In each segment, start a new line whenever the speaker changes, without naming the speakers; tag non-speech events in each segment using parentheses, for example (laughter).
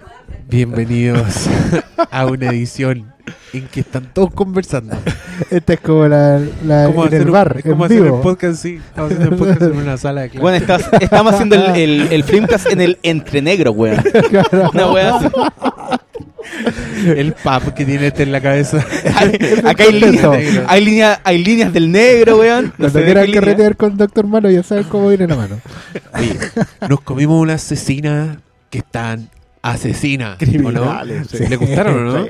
(laughs) Bienvenidos a una edición en que están todos conversando.
Esta Este es como la, la
¿Cómo
en
hacer,
el
un-
bar,
cómo
en
hacer
vivo.
el
(laughs)
podcast? Sí, estamos haciendo el podcast en una sala de clase.
Bueno, estás- estamos haciendo el, el, el Flimcast en el entre
(laughs)
negro, weón.
(laughs)
Una wea así.
el pub que tiene este en la cabeza.
Hay-
(laughs)
Acá hay
Perfecto.
líneas, hay, línea- hay líneas del negro, weón. No
Cuando
sé de
quieran
qué línea.
carretear con Doctor Malo ya saben cómo viene la mano.
Oye, nos comimos una asesina que están asesina. ¿O no?
sí.
¿Le gustaron o no?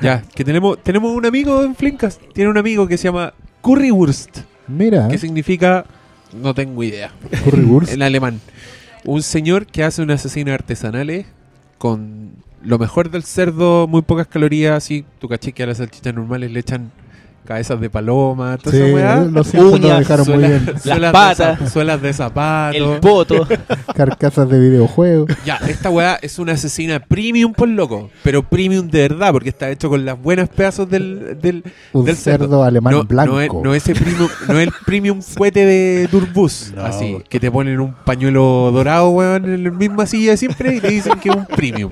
Ya, que tenemos, tenemos un amigo en Flinkas. Tiene un amigo que se llama Currywurst,
Mira,
que significa. No tengo idea. (laughs)
currywurst.
En alemán. Un señor que hace unas asesinas artesanales con lo mejor del cerdo, muy pocas calorías, así. Tu caché que a las salchichas normales le echan cabezas de paloma, toda
Sí,
esa weá.
los ciertos lo
Uñas,
dejaron muy
Suela-
bien.
suelas de
patas.
zap- suelas de zapato. (laughs)
El poto.
Carcasas de videojuegos.
Ya, esta weá es una asesina premium por loco, pero premium de verdad, porque está hecho con las buenas pedazos del, del,
Un
del
cerdo alemán blanco.
No es, no es el premium, no es el
(laughs)
premium fuete de Turbus,
No.
así, que te ponen un pañuelo dorado, weón, en la misma silla de siempre y te dicen que es un premium.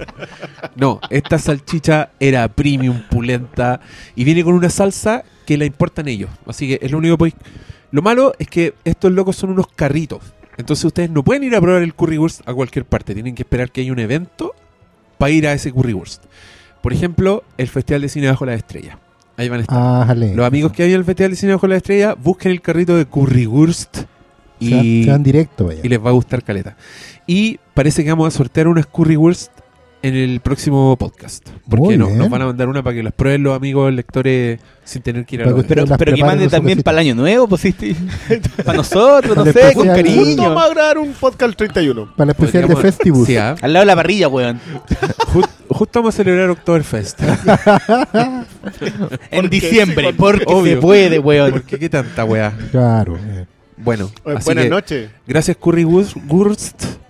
No, esta salchicha era premium, pulenta, y viene con una salsa que la importan ellos. Así que es lo único que podéis- Lo malo es que estos locos son unos carritos. Entonces ustedes no pueden ir a probar el currywurst a cualquier parte. Tienen que esperar que haya un evento para ir a ese currywurst. Por ejemplo, el Festival de Cine Bajo las Estrellas. Ahí van a estar.
Ah, jale.
Los amigos que hay en el Festival de Cine Bajo la Estrella, busquen el carrito de Currywurst
Se van-
y,
se van directo, vaya.
y les va a gustar caleta. Y parece que vamos a sortear unas Currywurst en el próximo podcast.
Muy
Porque no,
bien.
nos van a mandar una para que las prueben los amigos lectores sin tener que ir a
Para
los
que
Pero,
Las
pero que
preparo
mande
con su
también
cosita.
para el año nuevo, pues sí,
(laughs)
sí. Para nosotros, no
Le
sé, con
puse algo.
Junto
cariño.
vamos a grabar un podcast 31.
Para la especial de Festibus.
Sí, ah.
Al lado de la parrilla, weón.
Ju- justo vamos a celebrar
(laughs)
Oktoberfest.
En
Porque
diciembre.
sí,
porque
obvio.
se puede, weón.
Porque qué tanta weá.
Claro. eh.
Bueno,
Oye,
así
buenas
que
noches.
gracias Currywurst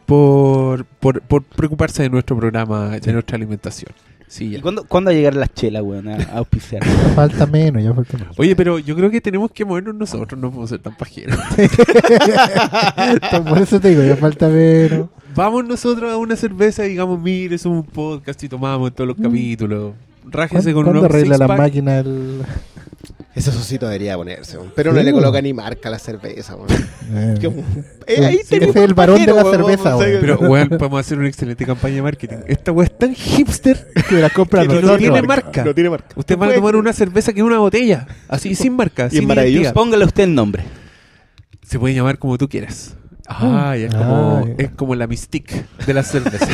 por, por, por preocuparse de nuestro programa, de nuestra alimentación. Sí, ya.
¿Y cuándo, cuándo va a llegar la chela, weón, a, a auspiciar?
Falta menos, ya falta menos.
Oye, pero yo creo que tenemos que movernos nosotros, no podemos ser tan pajeros.
(laughs) Por eso te digo, ya falta menos.
Vamos nosotros a una cerveza y digamos, mire, somos un podcast y tomamos todos los capítulos. Rájese con
Mm. ¿Cuándo
unos
arregla la
six-pack. (laughs)
máquina el...?
Ese socito debería ponerse, weón. pero
Sí,
no le
weón.
coloca ni marca a la cerveza. weón.
Eh,
Que- eh, ahí
Sí,
tenés
ese es el varón de la
weón, weón,
cerveza,
o sea,
weón.
Pero, weón, podemos hacer una excelente campaña de marketing. Esta weá es tan hipster.
que la compra
que
no
nosotros.
tiene marca.
No tiene marca.
Ustedes van a
Puede-
tomar una cerveza que es una botella.
(laughs)
Así, sin marca.
es
sin
maravilloso.
identidad.
Póngale usted el nombre.
Se puede llamar como tú quieras. Ah, es, como,
Ay.
es como la mystique de la cerveza.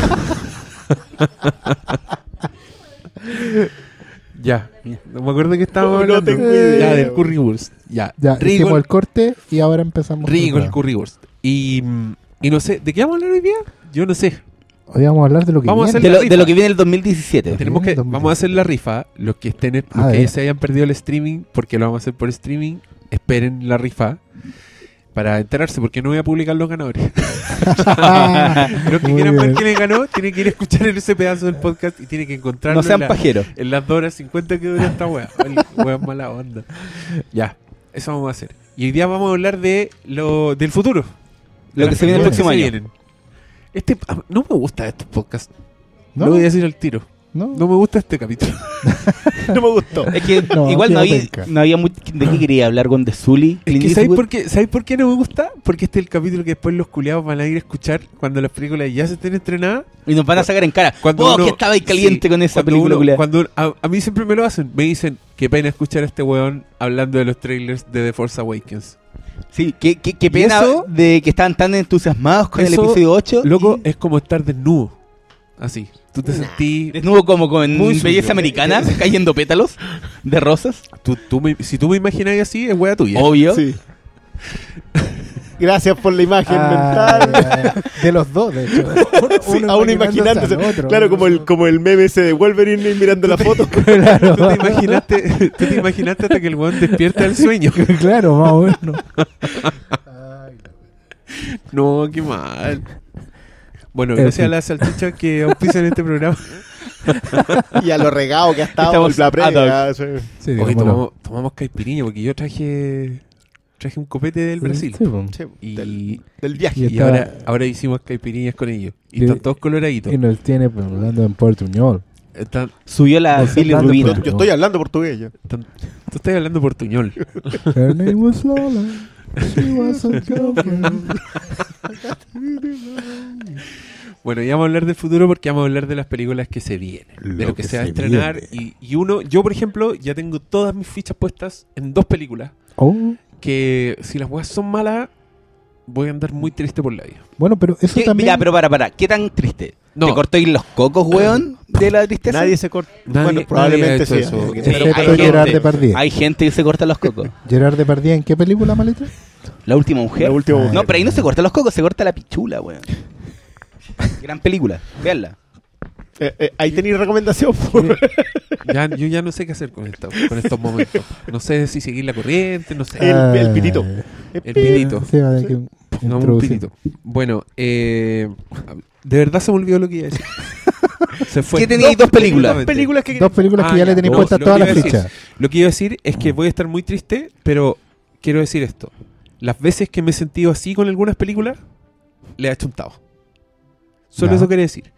ya. No me acuerdo que estábamos
No, no
hablando.
tengo idea,
ya, del
weón.
currywurst. Ya.
Ya,
rico,
hicimos el corte y ahora empezamos.
rico
con-
el currywurst. Y, mm, y no sé, ¿de qué vamos a hablar hoy día? Yo no sé.
Hoy vamos a hablar de lo que
Vamos a
viene.
hacer
De
la
lo, de
rifa.
lo que viene el 2017.
Tenemos que,
Bien, dos
vamos a hacer la rifa. Los que estén, los
A
que
ver.
se hayan perdido el streaming, porque lo vamos a hacer por streaming, esperen la rifa para enterarse, porque no voy a publicar los ganadores.
(laughs)
Los que
Muy
quieran ver
bien.
quién le ganó, tienen que ir a escuchar en ese pedazo del podcast y tienen que encontrarlo
No sean
en, la-
pajeros.
en las 2 horas 50 que dura esta wea. El- wea mala onda. Ya, eso vamos a hacer. Y hoy día vamos a hablar de lo del futuro. De
Lo que
las
se viene el
cosas que
próximo
se
año.
vienen. Este, a- no me gusta este podcast.
¿No?
Lo voy a decir al tiro.
No.
No me gusta este
(laughs)
capítulo.
(laughs) No me gustó.
Es que
No,
igual no
tío
había,
penca.
no había mucho- de qué quería hablar con The Zully.
Es
Clint
que, ¿sabéis,
Eastwood.
por qué, ¿Sabéis por qué no me gusta? Porque este es el capítulo que después los culiados van a ir a escuchar cuando las películas ya se estén estrenadas
Y nos van a sacar en cara.
Cuando
Vos
uno-
que estabais
sí,
caliente con esa
cuando
película,
uno-
culiao.
cuando a, a mí siempre me lo hacen. Me dicen, qué pena escuchar a este weón hablando de los trailers de The Force Awakens.
Sí, qué, qué- qué
¿Y
pena
eso?
de que estaban tan entusiasmados con
Eso,
el episodio 8.
Loco, eh, es como estar desnudo. Así. Tú te sentís...
Desnudo como con
Muy sucio. (laughs)
belleza americana, cayendo pétalos de rosas,
Tú, tú me- si tú me imagináis así, es wea tuya.
obvio.
Sí. Gracias por la imagen
Ah, ya,
mental.
de los dos, de hecho.
Sí,
Uno
a uno imaginándose.
al otro.
claro, como el, como el meme ese de Wolverine mirando la foto.
Claro,
Tú te imaginaste, tú te imaginaste hasta que el weón despierta del sueño. (laughs)
(laughs) claro, más o menos. Ay,
No, qué mal. Bueno,
En
gracias
fin.
a las salchichas que auspician este programa.
y a lo regado que ha estado
Estamos
la previa,
ad
sí.
sí,
Hoy
digámoslo.
tomamos, tomamos caipirinha porque yo traje traje un copete del Brasil.
Sí, po.
Sí,
Y,
del, del viaje.
y
estaba-
ahora, ahora hicimos caipirinhas con ellos. Y
Sí.
están todos coloraditos.
Y nos tiene pues, hablando en portuñol.
Están-
Subió la
No sé,
Billy
tanto,
Rubina.
pero-
Yo estoy hablando portugués ya.
están- tú estás hablando portuñol.
Her name was Lola. She was a girlfriend.
Bueno, ya vamos a hablar del futuro porque vamos a hablar de las películas que se vienen, de
Lo
lo que,
que
se va a
se
estrenar. Y, y uno, yo por ejemplo, ya tengo todas mis fichas puestas en dos películas
Oh.
que si las weas son malas, voy a andar muy triste por la vida.
Bueno, pero eso
¿Qué-
también.
Ya, pero para, para. ¿Qué tan triste? ¿Te
No,
cortó ahí los cocos, weón? De la tristeza.
Nadie se corta.
Nadie-
bueno,
nadie ha
probablemente
hecho
sí.
eso.
porque-
Sí.
pero-
hay
Excepto
gente.
Gerard Depardieu.
Hay gente que se corta los cocos.
Gerard Depardieu, ¿en qué película, maleta?
La última mujer. Ah.
La última mujer.
No, pero ahí no se corta los cocos, se corta la pichula, weón. Gran película. Veanla.
eh, eh, ahí tenéis recomendación. po.
ya- yo ya no sé qué hacer con, esta- con estos momentos. No sé si seguir la corriente, no sé.
El- el pitito.
El pitito.
Sí, hay que
No, un
introducir.
pitito. Bueno, eh, de verdad se me olvidó lo que iba a decir. Se fue.
¿Qué teníais dos películas?
Exactamente.
(laughs) Películas que
Dos películas
Ah,
que ya
ya,
le tenéis
no,
puestas
lo
todas
que
las
iba a decir.
(laughs) fichas.
Lo que iba a decir es que voy a estar muy triste, pero quiero decir esto. Las veces que me he sentido así con algunas películas, le ha chuntado. Solo
Ya.
eso quiere decir.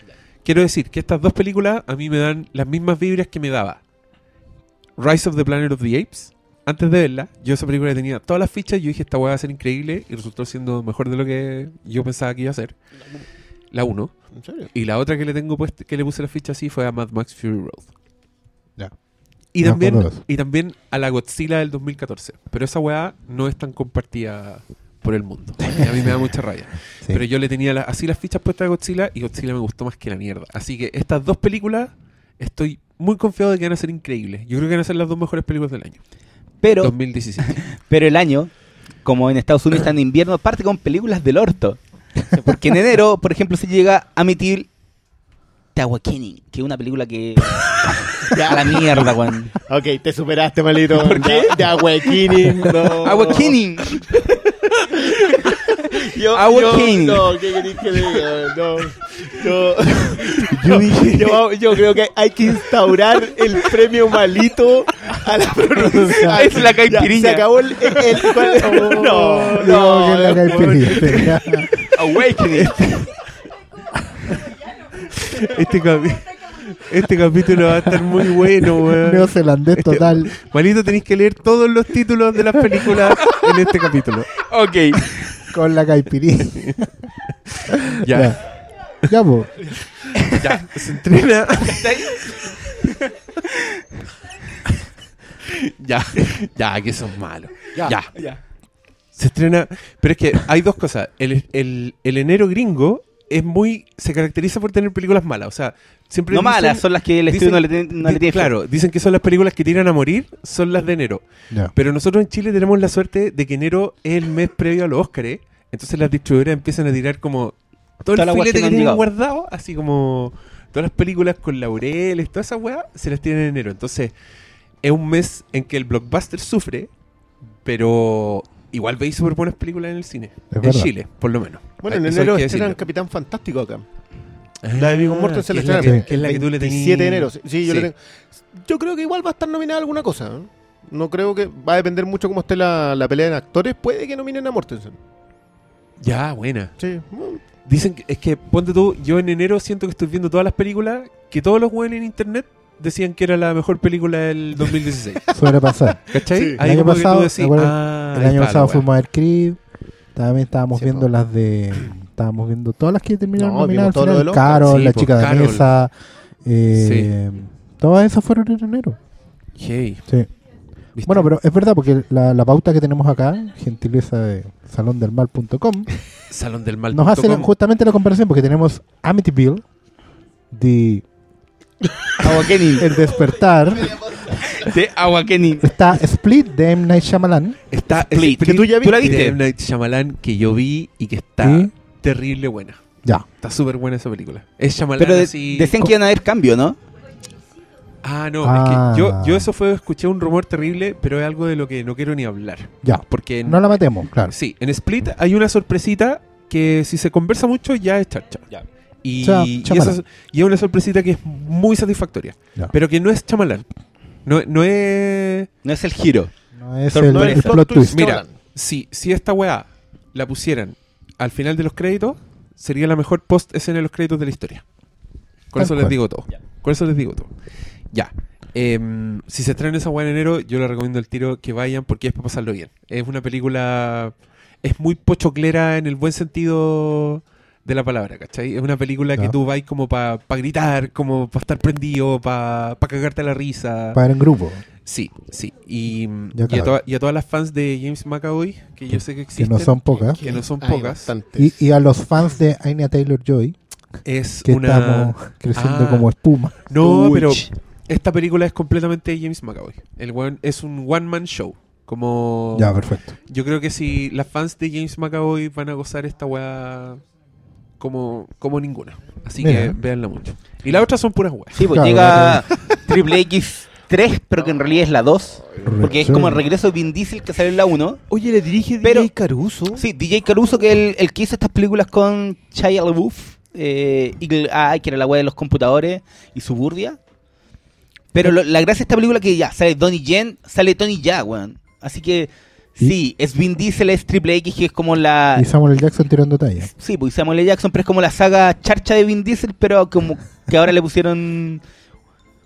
Quiero decir que estas dos películas a mí me dan las mismas vibras que me daba Rise of the Planet of the Apes. Antes de verla, yo esa película tenía todas las fichas, yo dije esta weá va a ser increíble y resultó siendo mejor de lo que yo pensaba que iba a ser. La 1.
¿En serio?
Y la otra que le tengo puest- que le puse la ficha así fue a Mad Max Fury Road.
Ya.
Y
Me
también,
acuerdo de eso.
y también a la Godzilla del 2014. Pero esa weá no es tan compartida por el mundo. Y a mí me da mucha (laughs) raya.
Sí.
Pero yo le tenía la- así las fichas puestas a Godzilla y Godzilla me gustó más que la mierda. Así que estas dos películas estoy muy confiado de que van a ser increíbles. Yo creo que van a ser las dos mejores películas del año.
Pero,
2017.
pero el año, como en Estados Unidos está en invierno, parte con películas del orto. Porque en enero, por ejemplo, se llega a emitir The Awakening, que es una película que. a la mierda, weón.
Ok, te superaste, malito. ¿Por qué? De Awakening. No.
Awakening.
Yo,
Awakening.
yo- no, ¿qué querés que diga? No. Yo,
(laughs) Yo dije-
yo- yo creo que hay que instaurar el premio malito a la
(laughs)
pronunciación.
Es la caipirinha.
Se acabó el. el- (laughs) el- cuál- no,
Luego
no.
que la caipirinha.
Awakening.
(laughs) este, este capítulo va a estar muy bueno,
Neozelandés
Este-
total.
Manito, tenéis que leer todos los títulos de las películas en este capítulo.
(laughs) Ok.
Con la caipirinha.
(laughs) Ya,
Ya, po.
ya. Se entrena. (laughs) ya, ya, que son malos. Ya. Se estrena. Pero es que hay dos cosas. El, el- el enero gringo es muy. Se caracteriza por tener películas malas. O sea, siempre.
No
dicen-
malas, son las que el estudio
dicen-
no le, tiene- no le
di-
tiene fe.
Claro, dicen que son las películas que tiran a morir, son las de enero.
Ya.
Pero nosotros en Chile tenemos la suerte de que enero es el mes previo a los Óscares. Entonces las distribuidoras empiezan a tirar como todo
Todas
el
las weas
filete
que
que,
no han
tienen
llegado.
guardado, así como todas las películas con laureles, todas esas weas, se las tienen en enero. Entonces es un mes en que el blockbuster sufre, pero igual veis súper buenas películas en el cine.
Es
en
verdad.
Chile, por lo menos.
Bueno, en
Eso hay
enero
que
estrenan
decirlo.
Capitán Fantástico acá. La de Viggo
Ah,
Mortensen
que
la
es la
estrenaron
que- que es la que tú le tenías.
27 de enero. Sí, sí, yo le
Sí.
tengo. Yo creo que igual va a estar nominada a alguna cosa. ¿eh? No creo que. Va a depender mucho cómo esté la, la pelea en actores. Puede que nominen a Mortensen.
Ya, buena.
Sí.
Dicen que, es que, ponte tú, yo en enero siento que estoy viendo todas las películas que todos los weones en internet decían que era la mejor película
(laughs)
del 2016.
Suele pasar.
¿Cachai?
Sí.
Ahí
El año
como que tú
pasado,
decís,
¿te acuerdas?
ah,
El
ahí
año
está la
pasado
wea.
fuimos a ver Creed. También estábamos
Sí,
viendo
po.
las de. Estábamos viendo todas las que terminaron
No,
nominadas
vimos
al
todo lo
final.
del Oscar.
Carol,
Sí,
La
po,
Chica
Carol.
Danesa. eh, Todas esas fueron en enero.
Hey,
Sí.
¿viste?
Bueno, pero es verdad, porque la, la pauta que tenemos acá, gentileza de salondelmal.com,
Salón del Mal.
nos hace la-
.com.
justamente la comparación, porque tenemos Amityville, The,
Ah, Awakening.
El
(laughs)
Despertar,
De Awakening.
está Split de M. Night Shyamalan,
Está
Split,
Split,
que tú ya
la
viste.
de M. Night Shyamalan que yo vi y que está
Sí.
terrible buena.
ya.
Está súper buena esa película. Es Shyamalan
Pero de-
así-
decían que iban a haber cambio, ¿no?
Ah, no,
Ah.
es que yo, yo eso fue, escuché un rumor terrible, pero es algo de lo que no quiero ni hablar.
Ya.
Porque
No la matemos, claro.
Sí, en Split hay una sorpresita que si se conversa mucho ya es charcha.
Ya.
Y,
Cha-
y
Chamalán.
esa- y es una sorpresita que es muy satisfactoria.
Ya.
Pero que no es chamalán. No, no es...
No es el giro.
No es
Pero
el,
No
el
es
plot twist.
Mira,
Chamalán.
si, si esta weá la pusieran al final de los créditos, sería la mejor post escena de los créditos de la historia. Con
Tal
eso les
cual.
digo todo.
Ya.
Con eso les digo todo. Ya. Em, si se estrena esa weá en enero, yo les recomiendo el tiro que vayan porque es para pasarlo bien. Es una película. Es muy pochoclera en el buen sentido de la palabra, ¿cachai? Es una película que
Ya.
tú vais como para gritar, como para estar prendido, para cagarte la risa.
Para ir en grupo.
Sí, sí. Y, mm,
Ya,
y a,
claro.
toda- y a todas las fans de James McAvoy, que yo sé que
Que
existen,
no son pocas.
que no son
Hay
pocas,
bastantes.
Y, y a los fans de Anya Taylor Joy,
es
que
una...
estamos creciendo
Ah.
como espuma.
No,
Uy,
pero
ch-
esta película es completamente James McAvoy. El weón es un one-man show. Como...
Ya, perfecto.
Yo creo que si las fans de James McAvoy van a gozar esta weá como, como ninguna. Así
Mira.
que véanla mucho. Y las otras son puras weas.
Sí, pues
Claro,
llega Triple X 3, pero que en realidad es la 2. Porque es
Correcto.
como el regreso de Vin Diesel que salió en la 1.
Oye, le dirige
Pero- DJ
Caruso.
Sí, DJ Caruso, que el, el que hizo estas películas con Shia LaBeouf, eh, Eagle Eye, que era la wea de los computadores, y Suburbia. Pero lo- la gracia de esta película es que ya sale Donnie Yen, sale Tony Ya, weón. Así que sí, es Vin Diesel, es Triple X, que es como la.
Y Samuel L. Jackson tirando talla.
Sí, pues y Samuel L. Jackson, pero es como la saga charcha de Vin Diesel, pero como que ahora le pusieron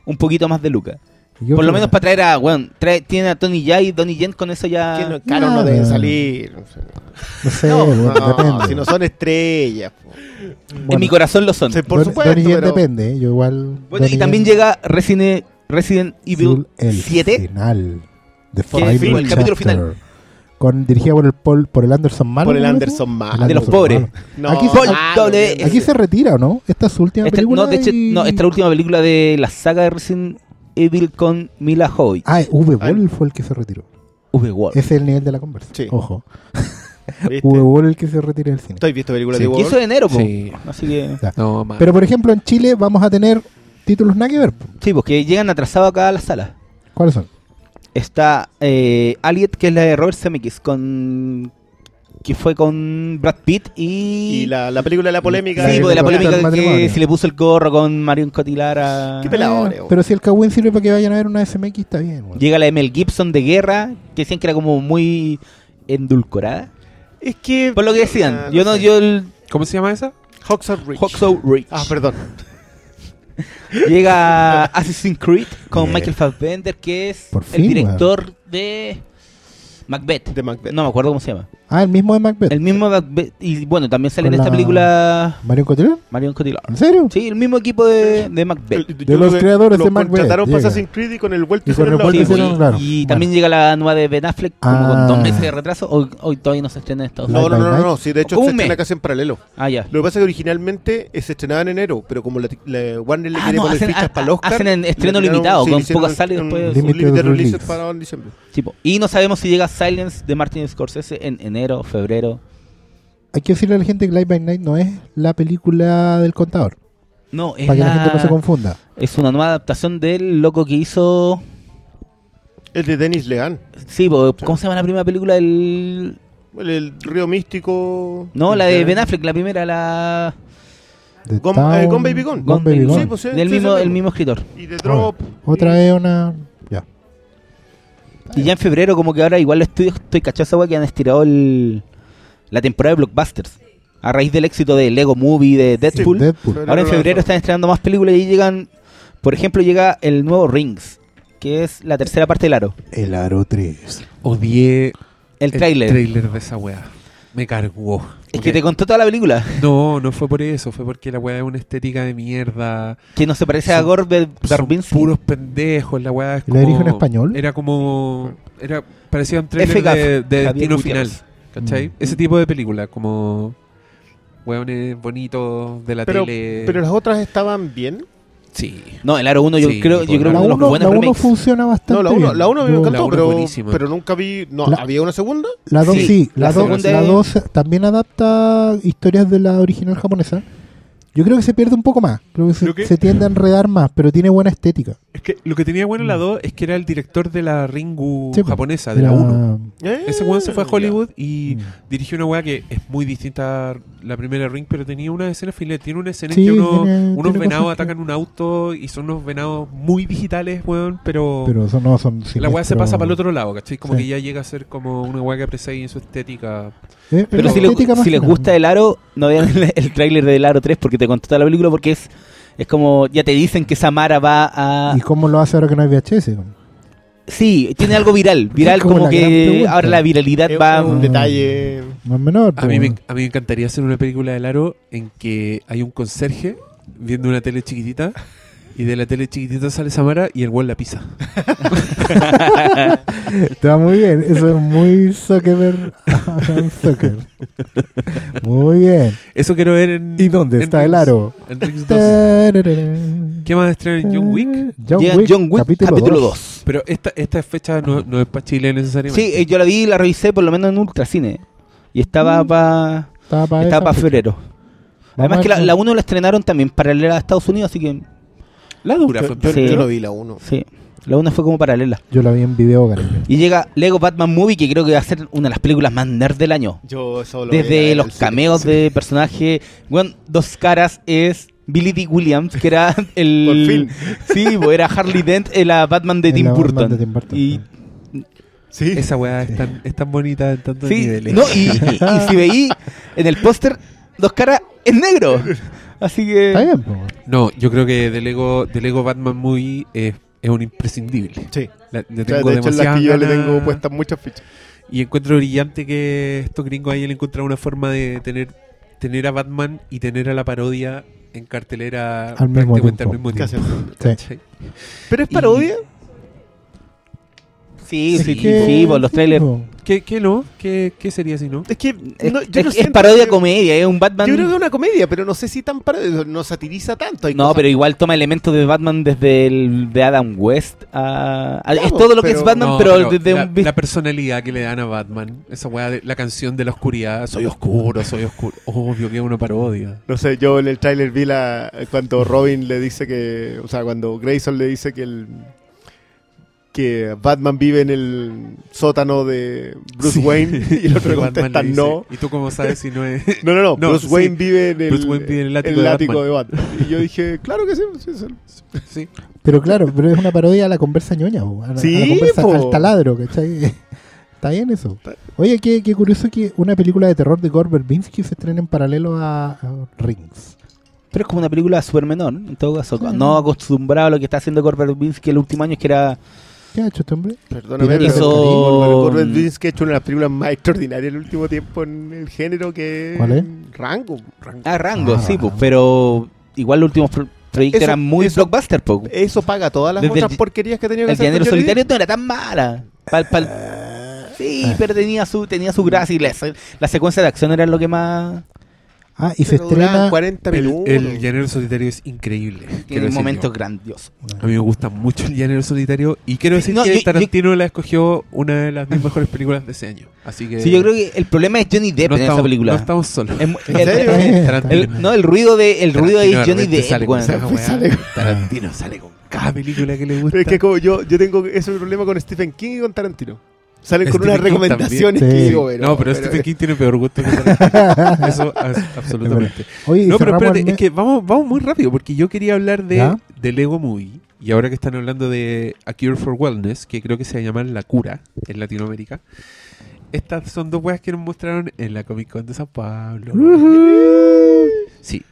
un poquito más de lucas.
Y yo
Por lo
creo-
menos para traer a, weón, trae- tiene a Tony Ya y Donnie Yen con eso ya...
Que no, claro, Ah. no deben salir.
No sé,
No,
bueno,
no,
depende.
si no son estrellas. po.
En mi corazón lo son.
Sí, por
Don-
supuesto,
Donnie Yen
pero-
depende, ¿eh? yo igual.
Bueno, y
Donnie
también
Yen-
llega Resident, Resident Evil
el
7.
final. The
Que es el
Final Chapter.
capítulo final.
Con, dirigida por el, Paul, por el Anderson Malo.
Por el
¿no?
Anderson Malo.
El
De los
Anderson
pobres.
Malo.
No,
Aquí-
malo,
Paul doble
bien.
Aquí se retira, ¿o ¿no? Esta es su última
Esta-
película.
no, de hecho,
y-
no, esta es la última película de la saga de Resident Evil con Mila Joy.
Ah, V.
Ay.
Ball fue el que se retiró.
V-Wall.
Ese es el nivel de la conversa.
Sí. Este-
Ojo.
¿Viste?
V. Ball el que se retiró del cine.
¿Tú has visto películas
Sí.
de
Y eso
Warhol?
de enero, po.
Sí.
Así que...
No, más.
Pero por ejemplo, en Chile vamos a tener títulos nada que ver. po.
Sí, porque llegan atrasados acá a la sala.
¿Cuáles son?
Está eh, Aliet, que es la de Robert Zemeckis, con... Que fue con Brad Pitt y...
Y la, la película de la polémica.
La
Sí,
de
po, de la
los
polémica
contratos de
que
matrimonio.
si le puso el gorro con Marion Cotillard a...
Qué peladores,
Ah,
bo.
pero si el Kawin sirve para que vayan a ver una SMX, está bien. bueno.
Llega la de Mel Gibson de guerra, que decían que era como muy endulcorada.
Es que.
Por lo que decían,
Ah,
yo no,
sé.
yo el
¿Cómo se llama esa?
Hawks are rich.
Hoxo Rich. (laughs)
Ah, perdón.
Llega Assassin's Creed con
Bien.
Michael Fassbender, que es
Por
el
fin,
director de Macbeth.
De Macbeth.
No me acuerdo cómo se llama.
Ah, el mismo de Macbeth.
El mismo Macbeth. Y bueno, también sale
Con
en esta
la-
película
Mario Cotillard.
Marion Cotillard.
¿En serio?
Sí, el mismo equipo de, de Macbeth.
Yo
De
creo
los
que
creadores
lo
de Macbeth,
contrataron para
llega.
Assassin's Creed y con el vuelto
Y con el
hicieron la
vuelto
Sí,
otra.
hicieron-
y-
claro.
y
Bueno.
también llega la nueva de Ben Affleck como con
Ah.
dos meses de retraso. Hoy, hoy todavía no se estrena en Estados
No,
Unidos.
no,
Night by
no, no,
Night.
no, Sí, de hecho
Un
se
mes.
estrena casi en paralelo.
Ah, ya.
Lo que pasa es que originalmente eh, se estrenaba en enero, pero como la, la Warner le
Ah,
quiere
no,
poner
hacen-
fichas
ha-
para el Oscar.
hacen en
le
estreno
tiraron-
limitado, con
le hicieron
pocas
un-
salas y
un-
después-
un
Limited
limited release
release.
para en diciembre.
Tipo, y no sabemos si llega Silence de Martin Scorsese en enero, febrero.
Hay que decirle a la gente que Live by Night no es la película del contador.
No, es,
Para que la gente no se
la-
confunda.
es una nueva adaptación del loco que hizo.
El de Dennis Lean.
Sí, po, ¿cómo se llama la primera película? del
El, el río místico.
No,
El
la de Ben Affleck, la primera, la.
The
Gone-
Town-
eh, Gone Baby Gone.
Gone Baby
Sí,
Gone.
pues, sí,
del
sí,
mismo,
sí, sí.
el mismo escritor.
Y de Drop.
Ahora, Otra
y-
vez una. Ya.
Y ya en febrero, como que ahora igual los estudios, estoy cachoso, que han estirado el- la temporada de blockbusters. A raíz del éxito de Lego Movie, de Deadpool.
Deadpool.
Ahora en febrero
lanzó.
están estrenando más películas y ahí llegan. Por ejemplo, llega el nuevo Rings, que es la tercera parte del aro.
El Aro 3.
Odié
El tráiler.
de esa weá. Me cargó.
Es que te contó toda la película. (laughs)
No, no fue por eso. Fue porque la weá es una estética de mierda.
Que no se parece a
Son-
Gorbe
Son
Darbinsky.
puros pendejos, la weá es
¿Y la
como-
dirijo en español?
Era como... Era, parecía un
F.
trailer
Gaff,
de, de
Javier
Destino Final,
Gutiérrez.
¿cachai?
Mm.
Ese tipo de película, como... Weones bonitos de la
Pero,
tele.
pero las otras estaban bien.
Sí.
No, el Aro 1 yo
Sí,
creo,
por
yo creo
La
que uno de los
1
buenos
la uno
remakes.
funciona bastante.
No, la 1
bien.
la uno a mí me
Yo-
encantó,
uno es
pero,
buenísima.
pero nunca vi. No,
La-
¿había una segunda?
La 2
Sí,
sí,
la
la 2
segunda
la
es-
dos también adapta historias de la original japonesa. Yo creo que se pierde un poco más. Creo que se,
Creo que-
se tiende a enredar más, pero tiene buena estética.
Es que lo que tenía bueno la 2 es que era el director de la Ringu
Mm. Sí, pues.
japonesa, de la 1.
Eh,
Ese weón se fue a
ya.
Hollywood y
Mm.
dirigió una weá que es muy distinta a la primera Ring, pero tenía una escena filete. Tiene una escena
Sí,
en que uno-
tiene-
unos
tiene
venados
cosas que-
atacan un auto y son unos venados muy digitales, weón, pero,
Pero son, no, son
la weá se
siniestros.
pasa para el otro lado, ¿cachai? Como
Sí.
que ya llega a ser como una weá que aprecia ahí en su estética.
Eh,
Pero
la
si, le-
estética más
si les
que
gusta
nada.
el aro, no vean (laughs) el, el tráiler del aro 3 porque te contesta la película porque es, es como, ya te dicen que Samara va a...
¿Y cómo lo hace ahora que no hay VHS?
Sí, tiene algo viral. Viral
como
como,
la gran
que
pregunta.
ahora la viralidad
Es
va...
un
Ah.
detalle.
Más menor.
A
pues,
mí, me,
bueno.
a mí me encantaría hacer una película del aro en que hay un conserje viendo una tele chiquitita y de la tele chiquitita sale Samara y el weón la pisa.
Te va muy bien. Eso es muy (laughs) Zuckerberg. Adam Zucker. Muy bien.
Eso quiero ver en.
¿Y dónde
en
está
Rings-
el aro?
en Rings 12.
¿Qué
¿Qué más estrenan en John Wick?
John
Llega
Wick,
John Wick, capítulo,
capítulo 2.
2.
Pero esta, esta fecha no, no es para Chile necesariamente.
Sí, eh, yo la vi y la revisé por lo menos en Ultracine. Y estaba
Mm.
para
Estaba para
estaba pa febrero. Además que la, la 1 la estrenaron también paralela a Estados Unidos, así que...
La dura
Yo,
fue-
yo-
Sí.
yo no vi la 1.
Sí, la 1 fue como paralela.
Yo la vi en video, cariño.
Y llega Lego Batman Movie, que creo que va a ser una de las películas más nerd del año.
Yo eso lo voy a ver
Desde
al
los
cine.
cameos
Sí.
de personaje, weón, dos caras es Billy D. Williams, que
(laughs)
era el. Sí, bo, era Harley Dent, en la Batman de
En
Tim
la Batman
Burton.
de Tim Burton.
Y,
Sí.
Esa weá es tan, es tan bonita en tantos
sí,
niveles.
no, y, y- y si veí en el póster, dos caras es negro. Así
Está
que.
bien, po.
No, yo creo que de Lego, de Lego Batman Movie es, es un imprescindible.
Sí.
La- le
O sea,
tengo
de hecho, en las
demasiadas
que yo le
ganas
tengo puestas muchas fichas.
Y encuentro brillante que estos gringos hayan encontrado una forma de tener, tener a Batman y tener a la parodia en cartelera
Al mismo
prácticamente al
tiempo.
mismo tiempo.
Casi al-
Sí.
¿Cachai?
Pero es
Y-
parodia.
Sí, sí,
Sí,
sí,
que-
bo, los trailers.
po.
¿Qué, qué no? ¿Qué, qué sería si no?
Es que
Es,
no, yo
es-
no
es
siento
parodia
que-
comedia, es un Batman.
Yo creo que es una comedia, pero no sé si tan parodia. No satiriza tanto. hay
No,
cosas-
pero igual toma elementos de Batman desde el de Adam West a, a- es
Claro,
todo lo que
pero-
es Batman,
No,
pero,
pero
desde
la,
un vi-
la personalidad que le dan a Batman, esa weá de la canción de la oscuridad, soy oscuro, soy oscuro. Obvio que es una
(laughs)
parodia.
No sé, yo en el tráiler vi la cuando Robin le dice que, o sea, cuando Grayson le dice que el que Batman vive en el sótano de Bruce
Sí.
Wayne y (laughs) el otro
Batman
le
le
contesta
dice,
no.
¿Y tú cómo sabes si no es? (laughs)
No, no, no,
No,
Bruce
sí.
Wayne vive en el,
Bruce Wayne vive en el látigo de
de, Batman. Y yo dije, claro que sí, sí, es el-
sí.
Pero claro, pero es una parodia a la conversa ñoña, po, a la,
Sí,
a la conversa
po.
al taladro, ¿cachai? (laughs) Está bien eso. Oye, qué, qué curioso que una película de terror de Gore Verbinski se estrene en paralelo a, a Rings.
Pero es como una película súper menor, ¿no? en todo caso.
Claro.
No acostumbrado a lo que está haciendo Corbett que el último año es que era.
¿Qué ha hecho este hombre?
Perdóname,
Tiene
pero
eso-
Corbett Dinsky ha hecho una de las películas más extraordinarias del último tiempo en el género que
¿Cuál es?
Rango. Rango.
Ah, Rango,
Ah,
sí,
Rango.
pues. Pero igual los últimos pro- proyectos
Eso-
eran muy
eso-
blockbuster, pues.
Eh,
Eso paga todas las
Desde el
otras
di-
porquerías que ha tenido que
El
hacer.
dinero
con Johnny Depp.
solitario no era tan mala. Pal- pal-
Ah.
sí, pero tenía su, tenía su gracia y la, la secuencia de acción era lo que más.
Ah, y se
Pero duraban
estrena.
40
El,
minutos.
el llanero solitario es increíble. quiero
Uh. Tiene
decir
momentos
yo.
grandiosos.
A mí me gusta mucho el llanero solitario. Y quiero
Sí,
decir
no,
que
yo- yo-
Tarantino la escogió una de las mis mejores películas de ese año. Así que.
Sí, yo creo que el problema es Johnny Depp
no
en
estamos,
esa película.
No estamos solos.
Es mu-
¿En
el-
serio?
el-
Eh,
Tarantino.
el- no, el ruido de el ruido de
Tarantino
Johnny
repente
Depp.
sale con
weón.
esa
Sale-
weá.
(laughs)
sale-
Tarantino sale con cada película que le gusta.
Pero es que como yo, yo tengo ese problema con Stephen King y con Tarantino. Salen con
Stephen
unas
King
recomendaciones
también.
que
Sí.
digo,
no, pero Stephen King tiene peor gusto que Tarantino. Eso, as- absolutamente.
Oye, y
No, pero
cerramos
espérate,
al
es
mes-
que vamos, vamos muy rápido, porque yo quería hablar de,
¿Ya?
de Lego Movie. Y ahora que están hablando de A Cure for Wellness, que creo que se llama La Cura en Latinoamérica. Estas son dos weas que nos mostraron en la Comic Con de San Pablo. Sí.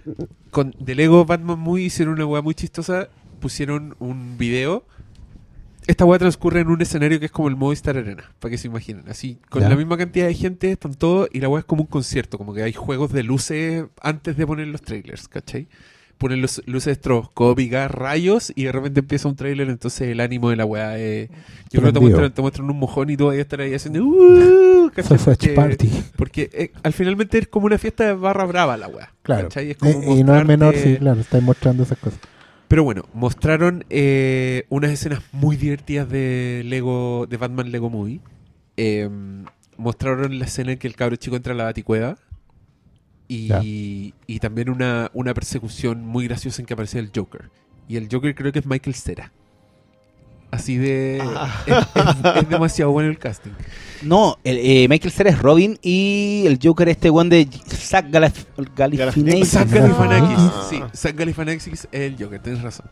Con de Lego Batman Movie hicieron una wea muy chistosa. Pusieron un video. Esta wea transcurre en un escenario que es como el Movistar Arena, para que se imaginen. Así, con
Ya.
la misma cantidad de gente, están todos, y la wea es como un concierto, como que hay juegos de luces antes de poner los trailers, ¿cachai? Ponen los, luces estroboscópicas, rayos, y de repente empieza un trailer, entonces el ánimo de la wea es... Yo creo que te
Prendido.
muestran, te muestran un mojón y todavía estar ahí haciendo...
(laughs)
"Uh", ¿cachai?
Sausage
Porque-
Party.
porque eh, al finalmente es como una fiesta de barra brava la weá.
Claro.
¿cachai? Es como
Eh, y no es
mostrarte-
menor, sí, claro, estáis mostrando esas cosas.
Pero bueno, mostraron eh, unas escenas muy divertidas de Lego, de Batman Lego Em, Movie. Eh, mostraron la escena en que el cabro chico entra a la baticueva Y,
Ya.
y también una, una persecución muy graciosa en que aparece el Joker. Y el Joker creo que es Michael Cera. Así de... Es, es- es demasiado bueno el casting.
No, el, eh, Michael Cera es Robin y el Joker este one de Zach Galif
Pues
Galifianakis.
Zach
Galifianakis.
Galifianakis. Sí, Zach Galifianakis es el Joker, tienes razón.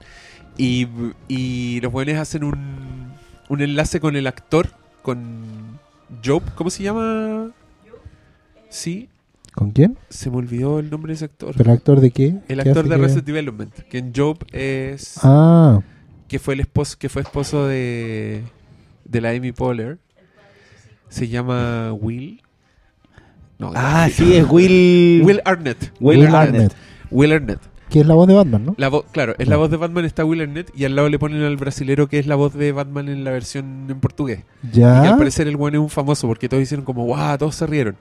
Y, y los buenos hacen un, un enlace con el actor, con Job, ¿cómo se llama? Sí,
¿Con quién?
se me olvidó el nombre de ese actor.
¿Pero actor de qué?
El
¿Qué
actor
hace
de
que-
Reset Development, que en Job es
Ah,
que fue el esposo que fue esposo de de la Amy Poehler. Se llama Will. No,
Ah, sí, es Will.
Will Arnett.
Will
Will
Arnett.
Arnett,
Will Arnett.
que es la voz de Batman, ¿no?
La voz, claro, es la voz de Batman está Will Arnett y al lado le ponen al brasilero que es la voz de Batman en la versión en portugués. Y que
Ya.
al parecer el bueno es un famoso porque todos hicieron como, guau, todos se rieron.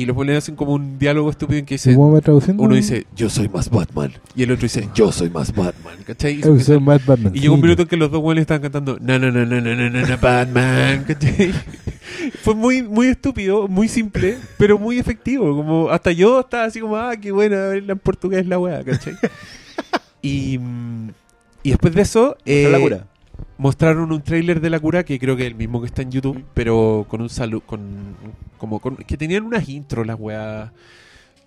Y los buenos hacen como un diálogo estúpido en que
¿Y
dicen,
¿Cómo va traduciendo?
uno dice, yo soy más Batman. Y el otro dice, yo soy más Batman. ¿Cachai? Y se
Yo soy
empiezan-
más Batman.
Y llegó un
sí.
minuto en que los dos güeyes estaban cantando No, no, no, no, no, no, no, no, Batman (laughs) ¿cachai? Fue muy, muy estúpido, muy simple Pero muy efectivo como Hasta yo estaba así como Ah, qué buena verla en portugués la weá, ¿cachai? Y, mm, y después de eso eh,
Pero la cura.
Mostraron un tráiler de La Cura Que creo que es el mismo que está en YouTube Pero con un saludo con, como con, Que tenían unas intros las weas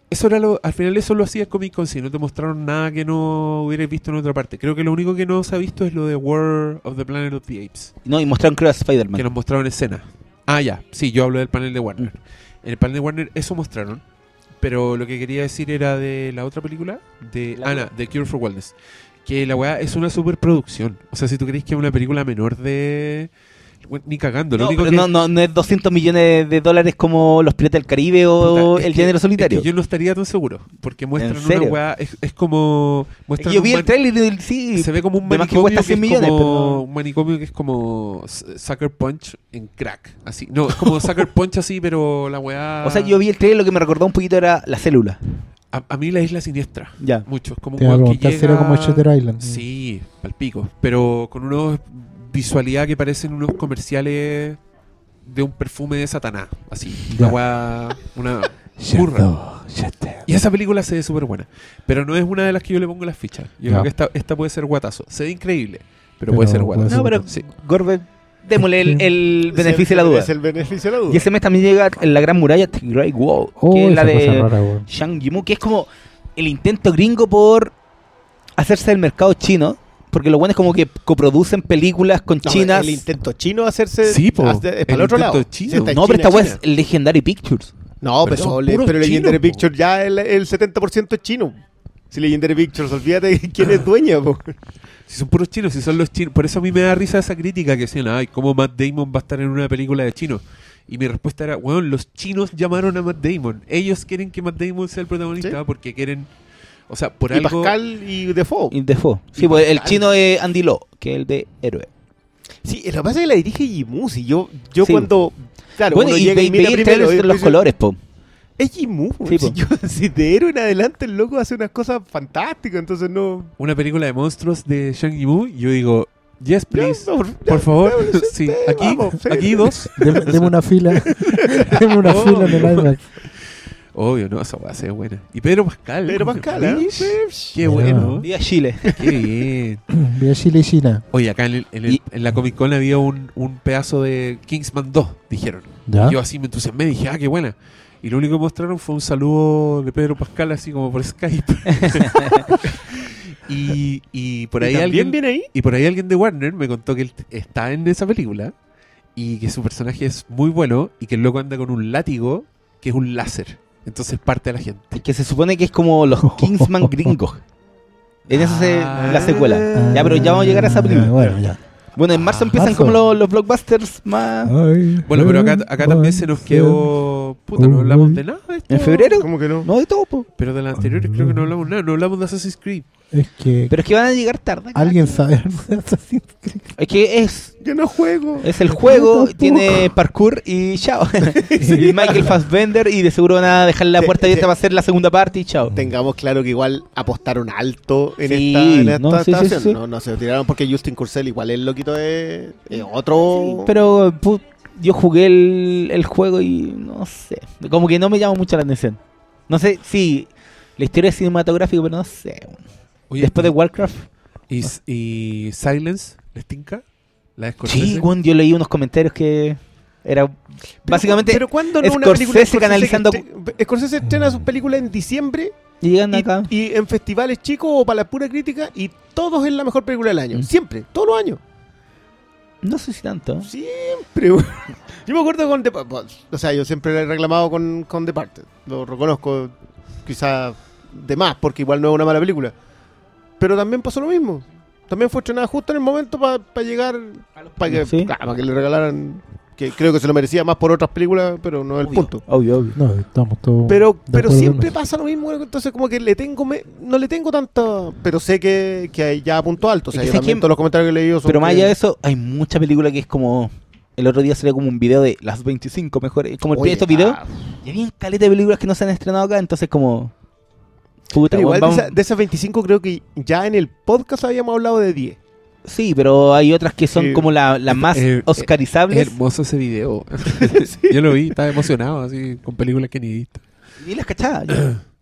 eso era lo, al final eso lo hacía Comic Con, si no te mostraron nada que no hubierais visto en otra parte. Creo que lo único que no se ha visto es lo de War of the Planet of the Apes,
No, y mostraron creo a
que
Spider-Man.
nos mostraron escena. Ah, ya, sí, yo hablo del panel de Warner.
Mm.
En el panel de Warner eso mostraron, pero lo que quería decir era de la otra película, de
La
Ana, de Cure for Wellness, que la weá es una superproducción. O sea, si tú crees que es una película menor de... bueno, Ni cagando, lo
No,
único
pero
que...
no, no, no es 200 millones de dólares como Los Piratas del Caribe o
Puta, es
El
que-
Género
es que
Solitario.
yo no estaría tan seguro, porque muestran una
serio?
weá, es, es como...
Es que
muestran
yo
un
vi
man-
el trailer y sí.
se ve como un
de más que
manicomio que,
cuesta 100 millones,
es como
pero-
un manicomio que es como S- Sucker Punch en crack, así. No, es como
(laughs)
Sucker Punch así, pero la weá
O sea, yo vi el trailer lo que me recordó un poquito era la célula.
a, a mí la isla siniestra,
Ya.
mucho, es como un
Te iba a
weón que
preguntar si era
llega-
como Shutter Island.
Sí, palpico, pero con una visualidad que parecen unos comerciales de un perfume de Satanás, así. Una
Ya.
weá
(laughs)
una burra.
Shadow, Shutter.
Y esa película se ve súper buena. Pero no es una de las que yo le pongo las fichas. Yo creo
Ya.
que esta, esta puede ser guatazo. Se ve increíble, pero,
Pero
puede ser
puede
guatazo.
ser
No, pero
Sí.
Gorbe,
(laughs)
démosle el, el beneficio de la
Es
duda.
el beneficio de la duda.
Y ese mes también llega la gran muralla The Great Wall,
Oh,
que es la
esa cosa
de
rara, weón.
Shang Yimou, que es como el intento gringo por hacerse del mercado chino, porque lo bueno es como que coproducen películas con
No,
chinas.
El intento chino de hacerse.
Sí, po.
hacer- es para
El
el otro
intento
lado.
chino.
Sí, está en
No, pero
China,
esta weá
China.
es Legendary Pictures.
No,
Pero
pero,
son
le-
puros
pero Legendary
chinos, po.
Pictures ya el, el 70% es chino. Si Legendary Pictures, olvídate quién es dueña, po.
Si son puros chinos, si son los chinos. Por eso a mí me da risa esa crítica que decían, ay, ¿cómo Matt Damon va a estar en una película de chinos? Y mi respuesta era, weón, los chinos llamaron a Matt Damon. Ellos quieren que Matt Damon sea el protagonista
Sí.
porque quieren. O sea, por
y
algo.
Pascal y Defoe.
Y Defoe. Sí,
Y
pues el
Pascal.
chino es Andy Lo, que es el de héroe.
Sí, lo que pasa es que la dirige Jimusi. Yo, yo
Sí.
cuando. Claro,
bueno,
uno
y
llega
ve-
y mira
veía el
primero,
trailer de
y
los
dice,
colores, po.
Es Jimu. po.
Sí,
si,
po.
(laughs) yo- si de héroe en adelante el loco hace unas cosas fantásticas, entonces no.
Una película de monstruos de Shang Yimou, yo digo, yes, please.
Ya, no,
por
ya,
favor,
ya, ya,
(laughs) sí,
ya,
aquí,
vamos, sí.
aquí dos. (laughs)
Deme, deme una fila. deme una
Oh.
fila en el IMAX.
Obvio, no, esa va a ser buena. Y Pedro Pascal.
Pedro
¿no?
Pascal, ¿eh?
Ish, Qué
Ya.
bueno,
Viva
(laughs)
Chile.
qué bien.
Vi a Chile y China.
Oye, acá en, el- en el-
Y-
en la Comic Con había un, un pedazo de Kingsman 2, dijeron.
¿Ya?
Yo así me entusiasmé, dije, ah, qué buena. Y lo único que mostraron fue un saludo de Pedro Pascal, así como por Skype. (laughs) y, y por ahí
¿Y también
alguien.
viene ahí?
Y por ahí alguien de Warner me contó que él t- está en esa película y que su personaje es muy bueno y que el loco anda con un látigo que es un láser. Entonces parte a la gente.
Que se supone que es como los
(laughs)
Kingsman gringos. En eso se
Ah.
la secuela. Ya, pero ya vamos a llegar a esa
película.
película.
Ah, Bueno, ya.
Bueno, en marzo
Ah,
empiezan
marzo.
como los, los blockbusters más.
Ah.
Ay,
Bueno, pero acá, acá también
ay,
se nos
sí.
quedó. Puta, no hablamos de nada. de esto.
¿En febrero?
¿Cómo que no?
No, de todo, po.
Pero de las anteriores creo que no hablamos nada. No hablamos de Assassin's Creed.
Es que
Pero es que van a llegar tarde. cabrón.
alguien sabe (laughs) algo de Assassin's Creed.
Es que es,
Yo no juego.
es el juego,
tampoco.
tiene parkour y
(laughs)
chao. (laughs) Y Michael Fassbender y de seguro van a dejar la
Te-
puerta abierta
te-
para hacer la segunda parte y chao.
Tengamos claro que igual apostaron alto en
Sí,
esta, en esta
no, sí, sí,
adaptación.
sí.
No, no se lo tiraron porque Justin Curcel igual el loquito es, es otro.
Pero pu- yo jugué el, el juego y no sé. Como que no me llama mucho la atención. No sé, sí, la historia es cinematográfica, pero no sé. weón. Después de Warcraft.
¿Y, s- y Silence? ¿Les tinca? ¿La de Scorsese?
Sí, weón, yo leí unos comentarios que era básicamente
pero cuando
Scorsese canalizando-
Scorsese estrena sus películas en diciembre
llegan
y,
acá.
y en festivales chicos o para la pura crítica y todos es la mejor película del año.
Mm.
Siempre, todos los años.
No sé si tanto.
Siempre. weón. (laughs) Yo me acuerdo con The Pa- pa- O sea, yo siempre le he reclamado con, con Departed. Lo reconozco quizá de más, porque igual no es una mala película. Pero también pasó lo mismo. También fue estrenada justo en el momento para llegar... Para que,
Sí.
ah, pa' que le regalaran... Que creo que se lo merecía más por otras películas, pero no es el
Obvio,
punto.
Obvio, obvio.
No, estamos todos.
Pero,
Oh, de
pero
acuerdo en
siempre
eso.
pasa lo mismo, weón. entonces como que le tengo, me- no le tengo tanto, pero sé que, que hay ya punto alto, o sea,
Es que
yo
sé
también
que-
todos los comentarios que he leído son
Pero más
que-
allá de eso, hay mucha película que es como. El otro día salió como un video de las 25 mejores. Como el
Oye,
de estos videos.
ah,
Y había caleta de películas que no se han estrenado acá, entonces como. Puta,
pero
weón,
igual de,
vamos-
esa- de esas 25 creo que ya en el podcast habíamos hablado de 10.
Sí, pero hay otras que son
Sí.
como las la más
eh, Es
oscarizables.
hermoso ese (laughs) video. Yo lo vi, estaba emocionado, así, con películas que ni he visto.
y las cachadas.
(clears throat)
yo.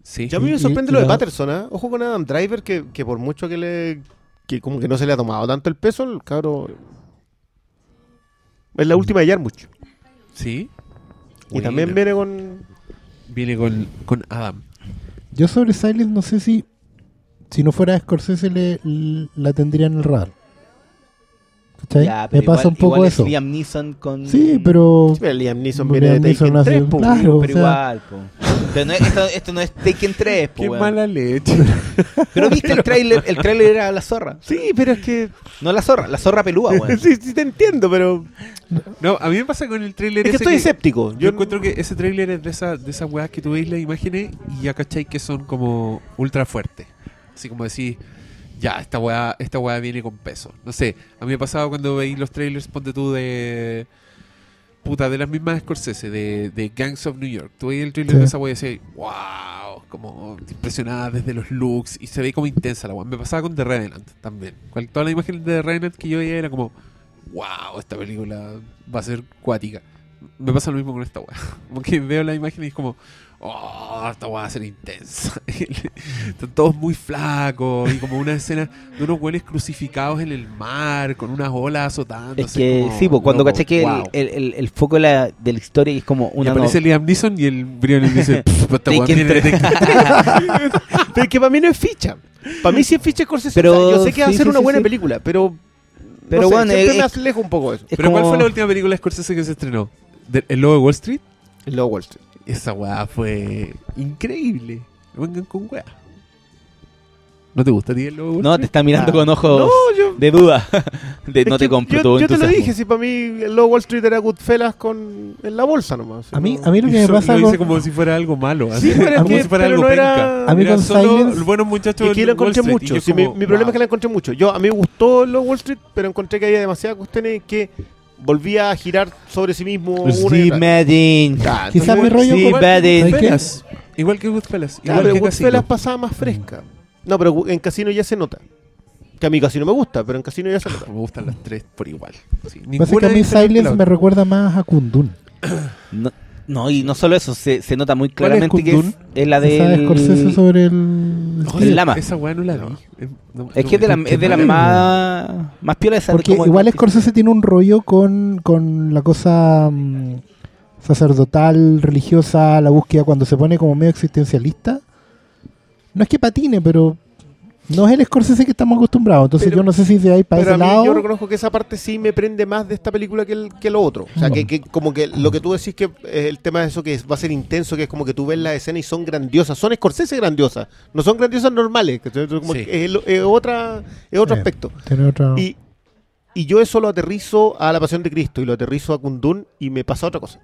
Sí.
Ya a mí
Y-
me
y-
sorprende
y
lo de
la-
Patterson, ¿ah? ojo con Adam Driver que, que por mucho que le que como que no se le ha tomado tanto el peso, el cabro es la última de Yarmuch
Sí.
y también
viene,
viene con
viene con, con Adam.
Yo sobre Silence no sé si. Si no fuera Scorsese, le, l- la tendría en el radar. ¿Cachai?
Ya, pero
Me pasa
igual-
un poco
igual es
eso.
Liam Neeson con.
Sí, pero.
Liam Neeson
Liam
viene de
Neeson
Taken
hace-
3, po,
claro.
Pero
o sea-
igual, po. Pero no es- esto, esto no es Taken 3,
(laughs)
po,
Qué
weón.
mala leche.
Pero viste el tráiler, el tráiler era la zorra.
Sí, pero es que
No la zorra, la
(laughs)
zorra pelúa, weón.
(laughs) sí, sí te entiendo, pero
No, a mí me pasa con el trailer
Es que
ese
estoy escéptico.
Yo encuentro que ese tráiler es de, esa, de esas weas que tú veis las imágenes y ya cacháis que son como ultra fuertes. Así como decís, ya, esta weá, esta weá viene con peso. No sé, a mí me ha pasado cuando veis los trailers, ponte tú de. Puta, de las mismas Scorsese, de, de Gangs of New York. Tú veis el trailer
Sí.
de esa weá y decís, wow, como impresionada desde los looks y se ve como intensa la weá. Me pasaba con The Revenant también. Cual, toda la imagen de The Revenant que yo veía era como, wow, esta película va a ser cuática. Me pasa lo mismo con esta weá. Como que veo la imagen y es como, oh, esta weá va a ser intensa. (laughs) Están todos muy flacos y como una escena de unos hueles crucificados en el mar con unas olas azotándose.
Es que
como,
sí, po, cuando
loco,
caché que el-
wow.
el, el- el foco de la, de la historia es como
Y
una. no-
aparece Liam Neeson y el Briones
(laughs)
dice, "Pff, pues esta weá
Taken
viene de
tres".
Taken".
(laughs) Pero es que para mí no es ficha. Para mí sí es ficha Scorsese.
Pero
O sea, yo sé que va a
sí,
ser
sí,
una
sí,
buena
sí.
película, pero.
Pero
no sé,
bueno, eh,
siempre
es-
me alejo un poco de eso.
(laughs) es
Pero ¿cuál
como-
fue la última película de Scorsese que se estrenó? ¿De- ¿El Lobo de Wall Street?
El Lobo Wall Street.
Esa weá fue increíble. No vengan con weá. ¿No te gusta a ti el Lobo de Wall
No, te está mirando
Ah.
con ojos
No, yo.
de duda. (laughs) De
es
no
que
te compro
Yo,
tu
yo te lo
entusiasmo.
dije, si para mí el Lobo Wall Street era Goodfellas con, en la bolsa nomás.
A mí,
No-
a mí lo
Y
que me
so-
pasa
lo
con.
hice como si fuera algo malo.
Sí,
así,
pero, es
como
que-
si fuera
pero
algo
no
penca.
era.
A mí
Era
con
solo
Silence-
buenos muchachos
Es que yo
del
la encontré
Wall Street, y
mucho.
yo
sí, mi,
como, "Ah,
mi problema
wow.
es que la encontré mucho. Yo, a mí me gustó el Lobo Wall Street, pero encontré que había demasiadas cuestiones que volvía a girar sobre sí mismo. Una y
Sí,
otra.
Medin.
Ah,
Quizás
entonces-
mi rollo
Sí,
con-
Igual
Badin.
que
¿Sabes qué?
Goodfellas. Igual que Goodfellas.
Claro,
Igual que
pero Goodfellas
Casino.
pasaba más fresca. No, pero en Casino ya se nota. Que a mí Casino me gusta, pero en Casino ya se nota.
Me gustan las tres por igual. Sí,
Pasa que a mí
es diferente
Silence
a la
me
otra.
recuerda más a Kundun.
No, no, y no solo eso, se, se nota muy
¿Cuál es
claramente que es,
Kundun?
es la
¿Sabes Scorsese
de.
sobre el.
Oye,
el lama.
Esa weá no la vi. Eh, no-
Es que es de, la,
no-
es de las más, más piolas de
Porque igual Scorsese tiene un rollo con, con la cosa mm, sacerdotal, religiosa, la búsqueda cuando se pone como medio existencialista. No es que patine, pero no es el Scorsese que estamos acostumbrados. Entonces
Pero-
yo no sé si de ahí para
Pero
ese
a mí yo
lado.
reconozco que esa parte sí me prende más de esta película que, el- que lo otro. O sea, que, que como que lo que tú decís que eh, el tema de eso que es- va a ser intenso, que es como que tú ves las escenas y son grandiosas. Son Scorsese grandiosas. No son grandiosas normales. ¿cachai? Entonces, como
Sí.
que es, lo- es otra, es otro
Eh,
aspecto.
tiene otra-
Y, y yo eso lo aterrizo a la Pasión de Cristo y lo aterrizo a Kundun y me pasa otra cosa.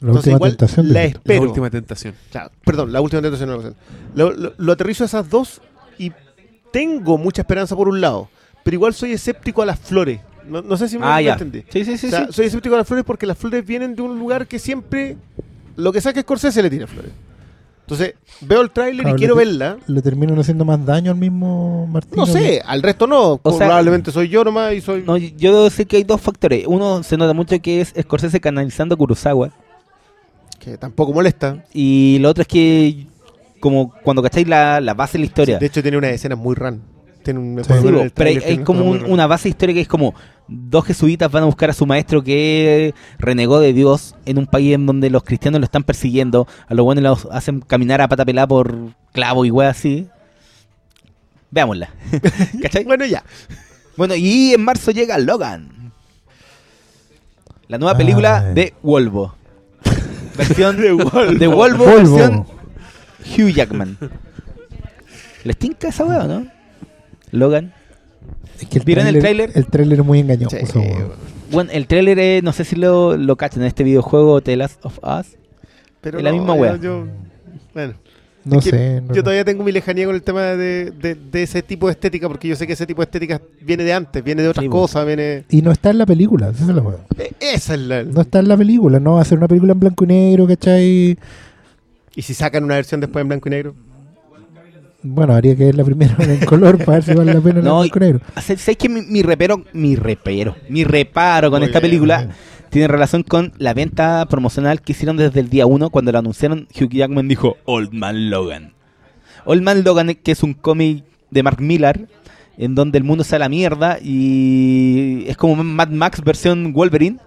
la
Entonces,
última
igual
tentación.
la
de-
es-
La
pero-
última tentación.
O sea, perdón, la última tentación no lo sé. Lo, lo- lo aterrizo a esas dos y tengo mucha esperanza por un lado, pero igual soy escéptico a las flores. No, no sé si me,
Ah,
me
ya.
entendí.
Sí, sí, sí.
O sea,
sí.
soy escéptico a las flores porque las flores vienen de un lugar que siempre lo que saca Scorsese le tira flores. Entonces, veo el tráiler
Claro,
y quiero
le-
verla.
Le terminan haciendo más daño al mismo Martín.
No sé, al resto no.
O sea-
Probablemente soy yo nomás y soy.
No, yo sé que hay dos factores. Uno se nota mucho que es Scorsese canalizando a Kurosawa.
que tampoco molesta.
Y lo otro es que como cuando cacháis la, la base de la historia.
De hecho, tiene una escena muy ran. Tiene un,
Sí,
por lo
Sí,
menos
bo,
el
pero hay,
tráiler
hay
tiene
como
una
un-
muy
una base histórica que es como dos jesuitas van a buscar a su maestro que renegó de Dios en un país en donde los cristianos lo están persiguiendo, a los buenos los hacen caminar a pata pelada por clavo y weas así.
(laughs)
Veámosla.
rara.
¿Cachai?
Bueno, ya.
Bueno, y en marzo llega Logan. La nueva
Ah,
película
eh.
de
(laughs)
Wolvo. Versión de Wolvo.
Volvo.
versión Hugh Jackman. ¿Les tinca esa wea o no? Logan.
Es que
¿Vieron el tráiler?
El tráiler es muy engañoso.
Sí,
weón.
Bueno, el trailer, es, no sé si lo, lo cachan en este videojuego The Last of Us.
pero
Es la
no,
misma
yo-
wea.
yo- Bueno.
No
que
sé. en
Yo
realidad.
todavía tengo mi lejanía con el tema de, de- de ese tipo de estética, porque yo sé que ese tipo de estética viene de antes, viene de otras
Sí, pues. bo.
cosas, viene...
Y no está en la película. esa es la weá.
Eh, Esa es la...
No está en la película. No va a ser una película en blanco y negro, ¿cachai?
Y si sacan una versión después en blanco y negro.
Bueno, habría que ver la primera (laughs) en color para ver si vale la pena en
No,
blanco y negro.
¿Sabes sabes que mi, mi repero, mi repero, mi reparo con
Muy
esta
bien,
película
muy bien.
tiene relación con la venta promocional que hicieron desde el día 1 cuando la anunciaron? Hugh Jackman dijo Old Man Logan. Old Man Logan, que es un cómic de Mark Millar, en donde el mundo se a la mierda y es como Mad Max versión Wolverine.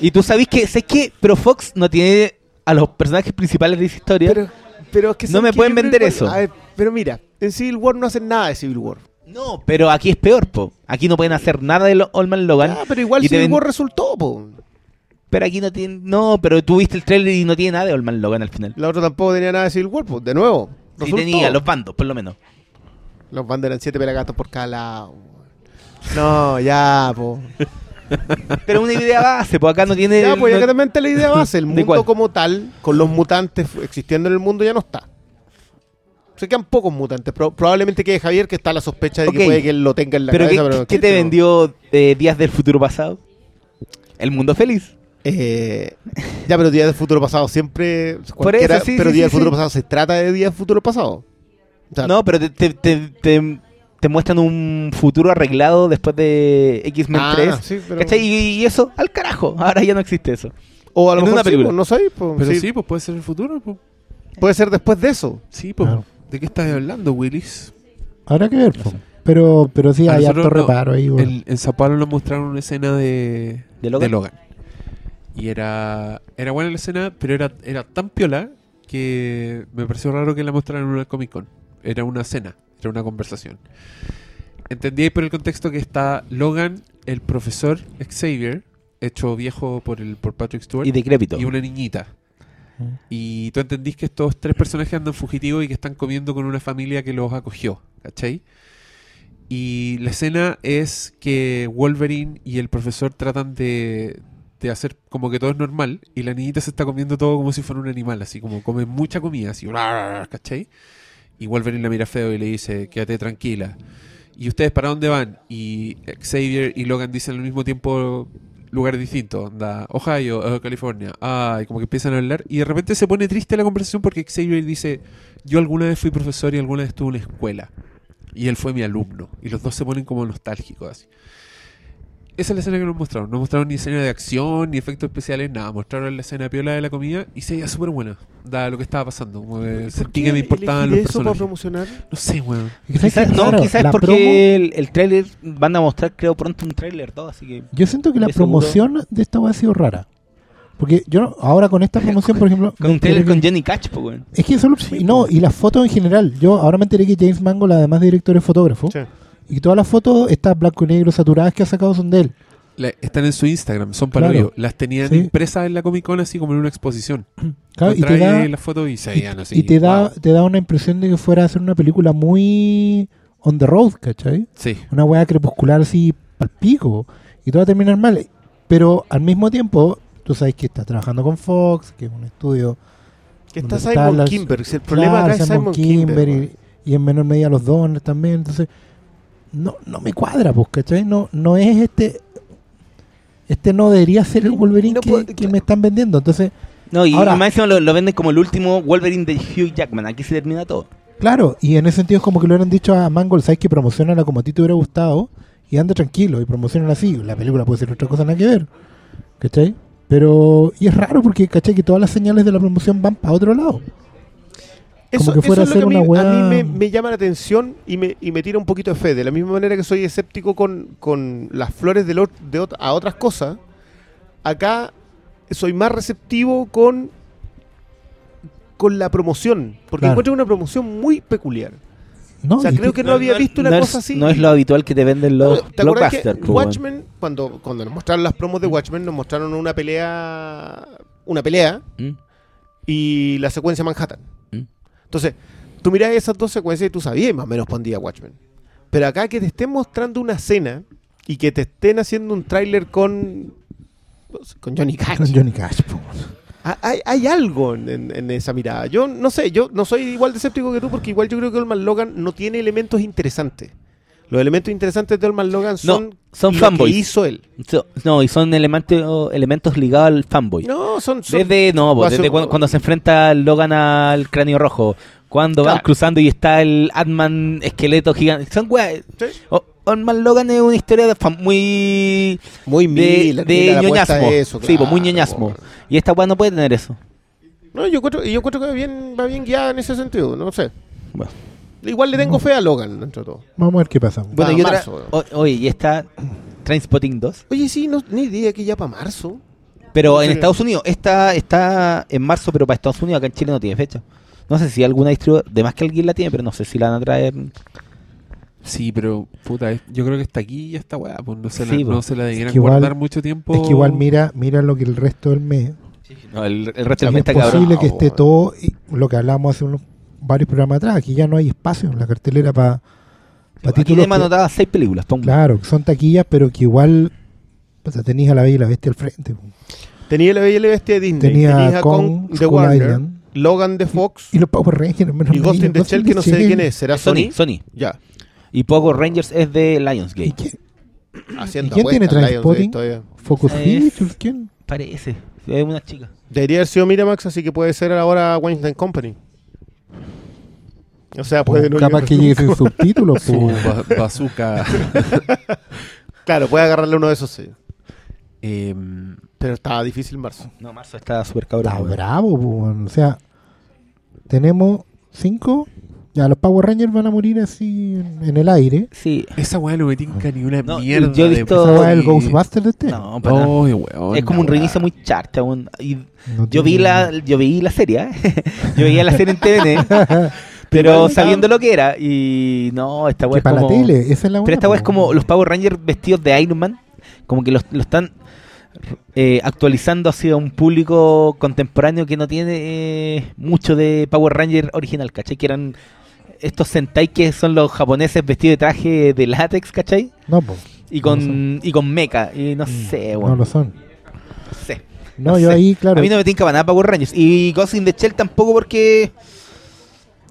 Y tú sabes que, ¿sabes qué? Pero Fox no tiene a los personajes principales de esa historia.
Pero, pero es que...
No
¿sabes
me
qué?
pueden
Yo creo
vender
que-
eso.
A ver, pero mira, en Civil War no hacen nada de Civil War.
No, pero aquí es peor, po. Aquí no pueden hacer nada de los Old Man Logan.
Ah, pero igual
y te
Civil
ven-
War resultó, po.
Pero aquí no tiene. No, pero tú viste el trailer y no tiene nada de Old Man Logan al final.
La otra tampoco tenía nada de Civil War, po. De nuevo.
Y
Resultó.
tenía los bandos, por lo menos.
Los bandos eran siete pelagatos por cada lado. No, ya, po.
Pero una idea base, pues acá no tiene.
Ya, pues ya
no-
que también está la idea base.
(laughs)
El
¿De
mundo
cuál?
como tal, con los mutantes fu- existiendo en el mundo, ya no está. Se quedan pocos mutantes. Pro- probablemente quede Javier, que está la sospecha de
Ok.
que puede que él lo tenga en la
pero
cabeza.
¿qué,
pero no
qué te
existe, po.
vendió eh, Días del Futuro Pasado? El mundo feliz.
Eh, (laughs) ya, pero Día del Futuro Pasado siempre. cualquiera-
eso, sí,
pero
sí,
Día
sí,
del Futuro
sí.
Pasado se trata de Día del Futuro Pasado. O sea,
No, pero te, te, te- te- te muestran un futuro arreglado después de X-Men
ah,
3.
sí, pero-
pues, ¿Cachai? Y, y eso, al carajo. Ahora ya no existe eso.
O a lo
en
mejor
una
sí,
película.
po, no sé. po,
Pero
sí,
sí. pues puede ser el futuro. pues.
Puede ser después de eso.
Sí, pues.
Claro.
¿De qué estás hablando, Willis?
Habrá que ver. po. Pero, pero sí,
A
hay harto
nosotros no.
reparo ahí. weón.
En, en Sao Paulo nos mostraron una escena de,
¿De Logan?
Y era, era buena la escena, pero era, era tan piola que me pareció raro que la mostraran en una Comic Con. Era una cena, era una conversación. Entendí ahí por el contexto que está Logan, el profesor Xavier, hecho viejo por, el, por Patrick Stewart
Y decrépito.
y una niñita.
Mm.
Y tú entendís que estos tres personajes andan fugitivos y que están comiendo con una familia que los acogió, ¿cachai? Y la escena es que Wolverine y el profesor tratan de, de hacer como que todo es normal y la niñita se está comiendo todo como si fuera un animal, así como come mucha comida, así, (laughs) ¿cachai? Y Wolverine la mira feo y le dice, quédate tranquila. ¿Y ustedes para dónde van? Y Xavier y Logan dicen al mismo tiempo lugares distintos. Onda, Ohio, eh, California. Ay, como que empiezan a hablar. Y de repente se pone triste la conversación porque Xavier dice, yo alguna vez fui profesor y alguna vez estuve en la escuela. Y él fue mi alumno. Y los dos se ponen como nostálgicos así. Esa es la escena que nos mostraron. No mostraron ni escena de acción, ni efectos especiales, nada. Mostraron la escena piola de la comida y se veía súper buena. Da lo que estaba pasando. Como que sentí que me importaban los personajes.
promocionar?
No sé, weón.
Quizás,
que,
no,
claro,
quizás
la
porque
promo-
el, el trailer van a mostrar, creo, pronto un trailer todo, así que.
yo siento que la
de seguro-
promoción de esta weá ha sido rara. Porque yo no- ahora con
(laughs)
esta promoción, por ejemplo.
Con
me
un trailer
enteré
con
que-
Jenny Catch, pues, weón.
Es que solo. y no, y las fotos en general. Yo ahora me enteré que James Mangold, además de director, es
¿Oh?
fotógrafo. Y todas las fotos, estas blanco y negro saturadas que ha sacado son de él.
La- están en su Instagram, son
Claro.
para hoyo. Las tenían
Sí.
impresas en la Comic Con así como en una exposición.
Claro,
Tú
y te
traes
da,
la foto y se
y-
veían así.
y te da,
wow.
te da una impresión de que fuera a ser una película muy on the road, ¿cachai?
Sí.
Una weá crepuscular así al pico. Y todo va a terminar mal. Pero al mismo tiempo, tú sabes que está trabajando con Fox, que es un estudio.
Que está
¿Dónde está
Simon
las-
Kimber. si El problema
Claro,
acá es Simon Kimber.
y-
weón.
y, en menor medida los Donners también. Entonces, no, no me cuadra, pues, ¿cachai? No, no es este. Este no debería ser el Wolverine
No
que,
puede-
que me están vendiendo. Entonces,
No, y,
Ahora-
y más encima lo, lo venden como el último Wolverine de Hugh Jackman. Aquí se termina todo.
Claro, y en ese sentido es como que le hubieran dicho a Mangold, sabes que promocionala como a ti te hubiera gustado y anda tranquilo y promocionala así. La película puede ser otra cosa, nada que ver. ¿Cachai? Pero, y es raro porque, ¿cachai? Que todas las señales de la promoción van para otro lado. Como que fuera
eso
a ser
es lo que
una
a mí,
weá-
a mí me, me llama la atención y me, y me tira un poquito de fe. De la misma manera que soy escéptico con, con las flores del ot- de ot- a otras cosas, acá soy más receptivo con, con la promoción. Porque
Claro.
encuentro una promoción muy peculiar.
No,
O sea,
y
creo que no había visto una
no
cosa
es,
así.
No es lo habitual que te venden los
¿Te acuerdas que
blockbusters. po, pues, weón.
Watchmen, cuando, cuando nos mostraron las promos de Watchmen, nos mostraron una pelea. Una pelea
Mm.
y la secuencia Manhattan.
Mm.
Entonces, tú mirás esas dos secuencias y tú sabías más o menos pondría Watchmen. Pero acá que te estén mostrando una escena y que te estén haciendo un tráiler con. con Johnny Cash.
Con Johnny Cash, po.
Ah, Hay, hay algo en, en- en esa mirada. Yo no sé, yo no soy igual de escéptico que tú, porque igual yo creo que Olman Logan no tiene elementos interesantes. Los elementos interesantes de Olman Logan son,
son
lo
fanboys.
que hizo él.
So- no, y son elementos, elementos ligados al fanboy.
No, son. son-
Desde, no, po,
va a
desde
ser-
cuando, cuando se enfrenta Logan al cráneo rojo, cuando van
Claro.
cruzando y está el Atman esqueleto gigante. Son weas.
Sí.
O- Orman Logan es una historia de fan- muy
Muy
de,
mil,
de
mil a la
ñoñazmo.
apuesta a eso,
sí, po, muy
claro,
ñoñazmo.
po.
Y esta wea no puede tener eso.
No, yo encuentro, yo encuentro que va bien, va bien guiada en ese sentido, no sé.
Bueno.
Igual le
Mm.
tengo fe a Logan, dentro de todo.
Vamos a ver qué pasa.
Bueno,
Bueno,
Ah,
y
y
otra.
otra- marzo,
oye, y esta Trainspotting 2.
Oye, sí, no, ni idea que ya para marzo.
Pero en
Sí.
Estados Unidos, esta está en marzo, pero para Estados Unidos, acá en Chile no tiene fecha. No sé si alguna distribuidora, de más que alguien la tiene, pero no sé si la van a traer.
Sí, pero puta, es- yo creo que está aquí ya esta weá, pues no se
Sí,
la, no
pues.
se la debieran
que igual-
guardar mucho tiempo.
Es que igual mira, mira lo que el resto del mes.
No, el, el resto
Y
del mes
es
está
posible
cabrón.
cabrón,
que esté
bueno.
todo y lo que hablamos hace unos varios programas atrás, que ya no hay espacio en la cartelera para
Aquí
títulos.
le
que-
anotaba seis películas, pongo.
Claro, que son taquillas, pero que igual pues, tenías a la Bella y la Bestia al frente. po.
Tenía la Bella y la Bestia de Disney.
Tenía
tenías a
Kong,
Kong, The
Skull
Warner,
Island.
Logan de Fox
Y los Power Rangers, hermano,
y Ghost in the
Ghost
Shell,
in
que no sé de
Shell.
quién es. ¿Será
Sony,
Sony?
Sony.
Ya.
Y Poco Rangers es de Lionsgate.
¿Y quién?
Haciendo
¿Y quién tiene
apuestas, Lionsgate
Trainspotting?
todavía.
¿Focus
Eh.
Features? ¿Quién?
Parece. Es una chica.
Debería haber sido Miramax, así que puede ser ahora Weinstein Company. O sea,
Oh,
puede Ah, pues, no pues,
Capaz
llegar
que llegue
(laughs)
sin subtítulos.
Su
po.
ba-
(laughs)
bazooka.
Claro, puede agarrarle uno de esos, sí.
Em,
Pero estaba difícil marzo.
No, marzo está súper
Está
cabrón.
bravo, po, weón. o sea, tenemos cinco. Ya, los Power Rangers van a morir así en en el aire.
Sí.
esa weá no me tinca ni una
No,
mierda.
yo he
de-
visto-
¿Esa
Todo
va el
y-
Ghostbuster de este?
No, para nada.
Ay, weón,
Es como un
la
reinicio
weá.
muy charcha. un- y
No tiene
yo vi la,
idea.
yo vi la serie, ¿eh? (laughs) yo veía la serie en
(laughs)
(laughs) TVN, pero sabiendo lo que era y no, esta weá
Que
es
para la
como,
tele, esa es la
pero esta
weá,
weá es como los Power Rangers vestidos de Iron Man, como que los, lo están eh, actualizando hacia un público contemporáneo que no tiene eh, mucho de Power Ranger original, ¿cachai? Que eran estos Sentai que son los japoneses vestidos de traje de látex, ¿cachai?
No, po, No
Y
lo
con, y con mecha, y no sé,
no
weón,
lo son.
no sé.
No,
No
yo
sé.
ahí, claro.
A mí no me tinca para nada Power Rangers. Y Ghost in the Shell tampoco porque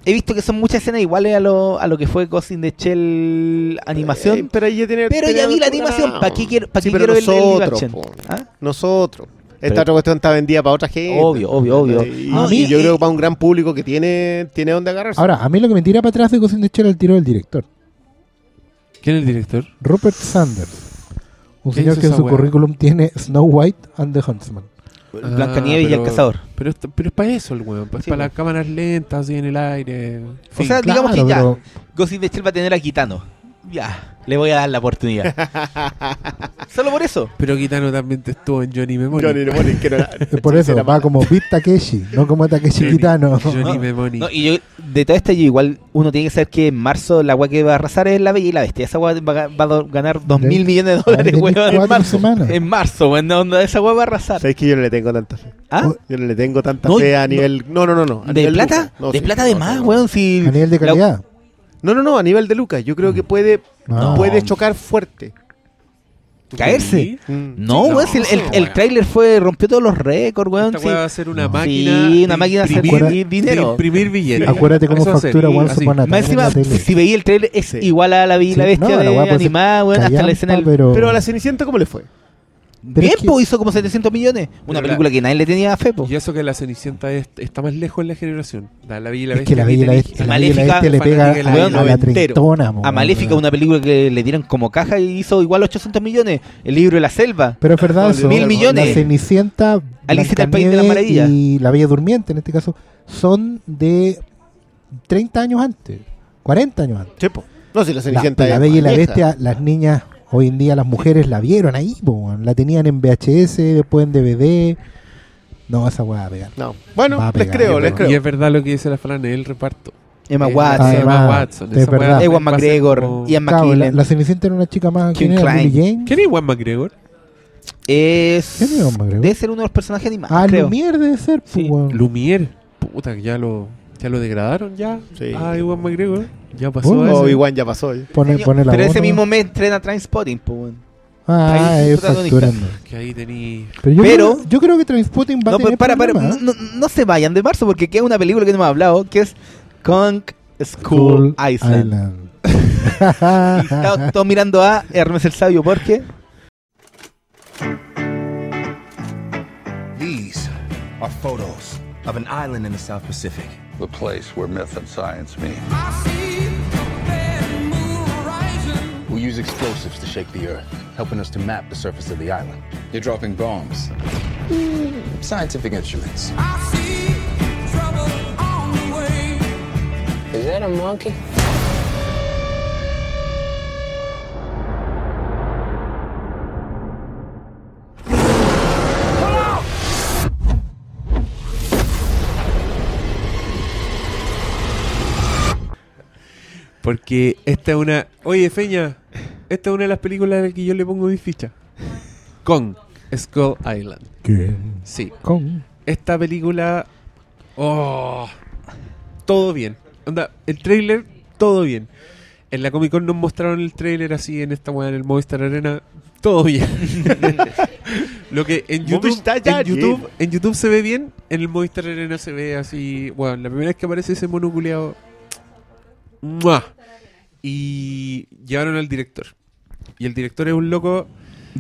he visto que son muchas escenas iguales a lo, a lo que fue Ghost in the Shell animación.
Eh, pero ahí ya tiene.
pero
tiene
ya vi la
otro
animación.
ganado.
¿Para qué quiero, pa'
Sí,
qué
pero
quiero ver el live
nosotros,
action?
po.
¿Ah?
Nosotros.
Pero-
Esta otra cuestión está vendida para otra gente.
Obvio, obvio, obvio. eh,
Y,
No,
eh, y
y-
yo
y-
creo que para un gran público que tiene, tiene donde agarrarse.
Ahora, a mí lo que me tira para atrás de Ghost in the Shell es el tiro del director.
¿Quién es el director?
Rupert Sanders. Un
¿Qué
señor
hizo
que en
esa
su
weá?
currículum tiene Snow White and the Huntsman.
Blancanieves y el
Ah,
Ah,
pero-
cazador.
Pero, esto- pero es para eso el weón, pues,
Sí,
para
weón.
las cámaras lentas, así en el aire.
O
Sí.
sea, Ah, digamos que
claro,
ya.
pero- eh,
Ghost in the Shell va a tener a Kitano. Ya, le voy a dar la
(laughs)
oportunidad. Solo por eso.
pero Kitano también te estuvo en Johnny Memory.
Johnny Mnemonic, que no
(laughs)
era-
Eh, Por eso,
era
va como Pete Takeshi, no como Takeshi Kitano.
(laughs) Johnny
(laughs) No,
Memory.
No, y yo, de todo esto, yo igual uno tiene que saber que en marzo la agua que va a arrasar es la bella y la bestia. Esa agua va, a- va a do- ganar 2 mil millones de dólares,
Tenés
weón, Em, en
cuatro
marzo.
semanas.
En marzo, weón, no, no, esa agua va a arrasar.
¿Sabes que yo no le tengo tanta fe?
¿Ah?
Yo no le tengo tanta
No,
fe a
no.
nivel. No, no, no. no
¿De
a nivel
plata?
lucas. No,
de
sí,
plata de
no,
más,
no, no.
weón. Si
A nivel de
la-
calidad.
No, no, no, a nivel de Lucas. Yo creo que puede,
Mm. No.
puede chocar fuerte.
caerse.
Sí.
Mm.
No,
Sí,
weón,
no,
si el, el,
weón.
el tráiler fue, rompió todos los récords, weón.
Esta
sí.
weá va a ser una
Sí,
máquina.
una
de
máquina de hacer
imprimir
dinero.
de imprimir billetes.
Acuérdate cómo
Eso va a ser,
factura
y
Once
así.
Upon a Time
Más
en la
encima,
tele.
si veía el trailer, es
Sí.
igual a la Bella y la
Sí,
bestia
no, la
de
weá puede ser
animada, weón. Hasta la
callampa,
escena del
pero,
Pero a la Cenicienta, ¿cómo le fue?
pero es
Bien,
que-
po, hizo como 700 millones. Una
Pero la-
película que nadie le tenía fe, po.
Y eso que la Cenicienta es- está más lejos en la generación. Da la Bella y la
es que la Bella y la Bestia, la Bella y la
Maléfica,
Bestia le pega
fanática de la
a,
Bella
a la
noventero.
treintona. mo,
A Maléfica,
weón.
una película que le dieron como caja y hizo igual 800 millones. El libro de la selva.
Pero es verdad
Mil
eso.
millones.
La Cenicienta,
Alicia en el País de las
Blancanieves
Maravillas.
y La Bella Durmiente, en este caso, son de 30 años antes, 40 años antes.
Chepo. No, si la
La,
Cenicienta
la
es
Bella y la
vieja.
Bestia, las niñas hoy en día, las mujeres la vieron ahí, po, weón. la tenían en VHS, después en DVD. No, esa weá va a pegar.
No. Bueno,
Va a
les
pegar,
creo,
yo
les
creo.
Y
creo.
es verdad lo que dice la Fran, es el reparto.
Emma
Eh,
Es-
Watson,
Emma
Además,
Watson,
es
esa
verdad.
weá
Ewan
va a ser
McGregor,
como-
Ian
Claro, la,
McKellen.
la Cenicienta era una chica más.
Kim
¿Quién era?
Klein.
Lily James?
¿Quién es Iwan McGregor?
Es.
¿Quién es Ian McGregor?
Debe ser uno de los personajes animados.
Ah,
creo.
Lumière debe ser, po,
Sí.
weón.
Lumier. Puta, que ya lo, ya lo degradaron ya.
Sí.
Ah, Iwan McGregor. Ya pasó
Oh,
eso.
Obi-Wan ya pasó. eh. ya.
Pone, pone la
Pero
voz,
ese
¿no?
mismo mes entrena Trainspotting, pues, weón.
Ah,
Ahí,
es
protagonista.
facturando.
Que ahí tení...
Pero yo,
Pero-
creo, yo creo que Transpotting va
No,
a tener
pero para, para,
problemas,
no,
¿eh?
no- no se vayan de marzo porque queda una película que no hemos hablado, que es Conk School
Cool
Island. Y
(laughs)
(laughs) está- todos mirando a Hermes el Sabio porque
These are photos of an island in the South Pacific.
the place where myth and science meet.
We use explosives to shake the earth, helping us to map the surface of the island.
You're dropping bombs. scientific instruments.
Is that a monkey?
Porque esta es una. Oye, Feña, esta es una de las películas en las que yo le pongo mi ficha. Con Skull Island.
¿Qué?
Sí.
Con.
Esta película. Oh, todo bien. Onda, el trailer, todo bien. En la Comic Con nos mostraron el trailer así en esta weá en el Movistar Arena. Todo
(laughs)
bien. Lo que en YouTube,
Movistar
en, YouTube,
Arena.
en YouTube se ve bien, en el Movistar Arena se ve así. Bueno, la primera vez que aparece ese mono culiao, ¡mua! Y llevaron al director. Y el director es un loco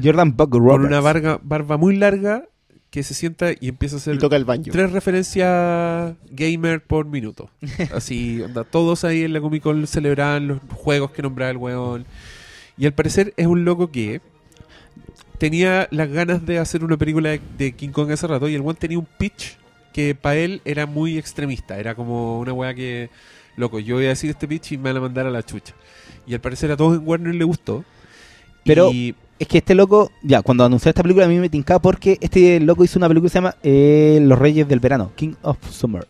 Jordan Buck
con una
Roberts.
barba, barba muy larga que se sienta y empieza a
Y
hacer
toca el banjo.
Tres referencias gamer por
(laughs)
minuto. Así, onda, todos ahí en la Comic Con celebraban los juegos que nombraba el weón. Y al parecer es un loco que tenía las ganas de hacer una película de, de King Kong hace rato y el weón tenía un pitch que para él era muy extremista. Era como una weá que, loco, yo voy a decir este pitch y me van a mandar a la chucha. Y al parecer a todos en Warner le gustó.
Pero-
Y-
Es que este loco, ya, cuando anunció esta película a mí me tincaba porque este loco hizo una película que se llama eh, Los Reyes del Verano, King of Summer.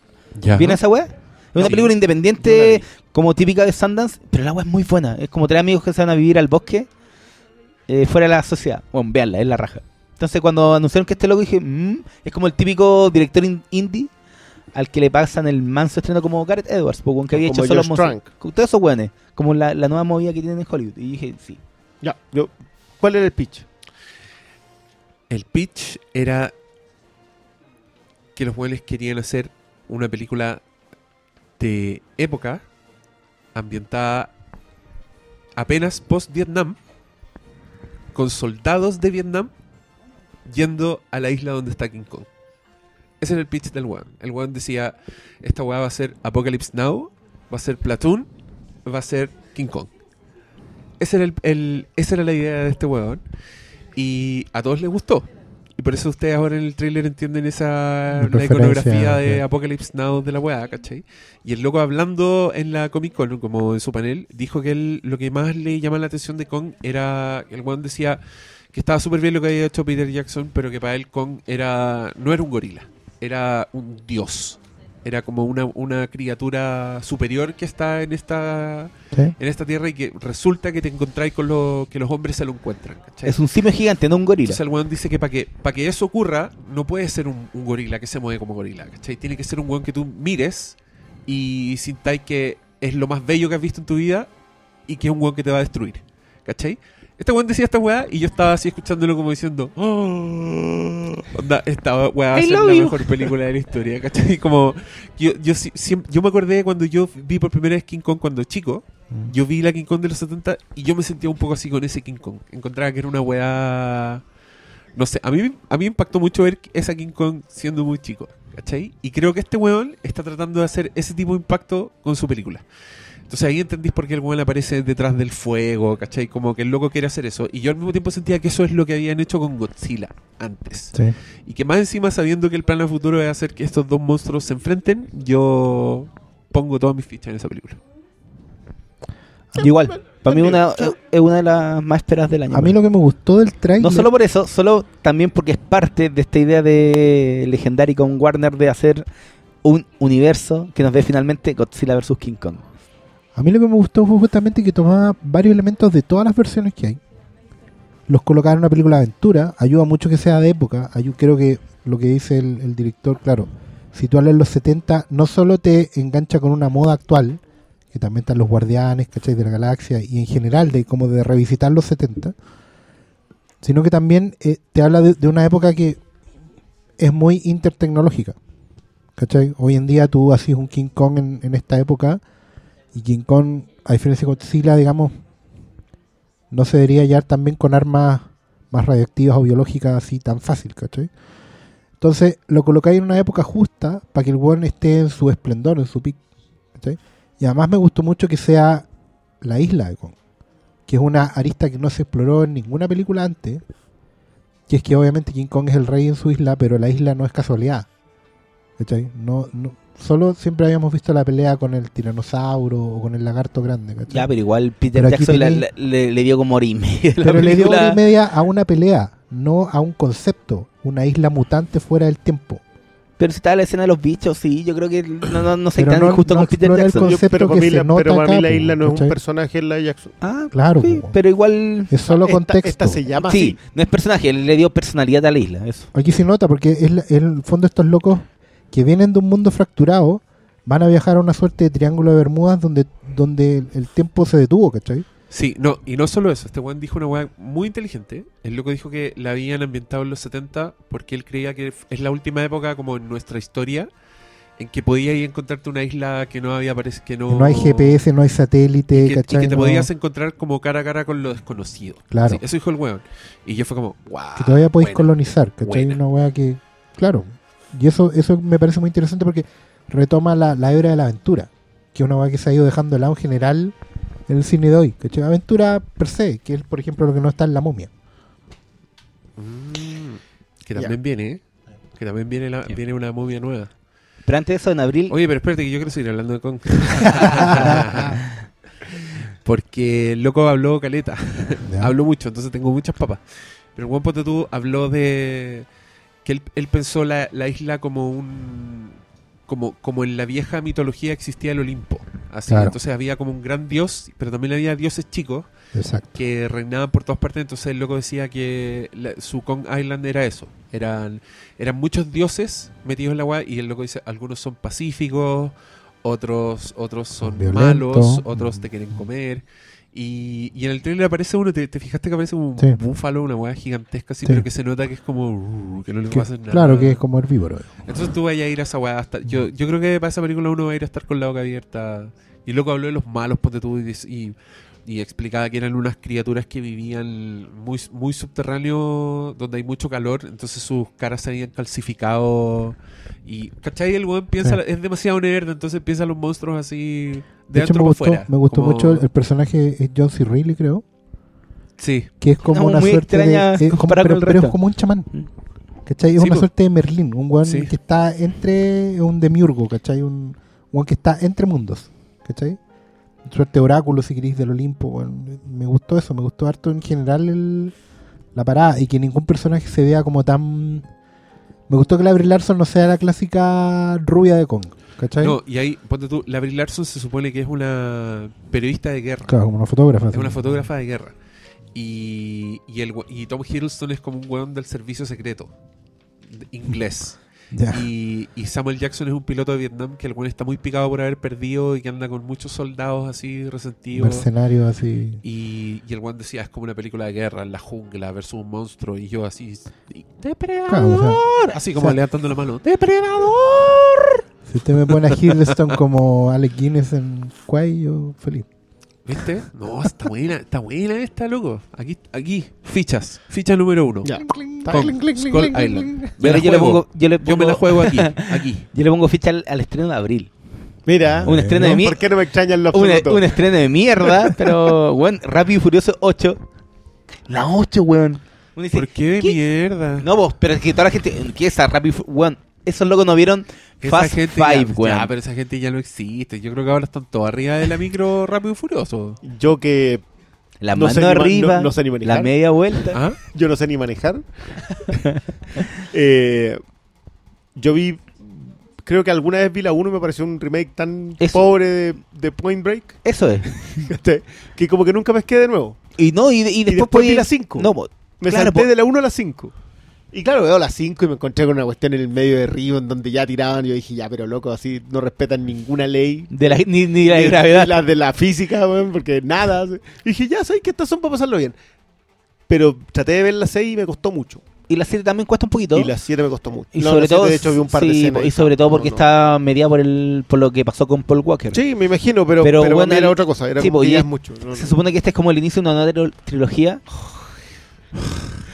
¿Viene esa weá? Es una
Sí.
película
No la
independiente, como típica de Sundance, pero la weá es muy buena. Es como tres amigos que se van a vivir al bosque, eh, fuera de la sociedad. Bueno, veanla, es la raja. Entonces cuando anunciaron que este loco dije, "Mm", es como el típico director in- indie al que le pasan el manso estreno como Gareth Edwards, po, weón, que había
Como
hecho solo
George
monstruos.
Trank.
Con todos esos weones, como la, la nueva movida que tienen en Hollywood. Y dije, sí.
Ya, yo- ¿Cuál era el pitch?
El pitch era que los buenos querían hacer una película de época ambientada apenas post-Vietnam, con soldados de Vietnam yendo a la isla donde está King Kong. Ese era el pitch del one. El one decía, esta weá va a ser Apocalypse Now, va a ser Platoon, va a ser King Kong. Ese era el- el- esa era la idea de este weón. Y a todos les gustó. Y por eso ustedes ahora en el tráiler entienden esa la
Referencia,
iconografía de
ya.
Apocalypse Now de la weá, ¿cachai? Y el loco hablando en la Comic Con, como en su panel, dijo que él, lo que más le llama la atención de Kong era, el weón decía que estaba súper bien lo que había hecho Peter Jackson, pero que para él Kong era, no era un gorila, era un dios. Era como una, una criatura superior que está en esta,
¿Sí?
en esta tierra y que resulta que te encontráis con lo que los hombres se lo encuentran. ¿cachai?
Es un simio gigante, no un gorila.
Entonces el weón dice que para que, pa' que eso ocurra, no puede ser un, un gorila que se mueve como gorila, ¿cachai? Tiene que ser un weón que tú mires y sintáis que es lo más bello que has visto en tu vida y que es un weón que te va a destruir, ¿cachai? Este weón decía esta weá y yo estaba así escuchándolo como diciendo, "Oh". onda, esta weá va a
I
ser la
love you.
mejor película de la historia, ¿cachai? Como, yo, yo, sí- siem- yo me acordé cuando yo vi por primera vez King Kong cuando chico, yo vi la King Kong de los 70 y yo me sentía un poco así con ese King Kong. Encontraba que era una weá. No sé, a mí, a mí me impactó mucho ver esa King Kong siendo muy chico, ¿cachai? Y creo que este weón está tratando de hacer ese tipo de impacto con su película. Entonces ahí entendís por qué el weón aparece detrás del fuego, ¿cachai? Como que el loco quiere hacer eso. Y yo al mismo tiempo sentía que eso es lo que habían hecho con Godzilla antes.
Sí.
Y que más encima sabiendo que el plan a futuro es hacer que estos dos monstruos se enfrenten, yo pongo todas mis fichas en esa película.
Yo Igual, para mí una, es una de las más esperadas del año.
A mí lo que me gustó del trailer.
No solo por eso, solo también porque es parte de esta idea de Legendary con Warner de hacer un universo que nos dé finalmente Godzilla vs. King Kong.
A mí lo que me gustó fue justamente que tomaba varios elementos de todas las versiones que hay. Los colocaba en una película de aventura. Ayuda mucho que sea de época. Ayu- creo que lo que dice el, el director, claro, situarlo en los 70 no solo te engancha con una moda actual, que también están los guardianes, ¿cachai? De la galaxia y en general de como de revisitar los 70, sino que también eh, te habla de, de una época que es muy intertecnológica. ¿Cachai? Hoy en día tú haces un King Kong en, en esta época y King Kong, a diferencia de Godzilla, digamos, no se debería hallar también con armas más radioactivas o biológicas así tan fácil, ¿cachai? Entonces lo colocáis en una época justa para que el weón esté en su esplendor, en su pic, ¿cachai? Y además me gustó mucho que sea la isla de Kong, que es una arista que no se exploró en ninguna película antes, que es que obviamente King Kong es el rey en su isla, pero la isla no es casualidad, ¿cachai? No, no, solo siempre habíamos visto la pelea con el tiranosaurio o con el lagarto grande, ¿cachai?
Ya, pero igual Peter
Pero aquí
Jackson la-
tenéis-
la- le, le dio como hora y media. a la
Pero le dio
película.
hora y media a una pelea, no a un concepto, una isla mutante fuera del tiempo.
Pero si estaba la escena de los bichos, sí, yo creo que no, no, no soy
Pero
tan
no-
injusto
no
con Peter
explora el
Jackson.
Yo-
concepto
pero para
que
mí,
se
la,
nota
pero para mí
acá,
la isla no es
¿cachai?
un personaje, es la de Jackson.
Ah,
Claro,
sí,
po. Eh,
pero igual...
Es solo
Esta-
contexto.
Esta se llama
Sí,
así.
no es personaje, él le dio personalidad a la isla, eso.
Aquí se nota porque es la- en el fondo estos locos que vienen de un mundo fracturado van a viajar a una suerte de triángulo de Bermudas donde, donde el- el tiempo se detuvo, ¿cachai?
Sí, no, y no solo eso, este weón dijo una weá muy inteligente. El loco dijo que la habían ambientado en los 70 porque él creía que es la última época como en nuestra historia en que podías ir a encontrarte una isla que no había parece que no
No hay GPS, no hay satélite,
Oh. y que, y
¿cachai?
que te
No-
podías encontrar como cara a cara con lo desconocido.
Claro.
Sí, eso dijo el weón. Y yo fue como, wow.
que todavía podéis
buena.
colonizar, ¿cachai?
buena.
Una weá que, claro, y eso, eso me parece muy interesante porque retoma la, la hebra de la aventura, que es una weá que se ha ido dejando de lado en general en el cine de hoy, ¿cachai? Aventura per se, que es por ejemplo lo que no está en la momia.
Mm, que también viene, ¿eh? Que también viene, la- viene una momia nueva.
Pero antes de eso, en abril...
Oye, pero espérate que yo quiero seguir hablando de Kong.
(laughs)
(laughs) Porque el loco habló caleta. (laughs)
Ya.
habló mucho, entonces tengo muchas papas. Pero Juan Ponte tú habló de que él, él pensó la, la isla como un como, como en la vieja mitología existía el Olimpo. Así,
Claro.
entonces había como un gran dios, pero también había dioses chicos
Exacto.
que reinaban por todas partes, entonces el loco decía que la- su Kong Island era eso, eran, eran muchos dioses metidos en la agua y el loco dice, algunos son pacíficos, otros, otros son
Violentos.
malos, otros
Mm.
te quieren comer. Y, y en el trailer aparece uno, ¿te, te fijaste que aparece un
Sí.
búfalo, una weá gigantesca así,
Sí.
pero que se nota que es como uh, que no le
Que-
pasa nada.
claro que es como herbívoro.
Entonces tú vayas a ir a esa weá. hasta- Yo, yo creo que para esa película uno va a ir a estar con la boca abierta. Y loco habló de los malos, ponte tú, y, dice- y, y explicaba que eran unas criaturas que vivían muy, muy subterráneo, donde hay mucho calor, entonces sus caras se habían calcificado. Y, ¿cachai? El weón piensa,
Sí.
es demasiado nerd, entonces piensa los monstruos así de,
De, hecho me
adentro
gustó,
para afuera.
me gustó
como-
mucho el, el personaje es John C. Reilly, creo,
Sí,
que es como
No,
una
muy
suerte
extraña
de es como,
comparada
pero,
con el
pero es
resto. Mm.
como un chamán. ¿Cachai? Es
Sí,
una
po.
suerte de Merlín, un weón
Sí.
que está entre un demiurgo, ¿cachai? Un weón que está entre mundos, ¿cachai? Suerte oráculo, si queréis, del Olimpo. weón. Me gustó eso, me gustó harto en general el- la parada y que ningún personaje se vea como tan... Me gustó que la Brie Larson no sea la clásica rubia de Kong, ¿cachai?
no, y ahí, ponte tú, la Brie Larson se supone que es una periodista de guerra.
Claro, como una fotógrafa.
Es
así.
una fotógrafa de guerra. Y, y, el, we- y Tom Hiddleston es como un weón del servicio secreto de-
(laughs)
inglés.
Ya.
Y, y Samuel Jackson es un piloto de Vietnam que el weón está muy picado por haber perdido y que anda con muchos soldados así resentidos.
Mercenario así.
Y, y el weón decía, es como una película de guerra, en la jungla versus un monstruo. Y yo así, y- ¡Depredador!
Claro, o sea,
así como
o sea-
levantando la mano, ¡Depredador!
si usted me pone a Hiddleston como Alec Guinness en Quay, yo feliz.
¿Viste? No, está buena, está buena esta, loco. Aquí, aquí, fichas, ficha número uno.
Ya.
Con Skull Island. Me
Pero
la
yo le,
juego.
pongo, yo, le
Yo me la
pongo-
juego aquí, aquí.
yo le pongo ficha al, al estreno de abril.
Mira, Eh,
Un estreno de
no,
mí.
¿por qué no me extrañan los
Un, e- un estreno de
(laughs)
mierda, pero, weón, Rápido y Furioso 8. La 8, weón. (laughs) Uno dice,
¿Por qué de mierda?
eh, No vos, pero es que toda la gente, ¿qué es esa Rápido y Furioso? Weón, esos locos no vieron
Esa
Fast
gente
Five,
ya,
weón.
ya, pero esa gente ya no existe. Yo creo que ahora están todos arriba de la micro rápido y furioso.
Yo que
La
No
mano
sé ni ma-
arriba,
no- no sé ni manejar.
la media vuelta.
¿Ah?
yo no sé ni (laughs) manejar. Eh, yo vi, creo que alguna vez vi la 1 y me pareció un remake tan
Eso.
pobre de, de Point (laughs) Break
Eso es.
este, que como que nunca pesqué de nuevo.
Y no, y, y después,
después
podía-
vi la cinco.
No, po-
Me
claro,
salté
po-
de la 1 a la 5. Y claro, veo la 5 y me encontré con una cuestión en el medio de río en donde ya tiraban. Yo dije, ya, pero loco, así no respetan ninguna ley.
de la, ni, ni la
Ni- ni
gravedad.
Las de la física, weón, porque nada. así. Y dije, ya, sabes que estas son para pasarlo bien. Pero traté de ver la 6 y me costó mucho.
Y la 7 también cuesta un poquito.
Y la 7 me costó mucho.
Y
No,
sobre
la siete,
todo,
de hecho, vi un par de
sí,
escenas
y
ahí.
sobre todo porque
No, no.
está mediada por el por lo que pasó con Paul Walker.
Sí, me imagino, pero,
Pero
pero,
bueno,
para mí era
el-
otra cosa. Era
sí,
como
po,
que
y
ya
es-
es mucho. no, no.
Se supone que este es como el inicio de una nueva tri- trilogía.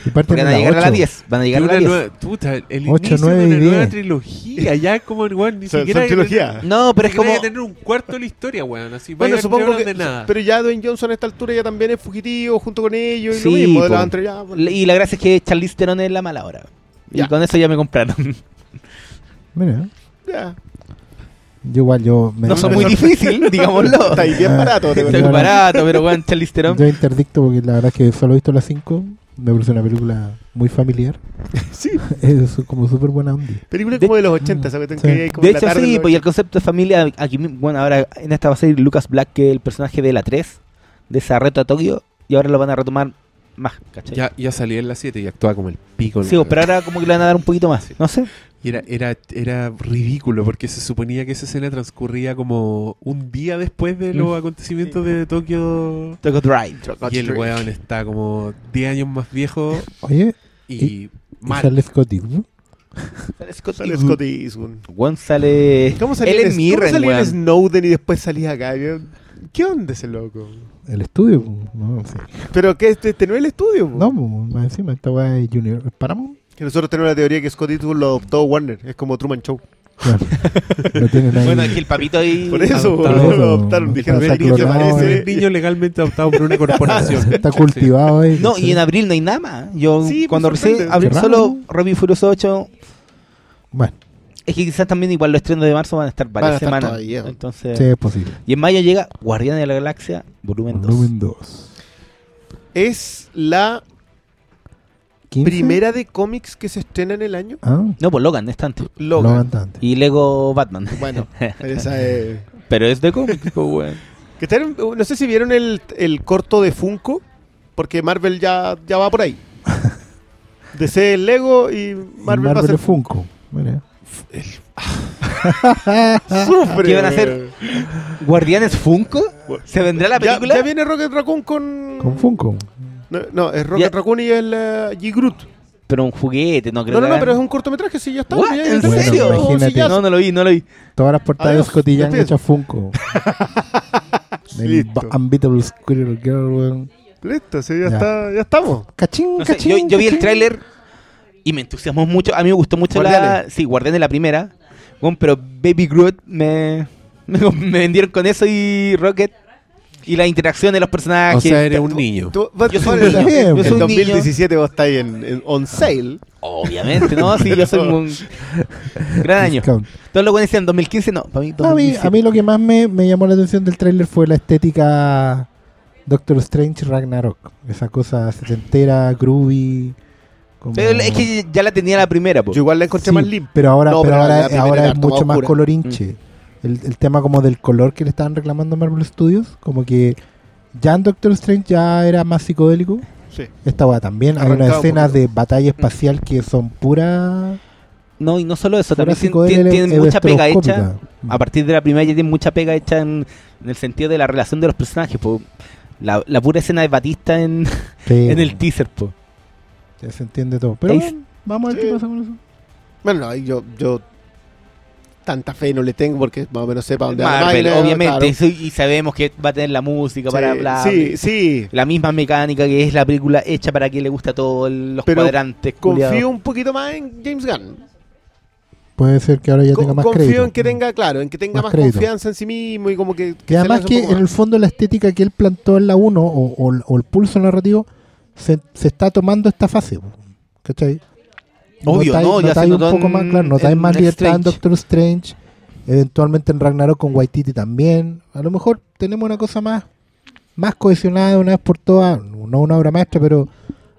Y parten
Porque van a
de la
llegar a la
ocho.
10. Van a
Y
llegar a
una
la 10.
nueva- puta, el
Ocho,
inicio
nueve
de
y
una nueva
diez.
trilogía, ya como el weón, ni
Son-
siquiera.
son
hay que
trilogía.
tener-
No, pero es
ni siquiera
como.
hay que tener un cuarto de la historia, weón. Así,
Bueno,
vaya,
supongo
no
que.
de nada.
Pero ya Dwayne Johnson a esta altura ya también es fugitivo junto con ellos. y lo
Sí,
mismo de
po.
la anterior, ya, pues, bueno.
Y la gracia es que Charlize Theron es la mala ahora. Y
Ya.
con eso ya me
(laughs)
compraron.
Mira,
Ya.
yo igual yo me
No son muy
(laughs)
difícil, digámoslo.
Está ahí bien barato. te-
Está
Está
bien
barato, pero weón,
(laughs)
Charlize Theron.
Ah, yo interdicto porque la verdad es que solo he visto las 5. Me parece una película muy
(laughs)
familiar.
Sí,
(laughs) Es como súper buena onda.
película
De-
como de los 80, ¿sabes?
Sí.
De hecho, sí, pues y el concepto de familia, aquí, mi- bueno, ahora en esta va a ser Lucas Black, que es el personaje de la 3, de esa reto a Tokio, y ahora lo van a retomar más, ¿cachai?
Ya, pues, ya salí en la 7 y actuaba como el pico. el
Sí, pues,
weón.
pero ahora como que le van a dar un poquito más, no sé.
Y era, era, era ridículo porque se suponía que esa escena transcurría como un día después de
Mm.
los acontecimientos de Tokio.
Tokyo Drive.
Y el weón está como 10 años más viejo
Oye,
y
y
mal.
sale Scott Eastwood.
Sale Scott
Sale
Eastwood.
Scott Eastwood.
Weón sale.
¿Cómo salía
Ellen
en- cómo
Mirren,
salía en
weón.
Snowden y después salía acá? Yo- ¿Qué onda ese loco?
El estudio. No, sí.
¿Pero qué? ¿Este, este no es el estudio? po?
no pues, más encima, esta weá es Junior. Paramount.
Que nosotros tenemos la teoría que Scott Eastwood lo adoptó Warner. Es como Truman Show.
(laughs)
Claro. Lo tienen ahí.
Bueno, aquí el papito ahí.
Por eso,
adoptado.
boludo, lo adoptaron. Dijeron,
Está
"Ven, niño, te
clonado,
parece".
Ese niño legalmente adoptado por
(laughs)
una corporación.
eh. Está cultivado ahí.
No, y en abril no hay nada más. Yo,
Sí, pues,
cuando recién
sorprende.
abril
Qué
solo
raro.
Robin Furioso 8,
Bueno,
es que quizás también igual los estrenos de marzo van a estar varias
Van a estar
semanas.
todavía.
Entonces,
sí, es posible.
Y en mayo llega Guardián de la Galaxia, volumen 2.
Volumen 2.
Es la
15.
primera de cómics que se estrena en el año.
Ah,
No, pues Logan, es tanto.
no
Logan.
bastante.
Y Lego Batman.
Bueno, esa es...
(laughs) Pero es de cómics,
(laughs)
po, weón.
Que está en- no sé si vieron el, el corto de Funko, porque Marvel ya, ya va por ahí. DC es Lego y Marvel,
Marvel,
va a ser
Funko. Mira.
Sufre,
¿Qué van a
güey.
hacer? ¿Guardianes Funko? ¿Se vendrá la
Ya-
película?
Ya, viene Rocket Raccoon con...
Con Funko.
No, no, es Rocket
Ya-
Raccoon y el eh, G-Groot.
Pero un juguete, no creo
No, no,
que
no,
hagan-
pero es un cortometraje, sí, ya está.
¿What?
ya-
¿En
ya-
serio?
sí,
Imagínate.
ya-
No, no lo vi, no lo vi.
Todas las portadas
Adiós,
de Scott y Young
despídete.
hechas
(laughs)
Funko. Del
Listo.
Ba- Unbeatable Squirrel Girl. weón.
Listo, sí, ya,
Ya.
Está, ya estamos.
Cachín,
No sé,
cachín.
yo, yo vi el
cachín.
tráiler y me entusiasmó mucho. A mí me gustó mucho la...
Guardianes.
Sí, Guardianes la primera. Weón, pero Baby Groot me... (laughs) me... me vendieron con eso y Rocket. Y la interacción de los personajes.
O sea, eres un niño.
Tú- va-
Yo soy
vale,
un
la-
niño.
En
Yo soy
un
2017 vos estás ahí en, en- on sale.
Obviamente, no, sí, yo soy un gran año.
Discount.
Todos los buenos decían 2015, no, para mí
No, a, mí, a
2017.
mí lo que más me, me llamó la atención del tráiler fue la estética Doctor Strange Ragnarok. Esa cosa setentera, groovy. como-
Pero es que ya la tenía la primera, po.
Yo igual la encontré
Sí,
más limpia.
Pero ahora,
No,
pero
pero
ahora,
la primera
ahora
era
es
harto
mucho
más
más
oscura.
colorinche. El, el tema como del color que le estaban reclamando a Marvel Studios, como que ya en Doctor Strange ya era más psicodélico.
Sí.
Esta weá también. Hay unas
Arrancaba un
escenas
poquito.
de batalla espacial que son pura.
No, y no solo eso,
pura
también tien- tien-
psicodélica
tienen mucha pega hecha.
estroboscópica.
A partir de la primera ya tienen mucha pega hecha en, en el sentido de la relación de los personajes, po. La, la pura escena de Batista en,
Sí,
en el teaser, po.
ya se entiende todo. Pero
Ahí-
bueno, vamos a ver qué
Sí.
pasa con eso.
Bueno, no, yo, yo tanta fe no le tengo porque más o menos
Ah,
sepa dónde va la
Marvel,
vaina,
obviamente.
claro.
eso- Y sabemos que va a tener la música para
Sí,
hablar.
Sí, sí.
La misma mecánica que es la película hecha para que le gusta a todos los
Pero
cuadrantes.
Confío
culiados.
un poquito más en James Gunn.
Puede ser que ahora ya
Co-
tenga más
confío
crédito.
en que tenga, claro, en que tenga
Más
más,
crédito.
confianza en sí mismo y como que.
Que
se
además
lance un
que
poco
en el
más.
fondo la estética que él plantó en la 1 o, o- o el pulso narrativo se, se está tomando esta fase. po, ¿Cachai?
Obvio,
notáis-
no, ya
notáis
se
un
notó
poco
en-
más, claro, notáis
en
más libertad en
Strange.
Doctor Strange, eventualmente en Ragnarok con Waititi también. A lo mejor tenemos una cosa más, más cohesionada de una vez por todas, no una obra maestra, pero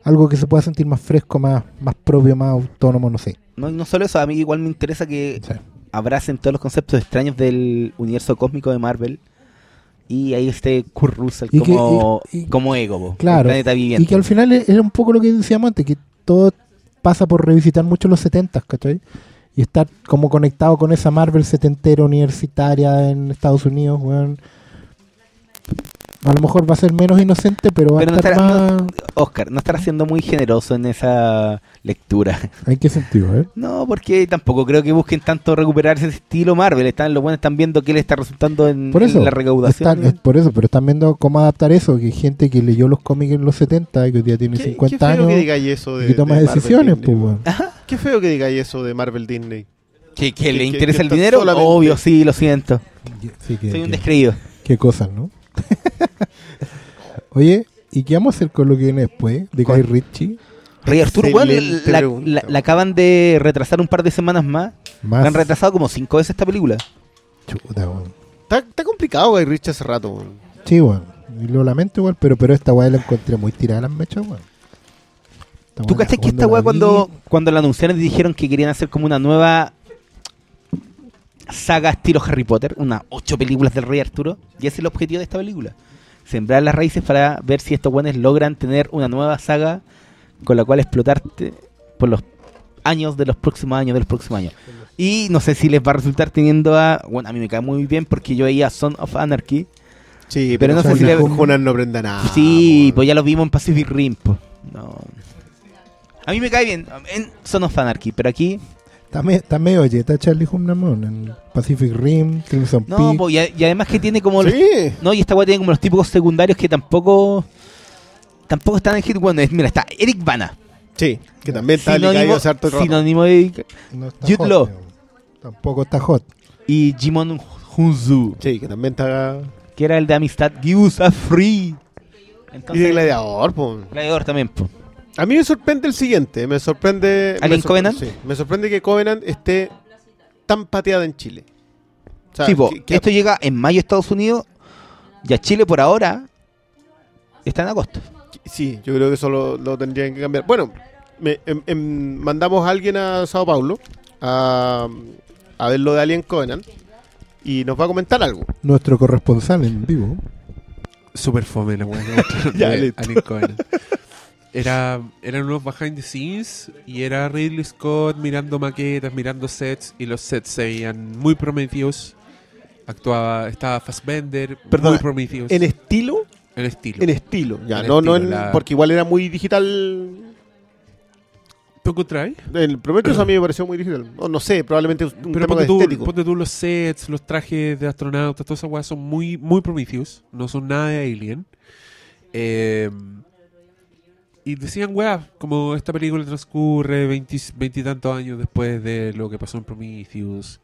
algo que se pueda sentir más fresco, más, más propio, más autónomo, no sé.
No, y no solo eso, a mí igual me interesa que
Sí.
abracen todos los conceptos extraños del universo cósmico de Marvel. Y ahí esté Kurt Russell
Y que-
como,
y- y-
como ego, po, el
Claro.
planeta viviente.
Y que al final e- era un poco lo que decíamos antes, que todo pasa por revisitar mucho los 70, ¿cachai? Y estar como conectado con esa Marvel setentera universitaria en Estados Unidos, weón. A lo mejor va a ser menos inocente, pero va
Pero no
a estar
estará-
más...
Oscar, no estará siendo muy generoso en esa lectura. (laughs)
¿En qué sentido, eh?
No, porque tampoco creo que busquen tanto recuperar ese estilo Marvel. Están, los buenos están viendo que le está resultando en,
Por
en
eso,
la recaudación.
están- es por eso, pero están viendo cómo adaptar eso, que gente que leyó los cómics en los 70 y que hoy día tiene
Qué-
50
qué feo
años
que digáis eso de,
y que toma
de Marvel
decisiones,
Disney,
pues,
weón.
weón.
Qué feo que digáis eso de Marvel Disney.
que, que le
que-
interesa
que
el
está
dinero,
solamente-
obvio, sí, lo siento. (laughs)
Sí, que-
Soy un
que-
descreído.
Qué cosas, ¿no? (laughs) Oye, ¿y qué vamos a hacer con lo que viene después de Guy Ritchie?
Rey Arturo, weón,
Excelente
la,
pregunta,
la- la
weón.
acaban de retrasar un par de semanas más.
Más
Han retrasado como cinco veces esta película.
chuta, weón.
Está, está complicado Guy Ritchie hace rato, weón.
Sí, weón. Y lo lamento, igual, pero, pero esta weá la encontré muy tirada a las mechas, weón. Esta
¿Tú
weá,
cachas que esta
la
weá
vi-
cuando, cuando la anunciaron dijeron que querían hacer como una nueva saga estilo Harry Potter, unas ocho películas del Rey Arturo? Y ese es el objetivo de esta película. Sembrar las raíces para ver si estos weones logran tener una nueva saga con la cual explotarte por los años de los próximos años de los próximos años. Y no sé si les va a resultar teniendo a... Bueno, a mí me cae muy bien porque yo veía Son of Anarchy.
Sí,
Pero no sé si le-
Jonas no prenda nada.
Sí,
weón.
pues ya lo vimos en Pacific Rim. po. No. A mí me cae bien en Son of Anarchy, pero aquí.
Está, me- está medio yeta Charlie Hunnam weón, en Pacific Rim, Crimson
No,
Peak.
po, y, a- y además que tiene como. los-
Sí.
no, y esta weá tiene como los típicos secundarios que tampoco. Tampoco están en Hit One. Mira, está Eric Bana.
Sí, que también está ligado
Sinónimo,
hace harto rato.
sinónimo de.
No está
Jude
hot,
Law.
weón. Tampoco está hot.
Y Jimon Hunzu,
Sí, que también está.
que era el de amistad Giusa Free.
Y de
Entonces,
gladiador, pues.
gladiador también, po.
A mí me sorprende el siguiente. Me sorprende. me
¿Alien
sorpre-
Covenant?
Sí, me sorprende que Covenant esté tan pateada en Chile. O sea,
Sí, po,
que- que-
esto llega en mayo a Estados Unidos y a Chile por ahora está en agosto.
sí, yo creo que eso lo, lo tendrían que cambiar. Bueno, me- em- em, mandamos a alguien a Sao Paulo a, a ver lo de Alien Covenant y nos va a comentar algo.
Nuestro corresponsal en vivo.
Super fome la
(laughs)
weá.
Ya,
de
listo.
Alien Covenant. Era, eran unos behind the scenes y era Ridley Scott mirando maquetas, mirando sets y los sets se veían muy prometidos. Actuaba, estaba Fassbender,
Perdona,
muy prometidos.
En estilo,
el estilo.
en estilo. Ya,
En
no, no
estilo,
en-
la-
porque igual era muy digital
¿Tú encontrás?
El Prometheus a mí me pareció muy difícil. No, no sé, probablemente un
Pero
tema
ponte
de
tú,
estético.
ponte tú los sets, los trajes de astronautas, todas esas weas son muy, muy Prometheus, no son nada de Alien. Eh, y decían weas, como esta película transcurre veintitantos años después de lo que pasó en Prometheus.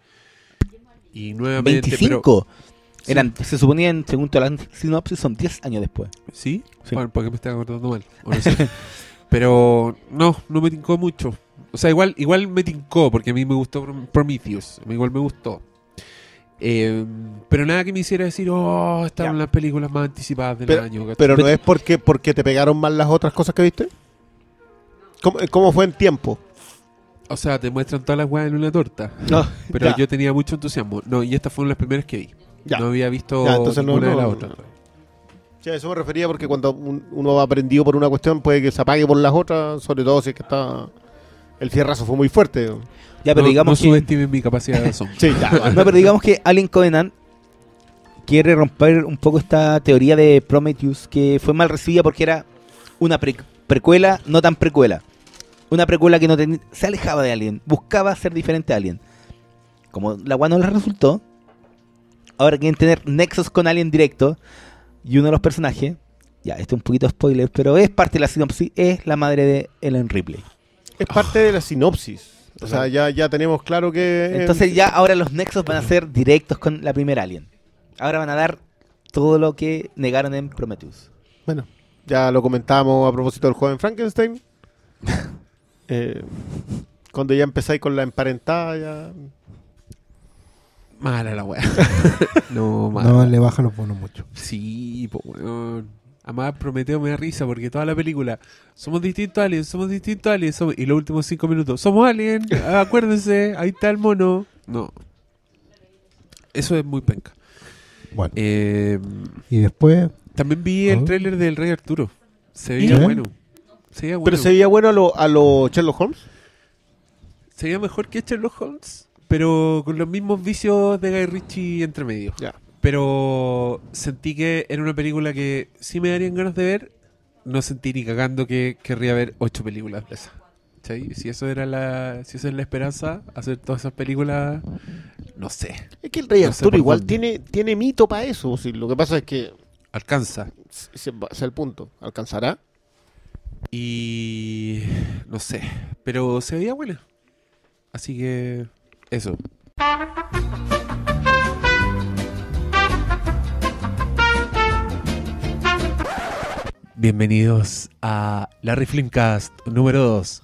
Y nuevamente. pero-
25. Eran, Se suponían, según toda la sinopsis, son 10 años después.
¿Sí?
Sí.
Bueno, porque me estaba acordando mal. o no sé. (laughs) Pero no, no me tincó mucho. O sea, igual, igual me tincó, porque a mí me gustó Prom- Prometheus. A mí Igual me gustó. Eh, pero nada que me hiciera decir, oh, estas
Ya.
son las películas más anticipadas del
Pero-
año. ¿cachai?
Pero no
Pero-
es porque, porque te pegaron mal las otras cosas que viste. ¿Cómo, cómo fue en tiempo?
o sea, te muestran todas las weas en una torta.
No,
Pero
ya,
yo tenía mucho entusiasmo. No, y estas fueron las primeras que vi.
ya.
No había visto
Ya, entonces no-
ninguna de
no-
las
no-
otras.
Sí, a eso me refería porque cuando un- uno va aprendido por una cuestión puede que se apague por las otras, sobre todo si es que está... El fierrazo fue muy fuerte.
Ya, pero
no,
digamos
no
que.
subestimen mi capacidad de asombro.
Sí, ya. bueno.
(laughs) No, pero digamos que Alien Covenant quiere romper un poco esta teoría de Prometheus que fue mal recibida porque era una pre- precuela, no tan precuela. Una precuela que no teni- se alejaba de Alien, buscaba ser diferente a Alien. Como la guay no les resultó, ahora quieren tener nexos con Alien directo y uno de los personajes, ya, este es un poquito spoiler, pero es parte de la sinopsis, es la madre de Ellen Ripley.
es parte de la sinopsis. O sea, ya, ya tenemos claro que... eh,
Entonces ya ahora los nexos van a ser directos con la primera Alien. Ahora van a dar todo lo que negaron en Prometheus.
Bueno,
(laughs)
ya lo comentábamos a propósito del joven Frankenstein. Eh, Cuando ya empezáis con la emparentada, ya.
Mala
(laughs)
la weá. no, mala.
No, le baja los bonos mucho.
Sí, po, weón. Además, Prometeo me da risa porque toda la película somos distintos aliens, somos distintos aliens, somos- y los últimos cinco minutos, somos aliens, (laughs) acuérdense, ahí está el mono. No. Eso es muy penca.
Bueno,
Eh,
y después,
también vi el
Ah.
tráiler del Rey Arturo. Se veía
¿Eh?
bueno. Se veía bueno.
Pero se veía bueno a lo, a lo Sherlock Holmes.
Se veía mejor que Sherlock Holmes, pero con los mismos vicios de Guy Ritchie entre medio.
Ya.
Pero sentí que era una película que sí me darían ganas de ver. No sentí ni cagando que querría ver ocho películas de esas. ¿Cachai? Si eso era la, si eso es la esperanza, hacer todas esas películas, no sé,
Es que el Rey
No sé
Arturo
por
igual
dónde.
tiene, tiene mito para eso. o sea, lo que pasa es que
alcanza.
se- se va- es el punto. ¿Alcanzará?
Y no sé, pero se veía buena. Así que eso. Bienvenidos a Larry Flimcast número 2.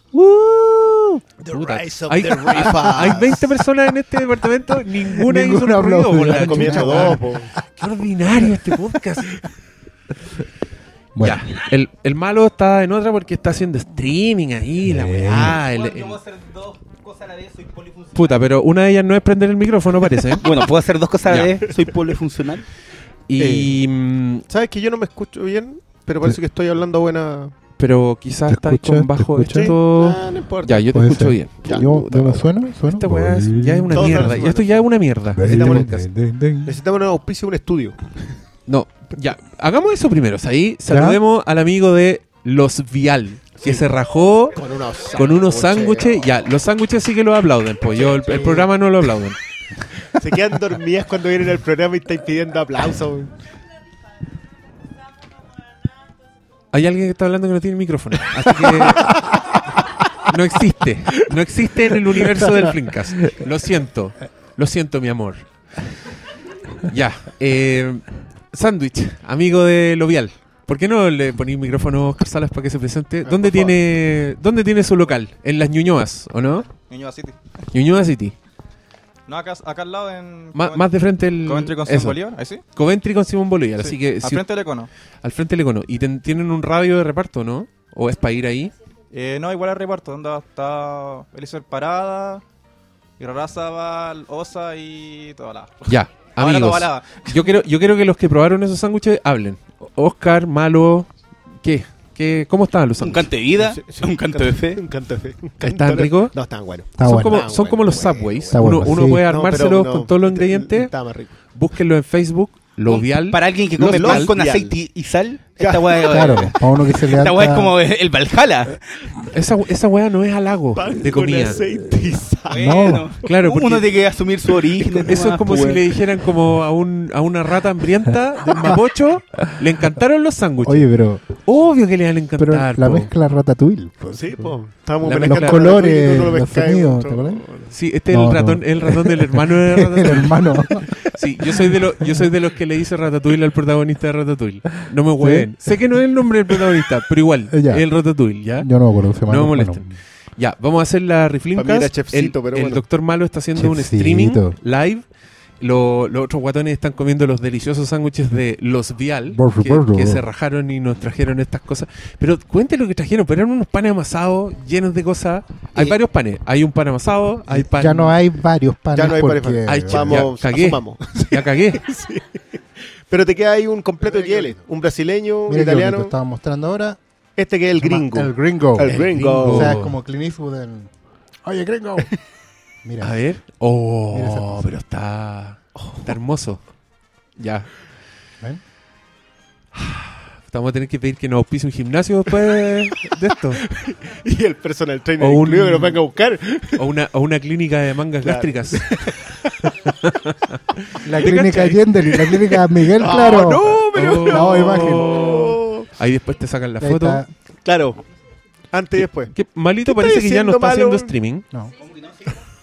Puta, hay, (laughs) hay 20 personas en este departamento, ninguna, hizo
Ninguna
un ruido,
aplaudió.
por la
Comienzo
chucha,
dos,
weón.
po.
Qué ordinario este podcast.
bueno,
Ya, el, el malo está en otra porque está haciendo streaming ahí, la
Eh.
weá. el- el-
puedo hacer dos cosas a la vez, soy polifuncional.
Puta, pero una de ellas no es prender el micrófono, (laughs) parece. ¿eh?
Bueno, puedo hacer dos cosas a la
Ya.
vez, soy polifuncional.
Y, mm,
¿Sabes que yo no me escucho bien? Pero parece que estoy hablando a buena.
pero quizás
¿Te
estás
escuchas?
con
¿Te
bajo
escuchas?
esto.
Ah, no importa.
Ya, yo te
Puede
escucho
ser.
bien.
Ya.
yo, yo no sueno, sueno.
Esta weá es- ya es una
Todo
mierda.
suena,
Ya esto ya es una mierda. este
Esta buena-
Den, den, den.
Necesitamos un auspicio, un estudio.
No, ya. Hagamos eso primero. Ahí saludemos al amigo de Los Vial, que se rajó
Con unos
con unos sándwiches. Ya, los sándwiches sí que lo aplauden, pues yo el, el programa no lo aplauden.
Se quedan dormidas cuando vienen al programa y estáis pidiendo aplausos.
Hay alguien que está hablando que no tiene micrófono. Así que.
(laughs)
No existe. No existe en el universo del Flimcast. Lo siento. Lo siento, mi amor. Ya. eh, Sándwich, amigo de Lovial. ¿Por qué no le ponéis micrófono a Oscar Salas para que se
Eh,
presente? ¿Dónde tiene, ¿Dónde tiene su local? ¿En las Ñuñoas, o no?
Ñuñoa City.
Ñuñoa City.
No, acá, acá al lado en.
Ma-
Coven-
más de frente el.
Coventry con Simón
eso,
Bolívar, ahí sí.
Coventry con Simón Bolívar. Así
Sí,
que
Al
si-
frente del Econo.
al frente del Econo. ¿Y ten- tienen un radio de reparto, no? ¿O es para ir ahí?
Eh, no, igual al reparto, donde está Eliezer Parada, y Razábal, Osa y toda la.
Ya,
Ahora
amigos.
Tobalaba.
Yo quiero, yo quiero que los que probaron esos sándwiches hablen. Oscar, Malo, ¿qué? ¿Qué? ¿Cómo estaban los
Un
sándwiches?
canto de vida, un canto de fe.
Un canto de fe.
¿Están ricos?
No, están buenos.
Está
son
bueno.
como,
Ah,
son
bueno,
como los
bueno,
Subways.
bueno.
uno
Está bueno,
uno
sí.
puede
No,
armárselos
pero no,
con todos los
este-
ingredientes.
Estaba más rico.
Búsquenlo en Facebook, Lovial.
Para alguien que
Los
come pan
Vial.
con
Vial.
aceite y sal,
Ya.
esta weá
(laughs)
Claro, para uno que se le
esta weá es como el Valhalla.
Esa, esa weá no es halago
Pan
de
con
comida.
aceite y sal.
Bueno,
Ah, claro, porque-
uno tiene que asumir su origen. pues,
Eso es como si le dijeran como a, un, a una rata hambrienta del Mapocho, le encantaron los sándwiches.
Oye, pero,
Obvio que le van a encantar.
pero la
po. (laughs)
mezcla ratatouille. pues.
Sí, po. Estábamos
La-
manejando
los
ratatouille y
colores,
tú no lo
los
pescáis,
sonidos,
mucho.
¿te acordás?
Sí, este
No,
es
no.
el ratón, el ratón del hermano
(laughs)
de
El
Ratatouille.
hermano.
Sí, yo soy de los, yo soy de los que le dice Ratatouille al protagonista de Ratatouille. No me hueven. Sé que no es el nombre del protagonista, pero igual,
(laughs) Ya.
el Ratatouille, ¿ya?
Yo no me acuerdo. Se llama
No me
el hermano.
molesten. Ya, vamos a hacer la riflinca.
Para mí era chefcito,
el,
pero
el
bueno.
doctor Malo está haciendo un
Chefcito.
streaming live. Lo- los otros guatones están comiendo los deliciosos sándwiches de Los Vial,
Por
que,
supuesto.
que se rajaron y nos trajeron estas cosas. Pero cuente lo que trajeron, pero eran unos panes amasados llenos de cosas. Hay
Eh,
varios panes. Hay un pan amasado, hay pan...
Ya no hay varios panes.
Ya no hay varios
porque-
panes.
Ay, chucha,
Vamos,
ya cagué.
asumamos.
Ya cagué.
(laughs)
Pero te queda ahí un completo de hieles. Un brasileño, un
Mira qué bonito
italiano.
estaba mostrando ahora.
Este que es el gringo.
El gringo. Eh,
El gringo.
O sea, es como Clint Eastwood en... Oye, gringo.
A
(laughs) Mira,
ver.
Mira esa
Oh,
cosa.
pero está,
Oh.
está hermoso. Ya.
¿Ven?
Vamos a tener que pedir que nos auspice un gimnasio después de de esto.
(laughs) Y el personal trainer
O un-
incluido que nos venga a buscar.
O una, o una clínica de mangas
Claro.
gástricas.
la clínica Yendel y la clínica Miguel,
(laughs) Ah,
claro.
no, pero-
No, imagen.
Oh.
Ahí después te sacan la
Ahí
foto.
está.
Claro. Antes y después.
Que malito
¿Qué
parece
estáis
que ya no
haciendo, Ah,
está
Malo?
haciendo streaming.
No.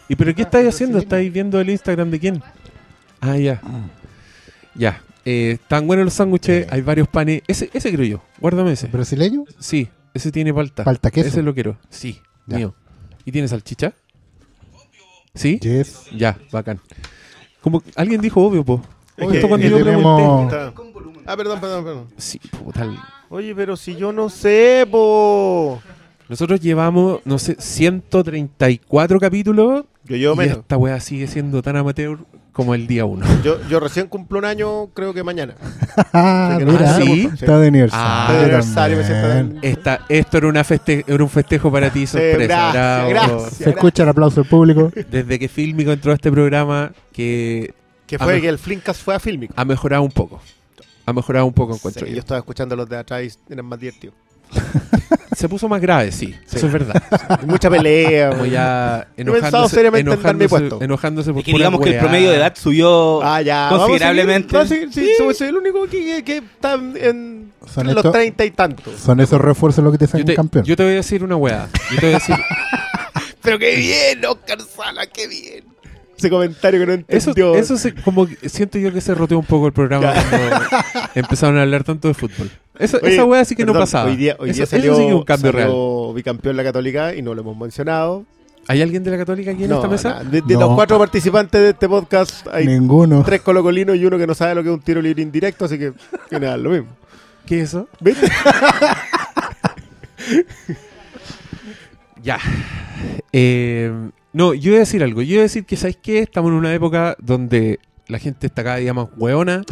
¿Y pero qué estáis haciendo? ¿Estáis viendo el Instagram de quién? Ah, ya.
Mm.
Ya. Eh, están buenos los sándwiches, hay varios panes. Ese, ese creo
¿Este?
yo. Guárdame ese.
¿Brasileño?
Sí, ese tiene palta.
¿Palta queso?
Ese lo quiero. Sí,
Ya.
mío. ¿Y tiene salchicha? ¿Sí?
Yes.
Ya, bacán. Como que alguien dijo obvio, po.
Es
Justo
que-
cuando
es
yo
(laughs)
que
tenemos-
Está- Ah, perdón, perdón, perdón.
Sí, puta, el-
Oye, pero si yo no sé, po.
Nosotros llevamos, no sé, 134 capítulos
Yo llevo
y
menos.
esta weá sigue siendo tan amateur como el día 1.
Yo, yo recién cumplo un año, creo que mañana.
Ah,
Sí, que no-
mira,
Ah, ¿sí?
está de aniversario.
Ah,
Estoy de aniversario, me siento
también.
tan-
Esta, esto era, una feste era un festejo para ti, sorpresa.
gracias,
bravo.
gracias.
Se escucha el aplauso del público.
Desde que Filmico entró a este programa, que
Que
A
fue
ver.
que el Flinkas fue a Filmic.
ha mejorado un poco. Ha mejorado un poco, encuentro
Sí,
yo.
yo estaba escuchando los de atrás y eran más divertidos.
Se puso más grave, sí,
Sí.
Eso es verdad.
(laughs) Mucha pelea.
Como
güey.
ya
pensado
enojándose,
seriamente en darme
enojándose,
puesto.
enojándose por
Es que
pura
digamos que el
weá.
promedio de edad subió
Ah, ya. vamos a seguir,
considerablemente.
vamos a seguir, sí, soy- soy el único que, que está en
Son
los
estos-
treinta y tantos.
Son esos refuerzos los que te
Yo
sacan
te,
campeón.
yo te voy a decir una weá. Yo te voy a decir.
(laughs) Pero qué bien, Oscar Sala, qué bien. Ese comentario que no
Eso,
entendió.
eso se- como que siento yo que se roteó un poco el programa cuando empezaron a hablar tanto de fútbol. Eso-
Oye,
esa weá sí que no
perdón,
pasaba.
Hoy día, hoy
eso,
día
eso
salió,
sí que es un cambio real.
salió bicampeón la Católica y no lo hemos mencionado.
¿Hay alguien de la Católica aquí en
No,
esta mesa?
na- de de
No.
los cuatro participantes de este podcast, hay
Ninguno.
tres colocolinos y uno que no sabe lo que es un tiro libre indirecto, así que, que nada, lo mismo.
¿Qué es eso? (laughs)
¿Viste?
Ya. Eh, no, yo iba a decir algo. Yo iba a decir que, ¿sabes qué? Estamos en una época donde la gente está cada día más hueona.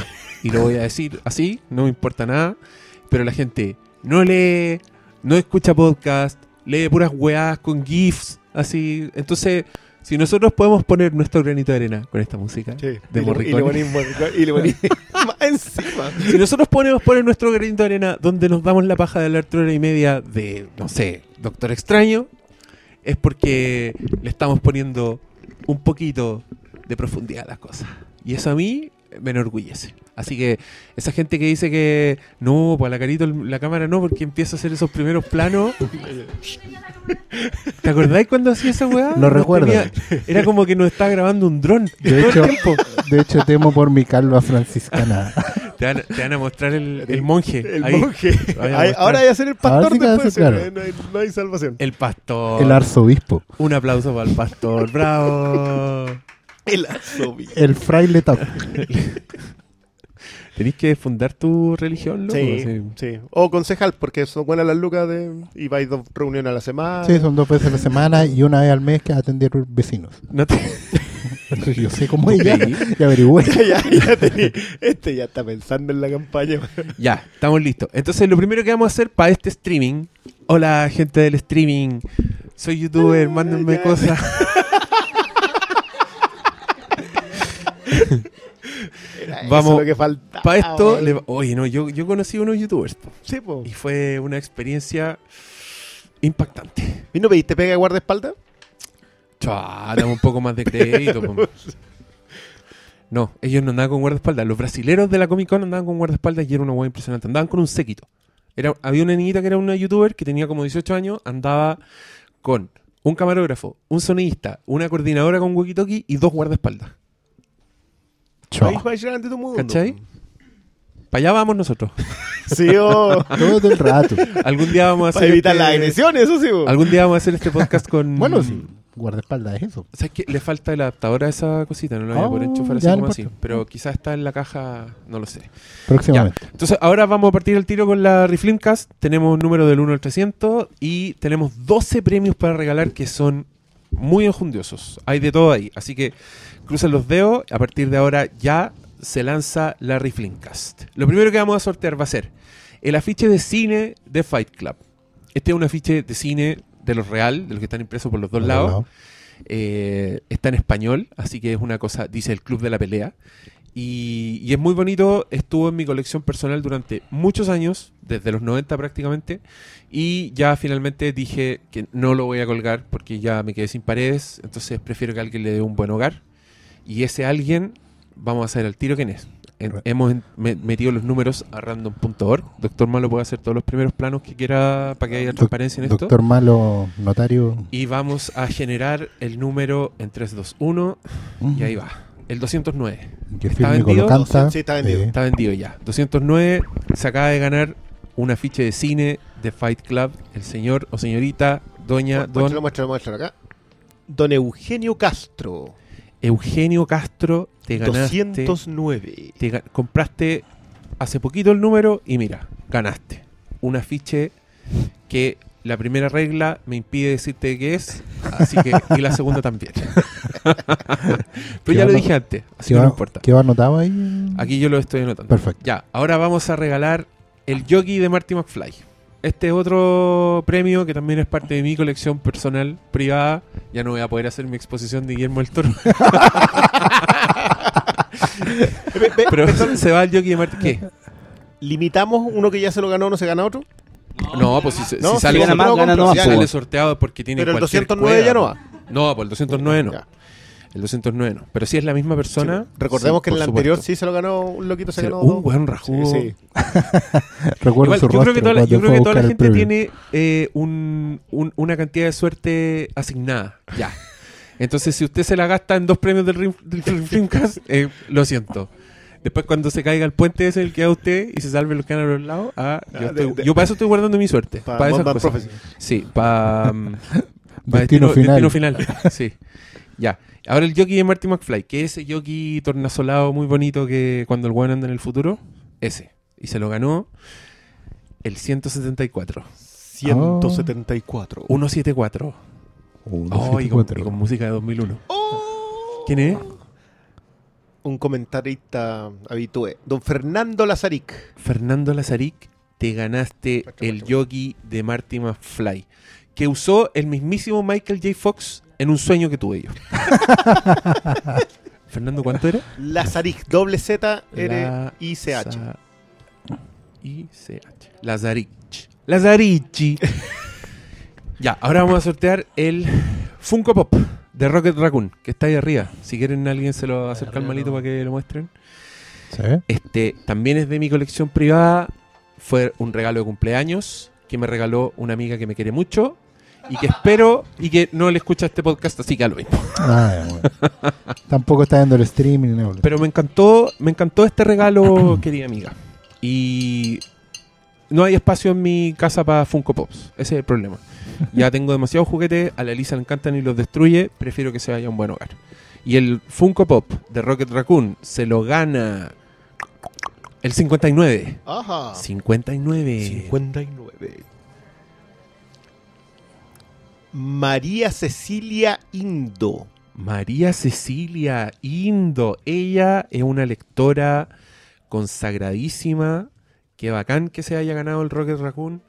Y lo voy a decir así, no me importa nada. Pero la gente no lee, no escucha podcast, lee puras weás con GIFs, así. Entonces, si nosotros podemos poner nuestro granito de arena con esta música
Sí, y
de
le- y le
Morricone.
ponís Morricone- Y
(laughs)
le ponís más encima.
Si nosotros ponemos poner nuestro granito de arena donde nos damos la paja de la hora y media de, no sé, Doctor Extraño, es porque le estamos poniendo un poquito de profundidad a las cosas. Y eso a mí me enorgullece. Así que esa gente que dice que no, para la carito el- la cámara no, porque empieza a hacer esos primeros planos. ¿Te acordáis cuando hacía esa weá?
Lo
Nos
recuerdo.
tenía- era como que nos estaba grabando un dron.
(laughs)
De hecho, de hecho, temo por mi calva
(laughs)
franciscana.
Te van, te van a mostrar el, el monje.
El
ahí.
monje.
Ahí
Ahí-
va a
ahora
estar.
hay a ser el pastor
Ahora sí que va a
después.
ser, claro.
eh, no, hay, no hay salvación.
El pastor.
Ah.
El arzobispo.
Un aplauso para el pastor. Bravo.
El arzobispo.
El fraile top.
Tenés que fundar tu religión, loco.
Sí, sí. O concejal, porque son buenas las lucas de, y vais dos reuniones a la semana.
Sí, son dos veces a la semana y una vez al mes que vas a atender vecinos.
No te- (laughs)
Yo sé cómo es ya. Ya
(laughs)
averigüé.
(laughs) Ya- ya tení- este ya está pensando en la campaña.
Ya, estamos listos. Entonces, lo primero que vamos a hacer para este streaming. Hola, gente del streaming. Soy youtuber, mándenme (laughs) cosas.
Era
Vamos,
Eso lo que faltaba.
Para esto, le va- oye, no, yo, yo conocí a unos youtubers po,
Sí, po.
y fue una experiencia impactante.
¿Y no pediste pega de guardaespaldas?
Chua, dame un poco más de crédito.
(laughs)
po. No, ellos no andaban con guardaespaldas. Los brasileros de la Comic Con andaban con guardaespaldas y era una hueá impresionante. Andaban con un séquito. Era, había una niñita que era una youtuber que tenía como 18 años, andaba con un camarógrafo, un sonidista, una coordinadora con walkie-talkie y dos guardaespaldas.
Chao.
Ahí va tu
Oh,
mundo.
¿Cachai? Para allá vamos
(laughs)
nosotros.
Sí, o
Todo el
(laughs)
rato.
Algún día vamos a hacer.
para evitar
este-
las agresiones, eso sí. po.
Algún día vamos a hacer este podcast con.
Mm.
Bueno, sí. Guardaespaldas es eso.
¿Sabes qué? Le falta el adaptador a esa cosita, no lo voy a
Ah,
poder enchufar así
ya, no
como así.
importa.
Pero quizás está en la caja, no lo sé. Ya.
Próximamente.
Entonces, ahora vamos a partir el tiro con la Reflimcast. Tenemos un número del 1 al 300 y tenemos 12 premios para regalar que son muy enjundiosos. Hay de todo ahí. Así que cruzan los dedos. A partir de ahora ya se lanza la Reflimcast. Lo primero que vamos a sortear va a ser el afiche de cine de Fight Club. Este es un afiche de cine de los real, de los que están impresos por los dos lados. Eh, está en español, así que es una cosa, dice el Club de la Pelea. Y, y es muy bonito, estuvo en mi colección personal durante muchos años, desde los 90 prácticamente, y ya finalmente dije que no lo voy a colgar porque ya me quedé sin paredes, entonces prefiero que alguien le dé un buen hogar. Y ese alguien, vamos a hacer al tiro quién es. En-
Re-
hemos en- me- metido los números a random.org. Doctor Malo puede hacer todos los primeros planos que quiera para que haya transparencia en esto.
Ah, Doctor Malo, notario.
Y vamos a generar el número en 3, 2, 1 y ahí va. El 209.
mm, Que
¿Está
fílmico
vendido?
lo canta.
Sí, está vendido.
Eh,
Está vendido ya. 209 se acaba de ganar un afiche de cine de Fight Club. El señor o señorita Doña Don
Muéstralo, muéstralo, muéstralo acá. Don Eugenio Castro,
Eugenio Castro, te ganaste.
209.
te ga- compraste hace poquito el número y mira, ganaste. Un afiche que la primera regla me impide decirte qué es, así que y la segunda también. Pero ya lo
va-
dije antes, así
¿Qué
que
va,
no importa.
qué va anotado ahí?
Aquí yo lo estoy anotando.
Perfecto.
Ya, ahora vamos a regalar el jockey de Marty McFly. Este es otro premio que también es parte de mi colección personal privada. Ya no voy a poder hacer mi exposición de Guillermo del Toro. Pero (laughs) se va el jockey de Marty. ¿Qué?
¿Limitamos uno que ya se lo ganó, no se gana otro?
No, pues si, se-
No,
si
si
sale,
gana más,
compró,
gana
compró.
más,
si
pues.
sale sorteado porque tiene
Pero el
cualquier
209 ya no
cueva.
va.
No, pues el 209 no.
Ya.
El 209 no. Pero si es la misma persona.
Sí. Recordemos
sí,
que en
por
el anterior
supuesto.
sí se lo ganó un loquito, se
Sí,
ganó
un
dos.
buen rajudo.
Sí, sí.
Recuerdo
Igual,
su
yo creo que
rostro
toda la, yo
cuando
creo
fue a
que toda la
buscar el
gente
premio.
tiene eh, un- un- una cantidad de suerte asignada. Ya. Entonces, si usted se la gasta en dos premios del, Rim- del Dreamcast, eh, lo siento. Después, cuando se caiga el puente, ese es el que da usted y se salve los que han a los lados. Ah, yo,
Ah, de-
estoy-
de-
yo para eso estoy guardando mi suerte.
Pa-
Para, Ah.
One
esas
Man
cosas.
Prophecy.
Sí, mm, para.
Destino final. (laughs)
(laughs) sí. Ya. Ahora el jockey de Marty McFly, que ese jockey tornasolado muy bonito que cuando el weón anda en el futuro, ese. Y se lo ganó el 174.
174.
174.
Un, dos,
Oh,
siete,
y, con,
cuatro.
y con música de 2001. ¿Quién es?
¡Oh! Un comentarista habitué. Don Fernando Lazaric.
Fernando Lazaric, te ganaste el jockey de Marty McFly, que usó el mismísimo Michael J. Fox en un sueño que
(laughs)
tuve yo. Fernando, ¿cuánto era?
Lazaric, doble Z, R,
La-
I, C, H.
Sa- ICH. Lazarich. Lazarichi. (laughs) ya, ahora vamos a sortear el Funko Pop de Rocket Raccoon, que está ahí arriba. Si quieren alguien se lo acerca al malito para que lo muestren.
¿Sí?
Este también es de mi colección privada. Fue un regalo de cumpleaños que me regaló una amiga que me quiere mucho y que espero y que no le escucha este podcast, así que a lo mismo.
Ah, ya,
(laughs)
bueno. Tampoco está viendo el streaming. No,
Pero me encantó, me encantó este regalo, querida amiga. Y no hay espacio en mi casa para Funko Pops. Ese es el problema. Ya tengo demasiados juguetes, a la Elisa le encantan y los destruye. Prefiero que se vaya a un buen hogar. Y el Funko Pop de Rocket Raccoon se lo gana el 59.
Ajá.
59.
59. María Cecilia Indo.
María Cecilia Indo. Ella es una lectora consagradísima. Qué bacán que se haya ganado el Rocket Raccoon.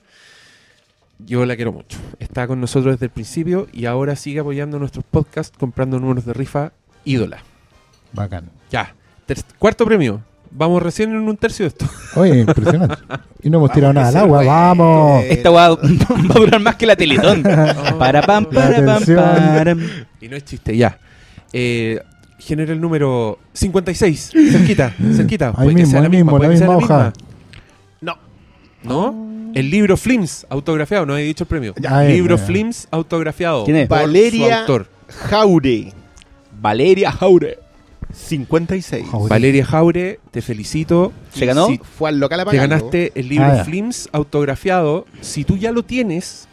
Yo la quiero mucho. Está con nosotros desde el principio y ahora sigue apoyando nuestros podcasts comprando números de rifa ídola.
Bacán.
Ya. Ter- cuarto premio. Vamos recién en un tercio de esto.
Oye, impresionante. Y no hemos tirado nada al agua. ¡Vamos!
eh.
Esta va, (laughs) va a durar más que la Teletón. eh. (laughs) para pam, para pam,
Atención.
param.
Y no es chiste, ya. Eh, genera el número 56. Cerquita, cerquita.
Ahí
Puede que
mismo,
sea
ahí mismo,
puede
la
que sea
misma hoja.
No.
¿No? El libro Flims, autografiado, no he dicho el premio.
Ya. Ay,
libro
ya.
Flims, autografiado.
¿Quién es?
por
Valeria-
su autor.
Jaure.
Valeria Jaure.
56.
Joder.
Valeria Jaure, te felicito.
¿Se ganó?
Si
Fue al local a
te
pagarlo.
ganaste el libro
Ah, ya.
Flims, autografiado. Si tú ya lo tienes,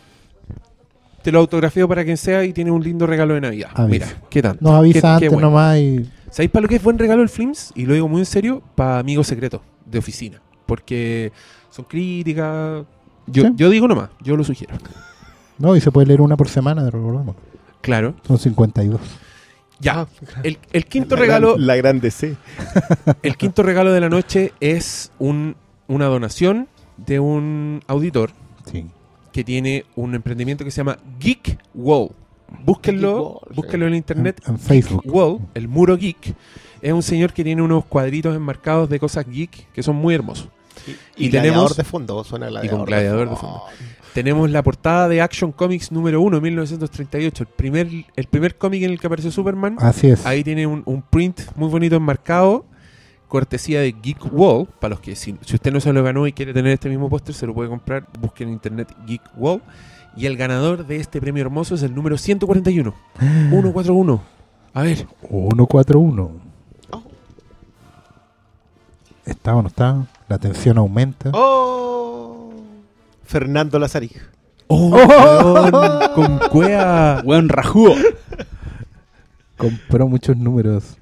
te lo autografeo para quien sea y tiene un lindo regalo de Navidad.
Avisa.
Mira, qué tanto.
Nos avisa
Qué- qué
antes
bueno.
nomás y
¿Sabéis para lo que es buen regalo el Flims? Y lo digo muy en serio, para amigos secretos de oficina. Porque son críticas. Yo,
Sí.
yo digo nomás, yo lo sugiero.
no y se puede leer una por semana, recordamos.
Claro.
Son 52.
Ya. El, el quinto
La
regalo.
gran- la grande C.
El quinto regalo de la noche es un- una donación de un auditor
Sí.
que tiene un emprendimiento que se llama Geek Wow. Búsquenlo,
Geek Wow,
búsquenlo en internet.
En, en Facebook.
Wow, el muro geek, es un señor que tiene unos cuadritos enmarcados de cosas geek que son muy hermosos. Y tenemos-
gladiador de fondo, suena gladiador.
con gladiador de fondo. Tenemos la portada de Action Comics número 1, 1938, el primer, el primer cómic en el que apareció Superman.
Así es.
Ahí tiene un, un print muy bonito enmarcado, cortesía de Geek Wall. Para los que, si, si usted no se lo ganó y quiere tener este mismo póster, se lo puede comprar. Busquen en internet Geek Wall. Y el ganador de este premio hermoso es el número 141. 141. A ver,
141.
Oh.
¿Está o no está? La tensión aumenta.
Oh. Fernando Lazarij.
¡Oh, weón! con cuea.
Weón rajúo.
Compró muchos números.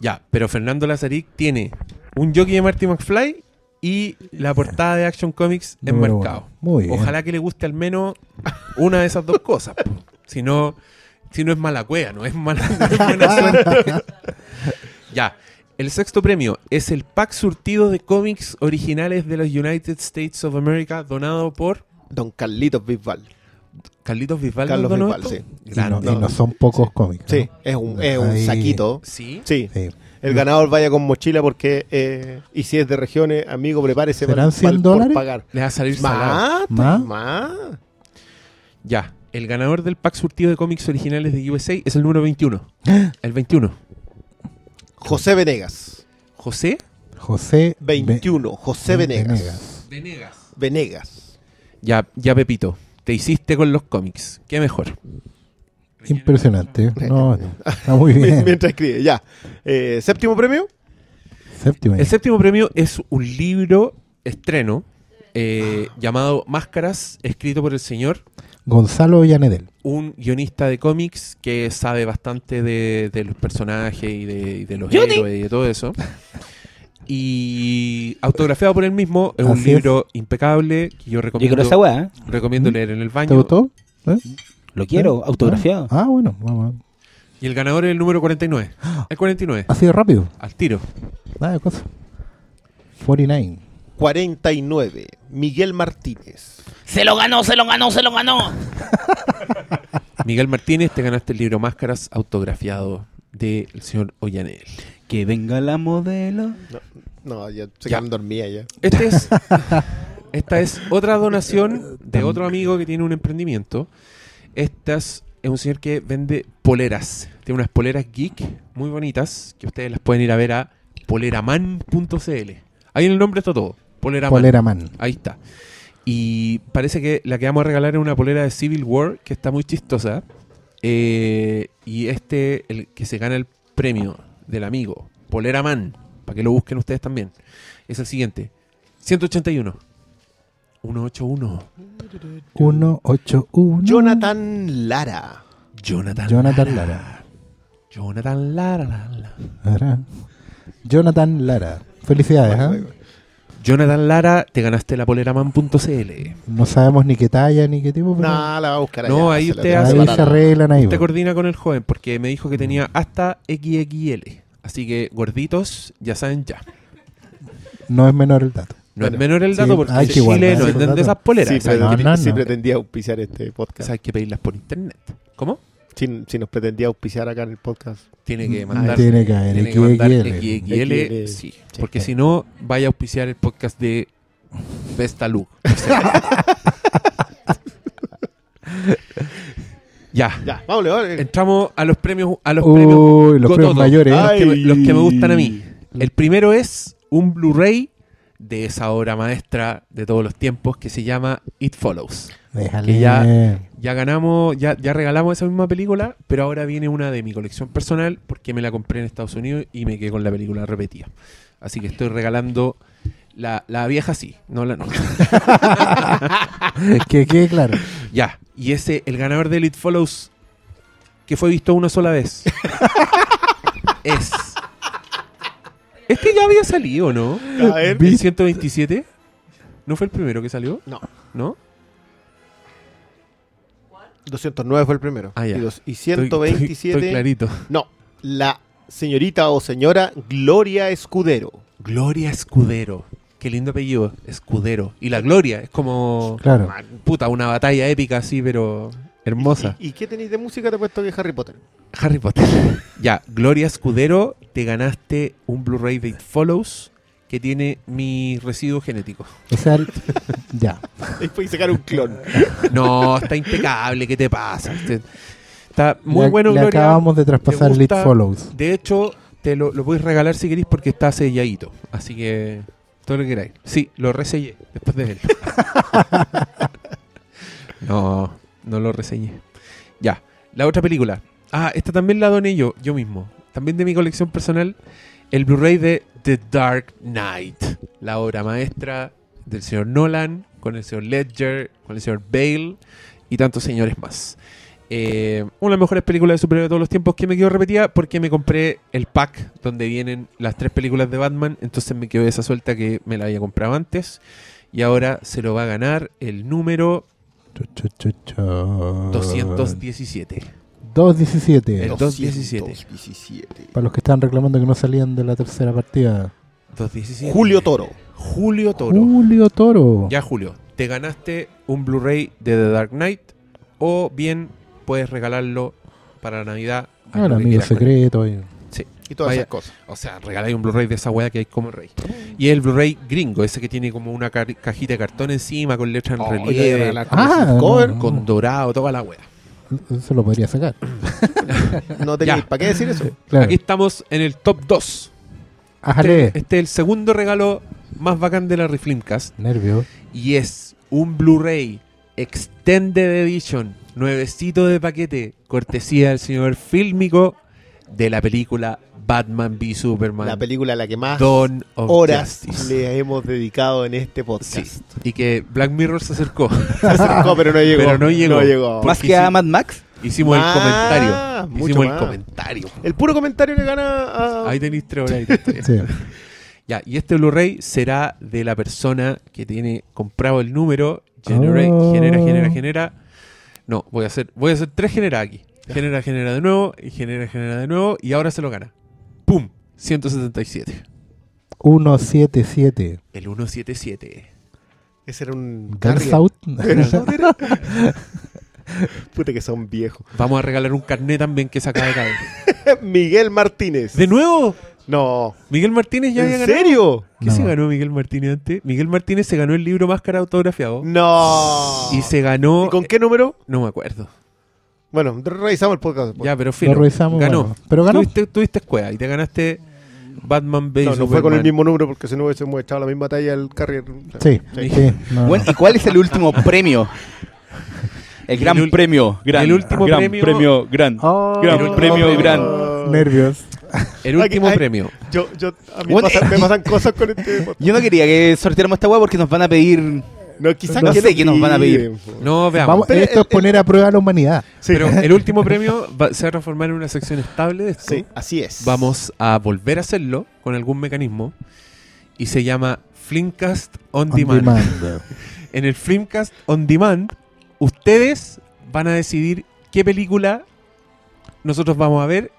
Ya, pero Fernando Lazaric tiene un jockey de Marty McFly y la portada de Action Comics
Número
enmarcado.
uno. Muy bien.
Ojalá que le guste al menos una de esas dos cosas. po. Si no, si no es mala cueva, no es mala (laughs) no es buena suerte. ya. El sexto premio es el pack surtido de cómics originales de los United States of America donado por
Don Carlitos Bisbal.
Carlitos Bisbal.
Carlos
¿no donó
Bisbal,
esto?
sí.
Y
Grande.
no, y no son pocos cómics.
Sí,
¿no?
es un, es un
Ahí-
saquito.
Sí.
Sí.
Sí.
El ganador vaya con mochila porque, eh, y si es de regiones, amigo, prepárese
¿Serán 100
por
dólares?
pagar.
Le va a salir salado.
¿Más?
Más, más.
Ya. El ganador del pack surtido de cómics originales de USA es el número 21. (gasps) El 21.
José Venegas.
José
José. Ve-
21. José Venegas. Venegas.
Venegas. (laughs) Ya, ya Pepito, te hiciste con los cómics. Qué mejor.
Impresionante. No, no. Está
(laughs)
muy bien.
Mientras escribe, ya. Eh, Séptimo premio.
Séptimo.
El séptimo premio es un libro estreno eh, llamado Máscaras, escrito por el señor,
Gonzalo Villanedel.
un guionista de cómics que sabe bastante de, de los personajes y de, y de los
Johnny.
héroes y de todo eso. Y autografiado por él mismo, es un
Así es.
libro impecable que yo
(laughs) Yo quiero
recomiendo,
esa weá, ¿eh?
recomiendo leer en el baño.
¿Mm? ¿Te gustó? ¿Eh?
Lo quiero,
¿Eh?
autografiado.
Ah, ah, bueno. vamos.
Y el ganador es el número
(gasps)
49.
Ah.
El 49,
Así de rápido.
al tiro.
Nada de cosa. 49.
49. Miguel Martínez.
Se lo ganó, se lo ganó, se lo ganó.
Miguel Martínez, te ganaste el libro Máscaras autografiado del señor Ollanel.
Que venga la modelo.
No, ya se
Ya.
quedan dormida ya.
Este
(laughs)
es, esta es otra donación de otro amigo que tiene un emprendimiento. Esta es, es un señor que vende poleras. Tiene unas poleras geek muy bonitas que ustedes las pueden ir a ver a poleraman.cl. Ahí en el nombre está todo. Poleraman.
Polera Man.
Ahí está. Y parece que la que vamos a regalar es una polera de Civil War que está muy chistosa. Eh, y este, el que se gana el premio del amigo, Polera Man, para que lo busquen ustedes también, es el siguiente: 181. 181.
181.
Jonathan Lara.
Jonathan.
Jonathan
Lara.
Lara.
Jonathan Lara. la, la.
Lara. Jonathan Lara. Felicidades, ¿ah?
Jonathan Lara, te ganaste la poleraman.cl.
No sabemos ni qué talla ni qué tipo, pero
No, la va a buscar allá.
No, ahí
se la
usted
tiene
hace-
ahí
separada.
se arreglan ahí.
Te
po.
coordina con el joven porque me dijo que tenía hasta XXL. Así que gorditos, ya saben ya.
No es menor el dato.
No
Bueno,
es menor el dato
sí,
porque
Ah, hay
en
que
Chile
guardar
no
esos
venden de
datos.
esas poleras.
Sí,
o sea,
pero-
hay
pretendí-
que-
No, no,
sí
no.
pretendía auspiciar este
o
podcast.
sea, hay que pedirlas por internet. ¿Cómo?
Si, si nos pretendía auspiciar acá en el podcast.
ah, Tiene que
Mm,
mandar.
tiene que haber
tiene que mandar
XXL.
XXL,
XXL,
sí.
sí.
Porque si no, vaya a auspiciar el podcast de (laughs) Vestalú. O sea. ya.
Ya, Ah, vamos, vale.
Entramos a los premios, a los premios
Uy, los
Gototo.
premios mayores.
Los
Ay.
que, me- los que me gustan a mí. El primero es un Blu-ray de esa obra maestra de todos los tiempos que se llama It Follows.
Déjale.
que ya- Ya ganamos, ya, ya regalamos esa misma película, pero ahora viene una de mi colección personal porque me la compré en Estados Unidos y me quedé con la película repetida. Así que estoy regalando la, la vieja sí, no la no.
que quede claro.
ya, y ese, el ganador de It Follows, que fue visto una sola vez, es... Este ya había salido, ¿no?
A ver.
¿El 127? ¿No fue el primero que salió?
No.
¿No?
209 fue el primero.
Ah, ya.
y, dos- y
Estoy- estoy-
127.
estoy clarito.
No, la señorita o señora Gloria Escudero.
Gloria Escudero. Qué lindo apellido, Escudero. Y la Gloria es como
Claro.
puta, una batalla épica así, pero hermosa.
¿Y, y qué tenéis de música? Te he puesto que Harry Potter.
Harry Potter. (laughs) ya, Gloria Escudero, te ganaste un Blu-ray de It Follows que tiene mis residuos genéticos.
O sea, el- ya.
Después sacar un clon.
No, está impecable, ¿qué te pasa? Este- Está muy
Le-
bueno,
le
Gloria.
acabamos de traspasar
¿Te
Lead
gusta?
Follows.
De hecho, te lo, lo puedes regalar si querís porque está selladito. Así que todo lo que queráis. Sí, lo reseñé después de él. (laughs) no, no lo reseñé. Ya, la otra película. Ah, esta también la doné yo, yo mismo. También de mi colección personal. El Blu-ray de The Dark Knight. La obra maestra del señor Nolan, con el señor Ledger, con el señor Bale y tantos señores más. Eh, una de las mejores películas de superhéroes de todos los tiempos que me quedó repetida porque me compré el pack donde vienen las tres películas de Batman. Entonces me quedó esa suelta que me la había comprado antes. Y ahora se lo va a ganar el número
Ah.
217.
2.17.
El 217.
217.
Para los que estaban reclamando que no salían de la tercera partida.
217.
Julio Toro. Uh.
Julio Toro.
Julio Toro.
Ya, Julio, te ganaste un Blu-ray de The Dark Knight o bien puedes regalarlo para Navidad. a
Ah, el
lo que
amigo
quieras con él.
secreto. y-
Sí.
Y todas
Vaya,
esas cosas.
O sea, regaláis un Blu-ray de esa weá que hay como el rey. Y el Blu-ray gringo, ese que tiene como una ca- cajita de cartón encima con letras
Oh,
en relieve,
Ah,
cover.
no,
con dorado, toda la weá.
Eso lo podría sacar.
No tenéis
Ya.
para qué decir eso.
Claro.
Aquí estamos en el top 2.
Ájale.
Este, este es el segundo regalo más bacán de la Reflimcast.
Nervio.
Y es un Blu-ray Extended Edition, nuevecito de paquete, cortesía del señor fílmico de la película Batman v Superman.
La película a la que más
Dawn of
horas
Justice.
le hemos dedicado en este
Sí,
podcast.
y que Black Mirror se acercó. (laughs)
Se acercó, pero no llegó.
Pero no llegó.
Más
Porque
que a
sí.
Mad Max.
Hicimos
Más,
el comentario.
Ah, mucho
Hicimos el
más. Ah.
comentario.
El puro comentario le gana a.
Ahí tenéis tres horas. y
(laughs)
tres historias.
Sí.
Ya, y este Blu-ray será de la persona que tiene comprado el número. Generate,
Oh.
genera, genera, genera. No, voy a hacer, voy a hacer tres genera aquí. Genera, genera de nuevo, y genera, genera de nuevo, y ahora se lo gana. ¡Pum! 177.
177.
El 177.
Ese era un.
Guns
(laughs)
Out.
Puta que son viejos. (laughs)
Vamos a regalar un carnet también que se acaba de caer.
Miguel Martínez.
¡De nuevo!
No.
Miguel Martínez ya había
¿En
ganado.
serio?
¿Qué
No.
se ganó Miguel Martínez antes? Miguel Martínez se ganó el libro Máscara autografiado.
No.
Y se ganó. eh,
¿Y con qué número?
No me acuerdo.
Bueno, revisamos el podcast después.
Ya, pero filo,
Lo revisamos,
Ganó.
bueno. Pero ganó.
Tuviste, tuviste escuela y te ganaste Batman Base.
No, no fue con el mismo número porque si no hubiésemos echado la misma talla al carrier.
Sí. sí, no.
Bueno, ¿y cuál es el (laughs) último premio? El Ah, gran
El ul-
premio. Gran,
el último
gran
premio-
gran.
Oh.
gran
Ah,
el último
premio
premio-
gran.
Nervios.
El último
Ay, ay.
premio.
Yo, yo, a mí
Bueno,
pasa-
eh.
me pasan cosas con
(laughs)
este. podcast.
Yo no quería que sorteáramos esta hueá porque nos van a pedir.
No, quizás
No
que
sé qué nos van a pedir.
piden, po.
No, veamos.
Vamos,
pero
esto es
el-
poner a prueba la humanidad.
Sí.
Pero el
(laughs)
último premio va- se va a transformar en una sección estable de esto.
Sí, así es.
Vamos a volver a hacerlo con algún mecanismo. Y se llama Flimcast On,
On
Demand. (laughs)
demand.
En el Flimcast On Demand, ustedes van a decidir qué película nosotros vamos a ver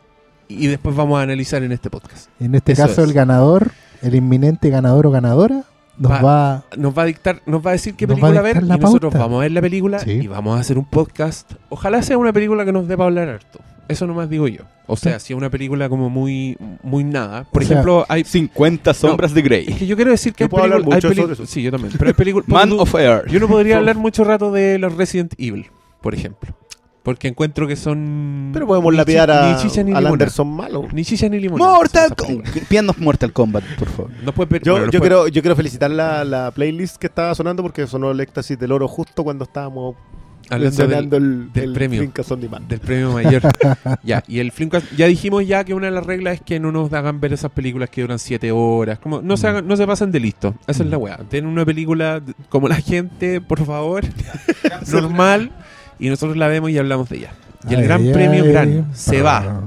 y después vamos a analizar en este podcast.
En este
Eso
caso,
es.
el ganador, el inminente ganador o ganadora, nos
Va-
va,
nos va a dictar, nos va a decir qué
Nos
película
va a
ver
dictar
y
la
nosotros
pauta.
vamos a ver la película
Sí.
y vamos a hacer un podcast. Ojalá sea una película que nos dé para hablar harto. Eso nomás digo yo. O sea, si es una película como muy muy nada. Por
O sea,
ejemplo, hay
50 sombras de
es
Grey.
que yo quiero decir que
Yo
hay
puedo hablar
películas-
mucho
hay
sobre
pelicu-
eso.
Sí, yo también. Pero hay
(laughs)
películas
Man of Air.
yo no
(laughs)
podría hablar mucho rato de los Resident Evil, por ejemplo, porque encuentro que son
Pero podemos
ni
lapidar
chi-
a,
ni chicha ni
al
limona.
Anderson malo.
Ni chicha ni limón.
Mortal Kombat. Pídanos Mortal Kombat, por favor.
Yo, yo, quiero, yo quiero felicitar la, la playlist que estaba sonando porque sonó el éxtasis del oro justo cuando estábamos
hablando del-
mencionando el,
del
el
premio.
Finca Son Demand.
del premio mayor.
(laughs)
ya, y el Flimcast, ya dijimos ya que una de las reglas es que no nos hagan ver esas películas que duran 7 horas, como no
Mm.
se hagan- no se pasen de listo. Esa es la weá. Tienen una película d- como la gente, por
(laughs)
favor, normal y nosotros la vemos y hablamos de ella. Y el
Ay,
gran
ay,
premio
ay.
gran se va
Ah,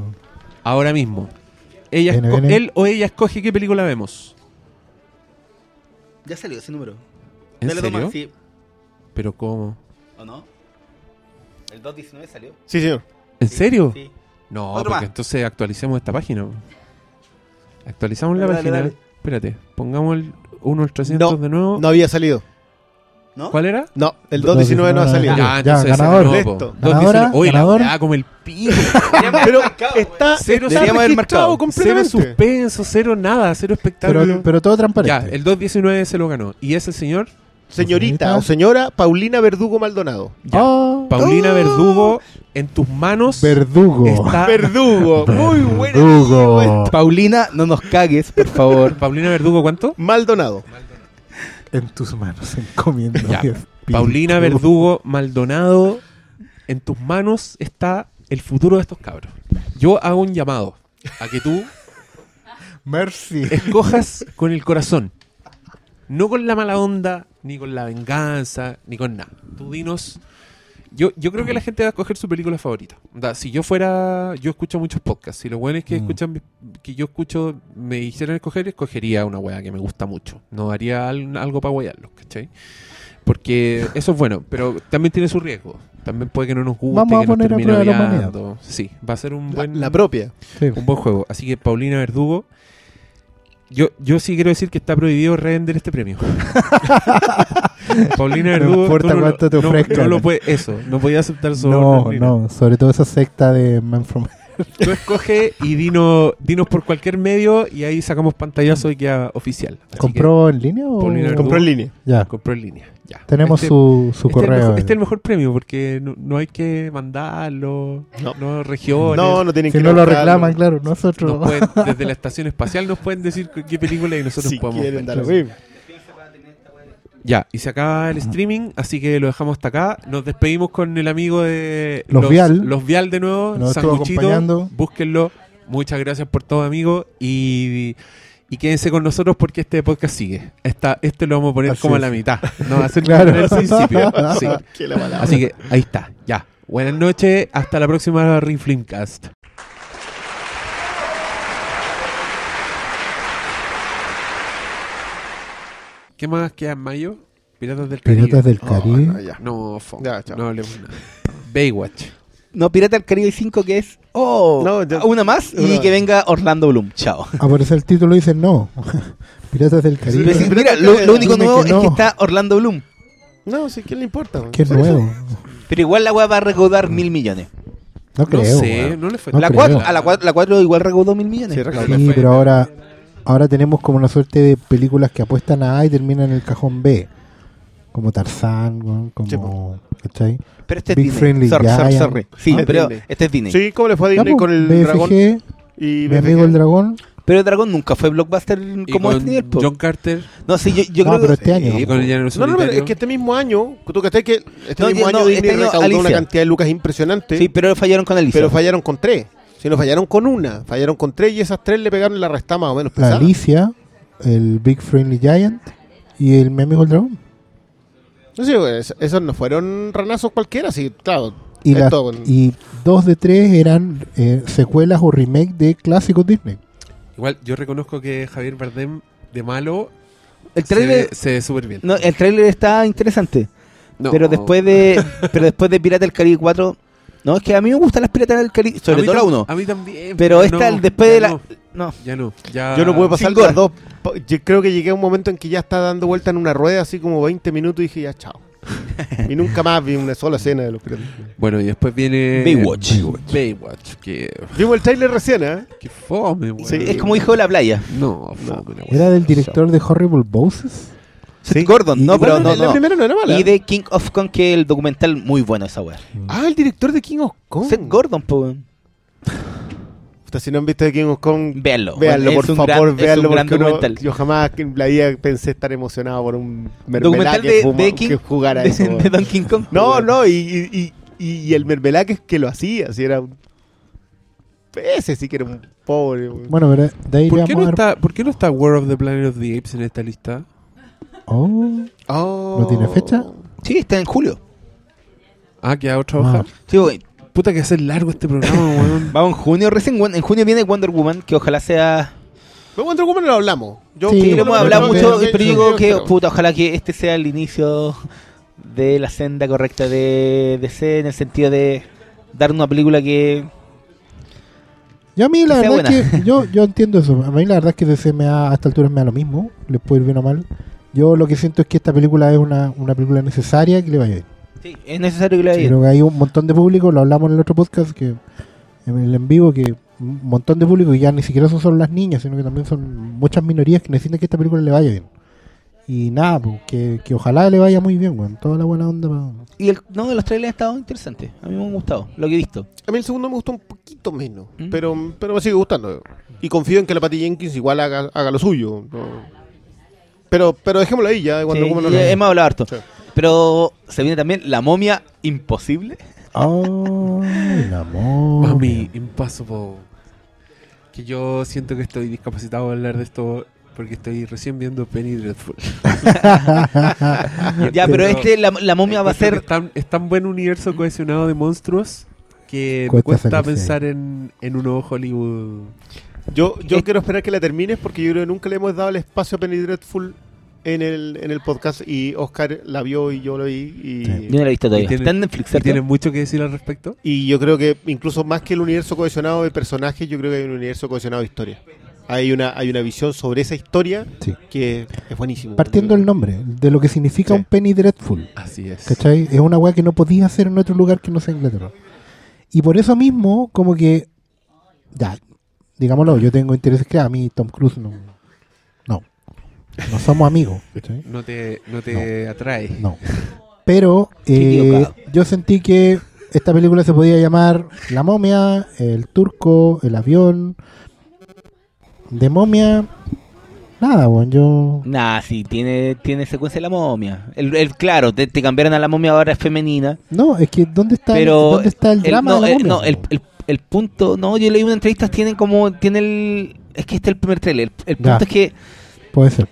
ahora mismo. Ella
Viene,
esco-
viene.
él o ella escoge qué película vemos.
Ya salió ese número.
¿En serio? Pero cómo?
¿O no? El 219 salió.
Sí, señor.
¿En serio? No,
Otro
porque
más.
entonces actualicemos esta página. Actualizamos la
Dale,
página.
dale, dale.
Espérate, pongamos el 1800
No,
de nuevo.
No había salido.
¿No?
¿Cuál era?
No, el 219 no ha salido.
Ya,
Ah, entonces esa
ganador.
no, po.
Listo.
219.
Ganadora,
Oye, la
ganador.
weá como el
(laughs)
pico.
Pero está,
Cero,
está
Deberíamos haber
registrado
marcado.
cero
completamente.
suspenso, cero nada, cero espectáculo.
este. Pero, pero este. todo
ya,
transparente.
el 219 se lo ganó. Y es el señor
Señorita o señora Paulina Verdugo Maldonado.
ya,
Oh,
Paulina
Oh.
Verdugo. En tus manos
verdugo. Oh.
está
Verdugo. Muy buena.
Verdugo.
Paulina, no nos cagues,
(laughs)
por favor.
Paulina Verdugo, ¿cuánto?
Maldonado.
En tus manos, encomiendo.
Ya.
Dios mío.
Paulina Verdugo Maldonado, en tus manos está el futuro de estos cabros. Yo hago un llamado a que tú
Mercy.
escojas con el corazón, no con la mala onda, ni con la venganza, ni con nada. Tú dinos Yo, yo creo que la gente va a escoger su película favorita. Da, si yo fuera. Yo escucho muchos podcasts. Si los weones que
Mm.
escuchan mis- que yo escucho me hicieran escoger, escogería una weá que me gusta mucho. No haría al- algo para guayarlos, ¿cachai? Porque eso es bueno, pero también tiene su riesgo. También puede que no nos guste,
Vamos a
que nos
poner a
termine
prueba la humanidad.
odiando. Sí, va a ser un
La,
buen.
la propia.
Sí.
un buen juego. Así que Paulina Verdugo, yo, yo sí quiero decir que está prohibido revender este
(laughs)
premio. Paulina
No
Verdugo,
importa
tú lo-
cuánto te
no-
ofrezcan.
no lo puede- eso, no podía aceptar su
No, no, sobre todo esa secta de Man from
Tú escoge y dinos, dinos por cualquier medio y ahí sacamos pantallazo y queda oficial. Así que
¿Compró en línea o...?
Paulina Verdugo.
Compró en línea.
Ya,
compró en línea. Ya.
tenemos
Este-
su, su
este es el
correo. eh.
mejor- este es el mejor premio porque no, no hay que mandarlo, no,
No.
regiones.
No, este no tienen
si
que
no lo
levantarlo.
reclaman, claro, nosotros...
Nos pueden- desde la estación espacial nos pueden decir qué película y nosotros
Si
podemos
quieren
ver.
dar lo mismo.
Ya, y se acaba el streaming, así que lo dejamos hasta acá. Nos despedimos con el amigo de
Los Vial.
Los Vial de nuevo,
Nos estuvo
Sanguchito.
acompañando.
Búsquenlo. Muchas gracias por todo, amigo. Y, y quédense con nosotros porque este podcast sigue. Esta, este lo vamos a poner
Así
como a
es.
la mitad. No
(laughs)
va a ser
Claro.
como en el
(laughs)
principio. Sí.
Qué la palabra.
Así que ahí está, ya. Buenas noches, hasta la próxima Ringflimcast. ¿Qué más queda en mayo? Piratas del Caribe.
(laughs) Piratas del
Oh,
Caribe.
no, ya.
No, fuck.
Ya, chao.
no hablemos nada. Baywatch.
(laughs) No, Pirata del Caribe 5 que es... Oh,
No, ya-
una más y
una-
que venga Orlando Bloom. Chao.
Aparece ah, el título y dicen no. (laughs) Piratas del Caribe.
Sí,
Mira, lo, lo único
Dime
nuevo
que
es
no.
que está Orlando Bloom.
No, sí, ¿quién le importa? man?
Qué
Por eso.
nuevo.
Pero igual la weá va a recaudar mil millones.
No creo.
no sé,
weón.
no le fue
No
la,
creo.
cuatro, a la, cuatro, la cuatro igual recaudó mil millones.
Sí,
No
reclamo.
le
Sí,
fue.
pero ahora, ahora tenemos como una suerte de películas que apuestan a A y terminan en el cajón B. Como Tarzán, weón,
Sí, pues.
como... ¿Cachai?
pero este es
Big
Disney.
Friendly
sorry, sorry,
Giant.
sorry. Sí,
Ah,
pero
Disney.
este es Disney.
Sí, ¿cómo le fue a Disney
Ya, pues,
con el
BFG,
dragón? Y
Mi amigo el dragón.
Pero Dragon nunca fue blockbuster
Y
como
con
este nivel. po.
John Carter
No, sí, yo, yo
No,
creo
pero este año.
y con el llanero
No, no, no,
solitario.
es que este mismo año, tú que que este
No,
mismo
ya,
año
no,
Disney
este año
recaudó una
Alicia.
cantidad de lucas impresionante,
Sí, pero fallaron con Alicia.
pero fallaron con tres. Si no fallaron con una, fallaron con tres y esas tres le pegaron la resta más o menos.
la
pesada.
Alicia, el Big Friendly Giant y el Mi amigo el dragón.
No sé, es- esos no fueron ranazos cualquiera, sí, claro.
Y,
es
las-
todo con-
y dos de tres eran eh, secuelas o remake de clásicos Disney.
Igual yo reconozco que Javier Bardem de malo
el
se
trailer,
ve- se ve súper bien.
no, el trailer está interesante.
No.
Pero después de (laughs) pero después de Pirata del Caribe 4... No, es que a mí me gustan las Piratas del Caribe.
A
Sobre
mí
todo la
tam-
1.
A mí también.
Pero esta,
no,
después
ya
de la...
no,
no.
ya no. ya-
Yo no pude pasar
Sin
las
gore.
dos. po- Yo creo que llegué a un momento en que ya está dando vuelta en una rueda, así como 20 minutos, y dije
(laughs)
ya, chao. y nunca más vi una sola escena de los piratas.
Bueno, y después viene.
Baywatch.
Baywatch, que,
Vimos el trailer recién, ¿eh?
que fome, weón.
Sí.
Es como hijo de la playa.
No, fome, la weá.
Era del director de Horrible Bosses.
Seth Gordon, no, pero
Igual
no,
la- La
no.
primera no era mala.
Y de King of Kong, que el documental muy bueno esa weá.
Ah, el director de King of Kong.
Seth Gordon, po.
Puta, si no han visto de King of Kong,
Véanlo.
véanlo,
Es
por
un
favor,
gran- es
véanlo.
un gran
porque uno-
documental.
yo jamás en la vida pensé estar emocionado por un mermelada
Documental
que,
de-
fuma-
de King-
que jugara
(laughs)
eso.
de, de
weón.
Donkey Kong.
no,
weón.
no, y, y, y, y el mermelada que, que lo hacía, si era un... Ese sí que era un pobre. weón.
Bueno, pero de ahí le
¿Por qué,
vamos
no
a dar-
está, ¿Por qué no está War of the Planet of the Apes en esta lista?
Oh,
Oh.
¿No tiene fecha?
Sí, está en julio.
Ah, queda otra hoja.
Sí, weón.
Puta que hacer largo este programa, weón.
Vamos en junio, recién weón, en junio viene Wonder Woman, que ojalá sea...
De Wonder Woman no lo hablamos. Yo
Sí,
Sí,
bueno,
lo hemos
yo
hablado
creo
mucho,
que-
pero
yo
digo que,
creo.
puta, ojalá que este sea el inicio de la senda correcta de DC, en el sentido de dar una película que...
Yo a mí la
Que sea
verdad es que yo, yo entiendo eso. A mí la verdad es que DC me da, a esta altura me da lo mismo. Les puede ir bien o mal. Yo lo que siento es que esta película es una, una película necesaria que le vaya bien.
Sí, es necesario que la
Creo que hay un montón de público, lo hablamos en el otro podcast, que en el en vivo, que un montón de público, y ya ni siquiera son solo las niñas, sino que también son muchas minorías que necesitan que esta película le vaya bien. Y nada, pues, que, que ojalá le vaya muy bien, weón. Toda la buena onda. pa-
Y el, no, los trailers han estado interesantes. A mí me han gustado, lo que he visto.
A mí el segundo me gustó un poquito menos,
¿Mm?
pero, pero me sigue gustando. Y confío en que la Patty Jenkins igual haga, haga lo suyo. ¿no? Pero, pero dejémoslo ahí ya. Cuando
Sí,
como no
y
lo-
hemos hablado harto.
Sí.
Pero se viene también La Momia Imposible.
Ay, la momia.
Mami, impossible. Que yo siento que estoy discapacitado de hablar de esto Porque estoy recién viendo Penny
(laughs)
Dreadful.
Ya, pero este, la, la momia va a
Encuentro que
ser.
Es tan, es tan buen universo cohesionado de monstruos que
Cuesta
cuesta,
salirse
pensar en, en un nuevo Hollywood.
Yo, yo
Es-
quiero esperar que la termines porque yo creo que nunca le hemos dado el espacio a Penny Dreadful en el, en el podcast y Oscar la vio y yo lo vi. Y,
Sí.
Yo no la he visto todavía.
tiene-
Está en Netflix,
¿Y
¿cierto?
tienen mucho que decir al respecto?
y yo creo que incluso más que el universo cohesionado de personajes, yo creo que hay un universo cohesionado de historia. Hay una, hay una visión sobre esa historia
Sí.
que es buenísimo.
Partiendo el nombre, de lo que significa
Sí.
un penny dreadful.
Así es.
¿Cachai? Es una weá que no podías hacer en otro lugar que no sea Inglaterra. Y por eso mismo, como que. Ya, digámoslo, yo tengo intereses que a mí Tom Cruise no. No. No somos amigos. ¿cachai?
No te, no te atrae.
No. Pero
Qué
eh,
equivocado.
yo sentí que esta película se podía llamar La momia, El turco, El avión. De momia. Nada, bueno, yo.
Nah, sí, tiene, tiene secuencia de la momia. El, el- claro, te, te cambiaron a la momia, ahora es femenina.
No, es que ¿dónde está,
pero
el, ¿dónde está el drama
no,
de la
el,
momia?
no, el, el- el punto no yo leí una entrevista tienen como tiene el es que este es el primer trailer el, el
Ya.
punto es que
Puede ser.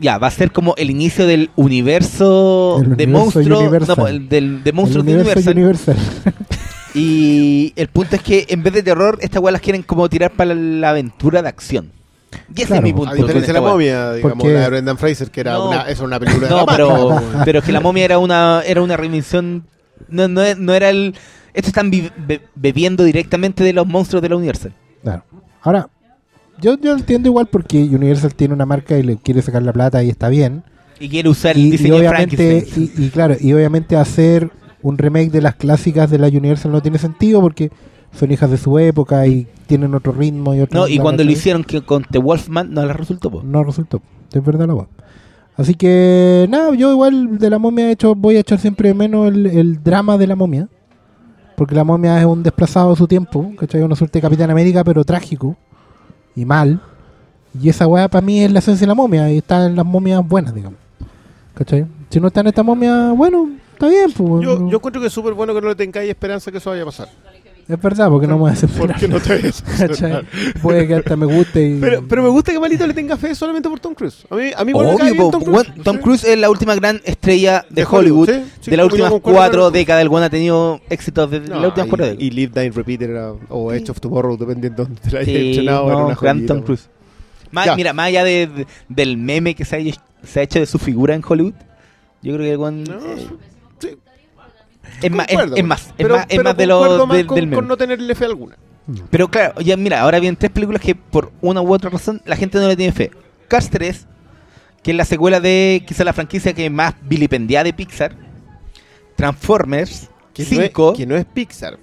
ya va a ser como el inicio del universo
El
de
universo
monstruos
Universal.
no, pues, el del de monstruos
El
de
universo
Universal
Universal.
y el punto es que en vez de terror estas weas las quieren como tirar para la aventura de acción y ese
Claro.
es mi
A
punto
A
con
diferencia de
esta
la
wea.
momia, digamos,
Porque-
la de Brendan Fraser, que era
No.
una, es una película de
No,
la
pero,
mafia.
(laughs)
pero es que la momia era una era una reinvención. No, no, no era el. Estos están vi- be- bebiendo directamente de los monstruos de la Universal.
Claro. Ahora, yo, yo entiendo igual porque Universal tiene una marca y le quiere sacar la plata y está bien.
Y quiere usar el
Y, y
diseño de
obviamente,
Frankenstein.
y, y claro, y obviamente hacer un remake de las clásicas de la Universal no tiene sentido porque son hijas de su época y tienen otro ritmo y otro.
No, y cuando lo hicieron que con The Wolfman no la resultó. po.
No resultó. Es verdad la voz. Así que, nada, yo igual de la momia he hecho, voy a echar siempre de menos el, el drama de la momia. Porque la momia es un desplazado de su tiempo, ¿cachai? Una suerte de Capitán América, pero trágico y mal. Y esa weá para mí es la esencia de la momia y está en las momias buenas, digamos. ¿cachai? Si no está en esta momia, bueno, está bien, pues.
Yo, yo encuentro que es súper bueno que no le tengáis esperanza que eso vaya
(laughs)
a pasar.
Es verdad, porque no me voy a decepcionar.
Porque
(laughs)
no te vayas a
¿cachai? Puede que hasta me guste y.
Pero, pero me gusta que Malito le tenga fe solamente por Tom Cruise. A mí, a mí igual me cae
Obvio, po,
bien Tom
weón,
Cruise.
Tom,
Sí.
Cruise es la última gran estrella de,
De
Hollywood.
Hollywood, sí, sí,
de las
yo
últimas
concuerdo
cuatro
con-
décadas, el weón ha tenido éxitos de, de
No,
las últimas cuatro
y, y
décadas.
Live Dine Repeat era, o Edge of Tomorrow, dependiendo de dónde te la hayas
Sí,
mencionado, era
no,
una
gran
joyita,
Tom
weón.
Cruise. Más-
Ya.
mira, más allá de- de- del meme que se ha, hecho- se ha hecho de su figura en Hollywood, yo creo que el weón,
No,
eh,
sí,
Es más, es,
concuerdo,
es más, es
pero-
más, es
pero
más de lo
concuerdo más
del-
con,
del meme.
con no tenerle fe alguna.
Pero claro, ya mira, ahora vienen tres películas que por una u otra razón la gente no le tiene fe. Cars 3, que es la secuela de quizá la franquicia que más vilipendiada de Pixar. Transformers
Que, No
5.
es, que no es Pixar.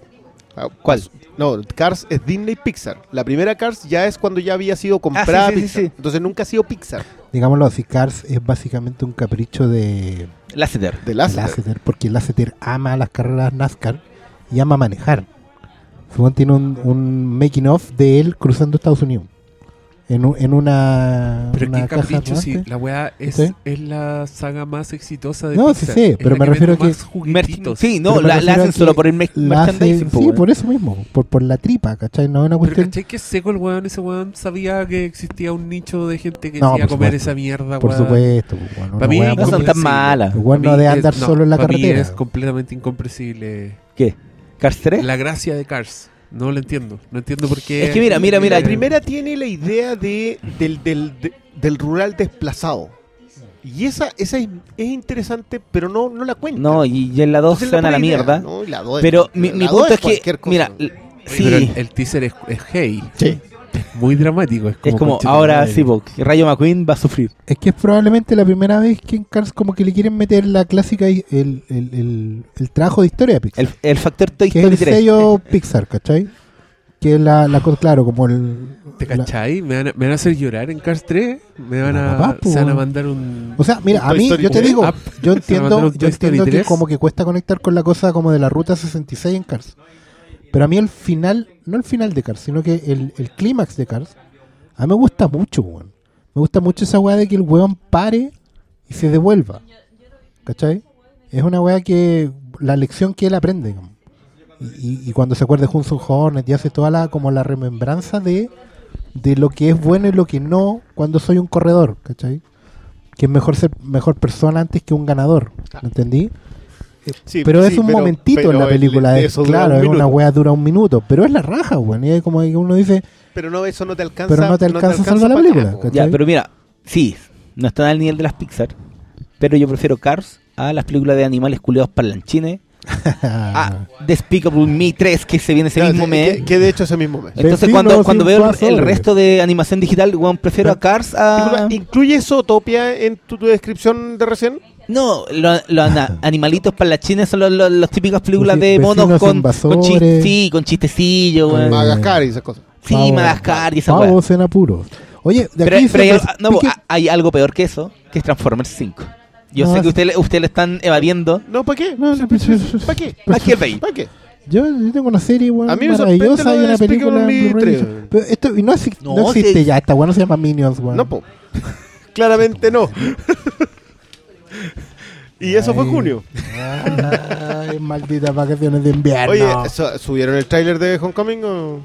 Ah,
¿Cuál?
No, Cars es Disney Pixar. La primera Cars ya es cuando ya había sido comprada
Ah, sí, sí,
Pixar.
sí.
Entonces nunca ha sido Pixar.
Digámoslo así, Cars es básicamente un capricho de.
Lasseter.
De Lázaro.
Lasseter, porque Lasseter ama las carreras NASCAR y ama manejar. Supongo tiene un, un making of de él cruzando Estados Unidos. En, un- en una,
Pero
una
qué capricho si
rodante.
la weá es,
¿Sí?
es la saga más exitosa de
No, sí
Pixar.
sé,
Es
pero
la
me refiero
vende
a que-
más juguetitos.
Sí, no,
Pero me
la, la
refiero
hacen
a que
solo por el mer-
La hace-
merchandising. po,
sí,
weón.
por eso mismo, por, por la tripa, ¿cachai? No es una
Pero
cuestión.
¿cachai que seco el weón? Ese weón sabía que existía un nicho de gente que
No,
se iba a
por
comer
supuesto.
esa mierda,
por
weón.
supuesto, pues, bueno,
Para
una
mí
wea
no
muy-
son tan
incomprensible.
malas.
El weón no
Para mí
debe andar solo en la
para mí
carretera.
es completamente incomprensible
¿Qué? ¿Cars 3?
la gracia de Cars. No lo entiendo. No entiendo por qué.
¿Eh? Es que mira, mira, mira,
Eh,
La primera tiene la idea de, del, del, de- del rural desplazado. Y esa, esa es, es interesante, pero no, no la cuenta.
No, y, y en la 2
Entonces
se van a
pone
la
idea,
mierda.
¿no? Y la dos-
Pero mi,
la
mi
dos
punto es que,
cualquier cosa.
mira, l-
oye,
sí,
pero el, el teaser es, es hey.
Sí.
Es muy dramático. Es como,
es como
conchetumare.
ahora sí, po, Rayo McQueen va a sufrir.
Es que es probablemente la primera vez que en Cars como que le quieren meter la clásica, y- el, el, el, el trabajo de historia de Pixar.
El, el factor Toy
que es
Story
el
3.
sello Pixar, ¿cachai? Que es la, la cosa, claro, como el...
¿Te
la-
cachai? ¿Me van, a, me van a hacer llorar en Cars 3. Me van a,
Ah, papá, po.
se van a mandar un.
o sea, mira, a
Toy
mí,
Story
yo te
3.
digo,
Ah,
yo
se mandaron Toy
entiendo, yo
Story
entiendo que
3.
como que cuesta conectar con la cosa como de la ruta 66 en Cars. Pero a mí el final, no el final de Cars, sino que el, el clímax de Cars, a mí me gusta mucho, weón. Me gusta mucho esa weá de que el weón pare y se devuelva. ¿Cachai? Es una weá que, la lección que él aprende, como. Y, y- y cuando se acuerda de Hunson Hornet y hace toda la como la remembranza de de lo que es bueno y lo que no cuando soy un corredor, ¿cachai? Que es mejor ser mejor persona antes que un ganador, ¿me entendí?
Sí,
pero es
sí,
un momentito
pero
en la
el-
película, es,
eso dura
claro,
un
es una
minuto.
wea dura un minuto, pero es la raja, weón, y es como que uno dice, (laughs)
Pero no, eso no te alcanza.
pero no te alcanza a salvar la
para
película,
nada, po.
¿cachai?
Ya, pero mira, sí, no están al nivel de las Pixar, pero yo prefiero Cars a las películas de animales culiados parlanchines,
Ah,
Ah.
a Despicable Me 3 que se viene ese
Claro,
mismo
que-
mes.
Que, que de hecho ese mismo mes.
Entonces
Vecinos
cuando, cuando
sin
veo el- el,
pasadores.
resto de animación digital, weón, prefiero a Cars a...
Disculpa, ¿Incluye Zootopia en tu, tu descripción de recién?
No, los
(laughs)
animalitos parlanchines son los- los- las típicas películas de
Vecinos
monos con, con,
invasores.
chis- sí, con chistecillos, weón.
Eh,
Madagascar y esas cosas.
Sí,
Pavo-
Madagascar y esa weá.
Pavos en apuros. Oye, de
Pero,
aquí
pero hay,
se
algo,
ah,
no,
pique-
a- hay algo peor que eso, que es Transformers 5. Yo
No,
sé
es-
que ustedes usted lo están evadiendo.
No, ¿para qué?
No, no, pero-
¿Para qué?
Aquí el veinte.
¿Para qué?
Yo, yo tengo una serie weón,
A mí me
maravillosa y
sorprende lo
una
de
película
Despicable
en
Me
Blu-ray.
tres.
Pero esto y no, exi- no
No,
existe
sí.
ya, esta weá no se llama Minions, weón.
Ah. No, po. Claramente no. y eso fue
Ay.
junio.
Ay, malditas vacaciones de invierno.
Oye, ¿so- ¿subieron el tráiler de Homecoming o...?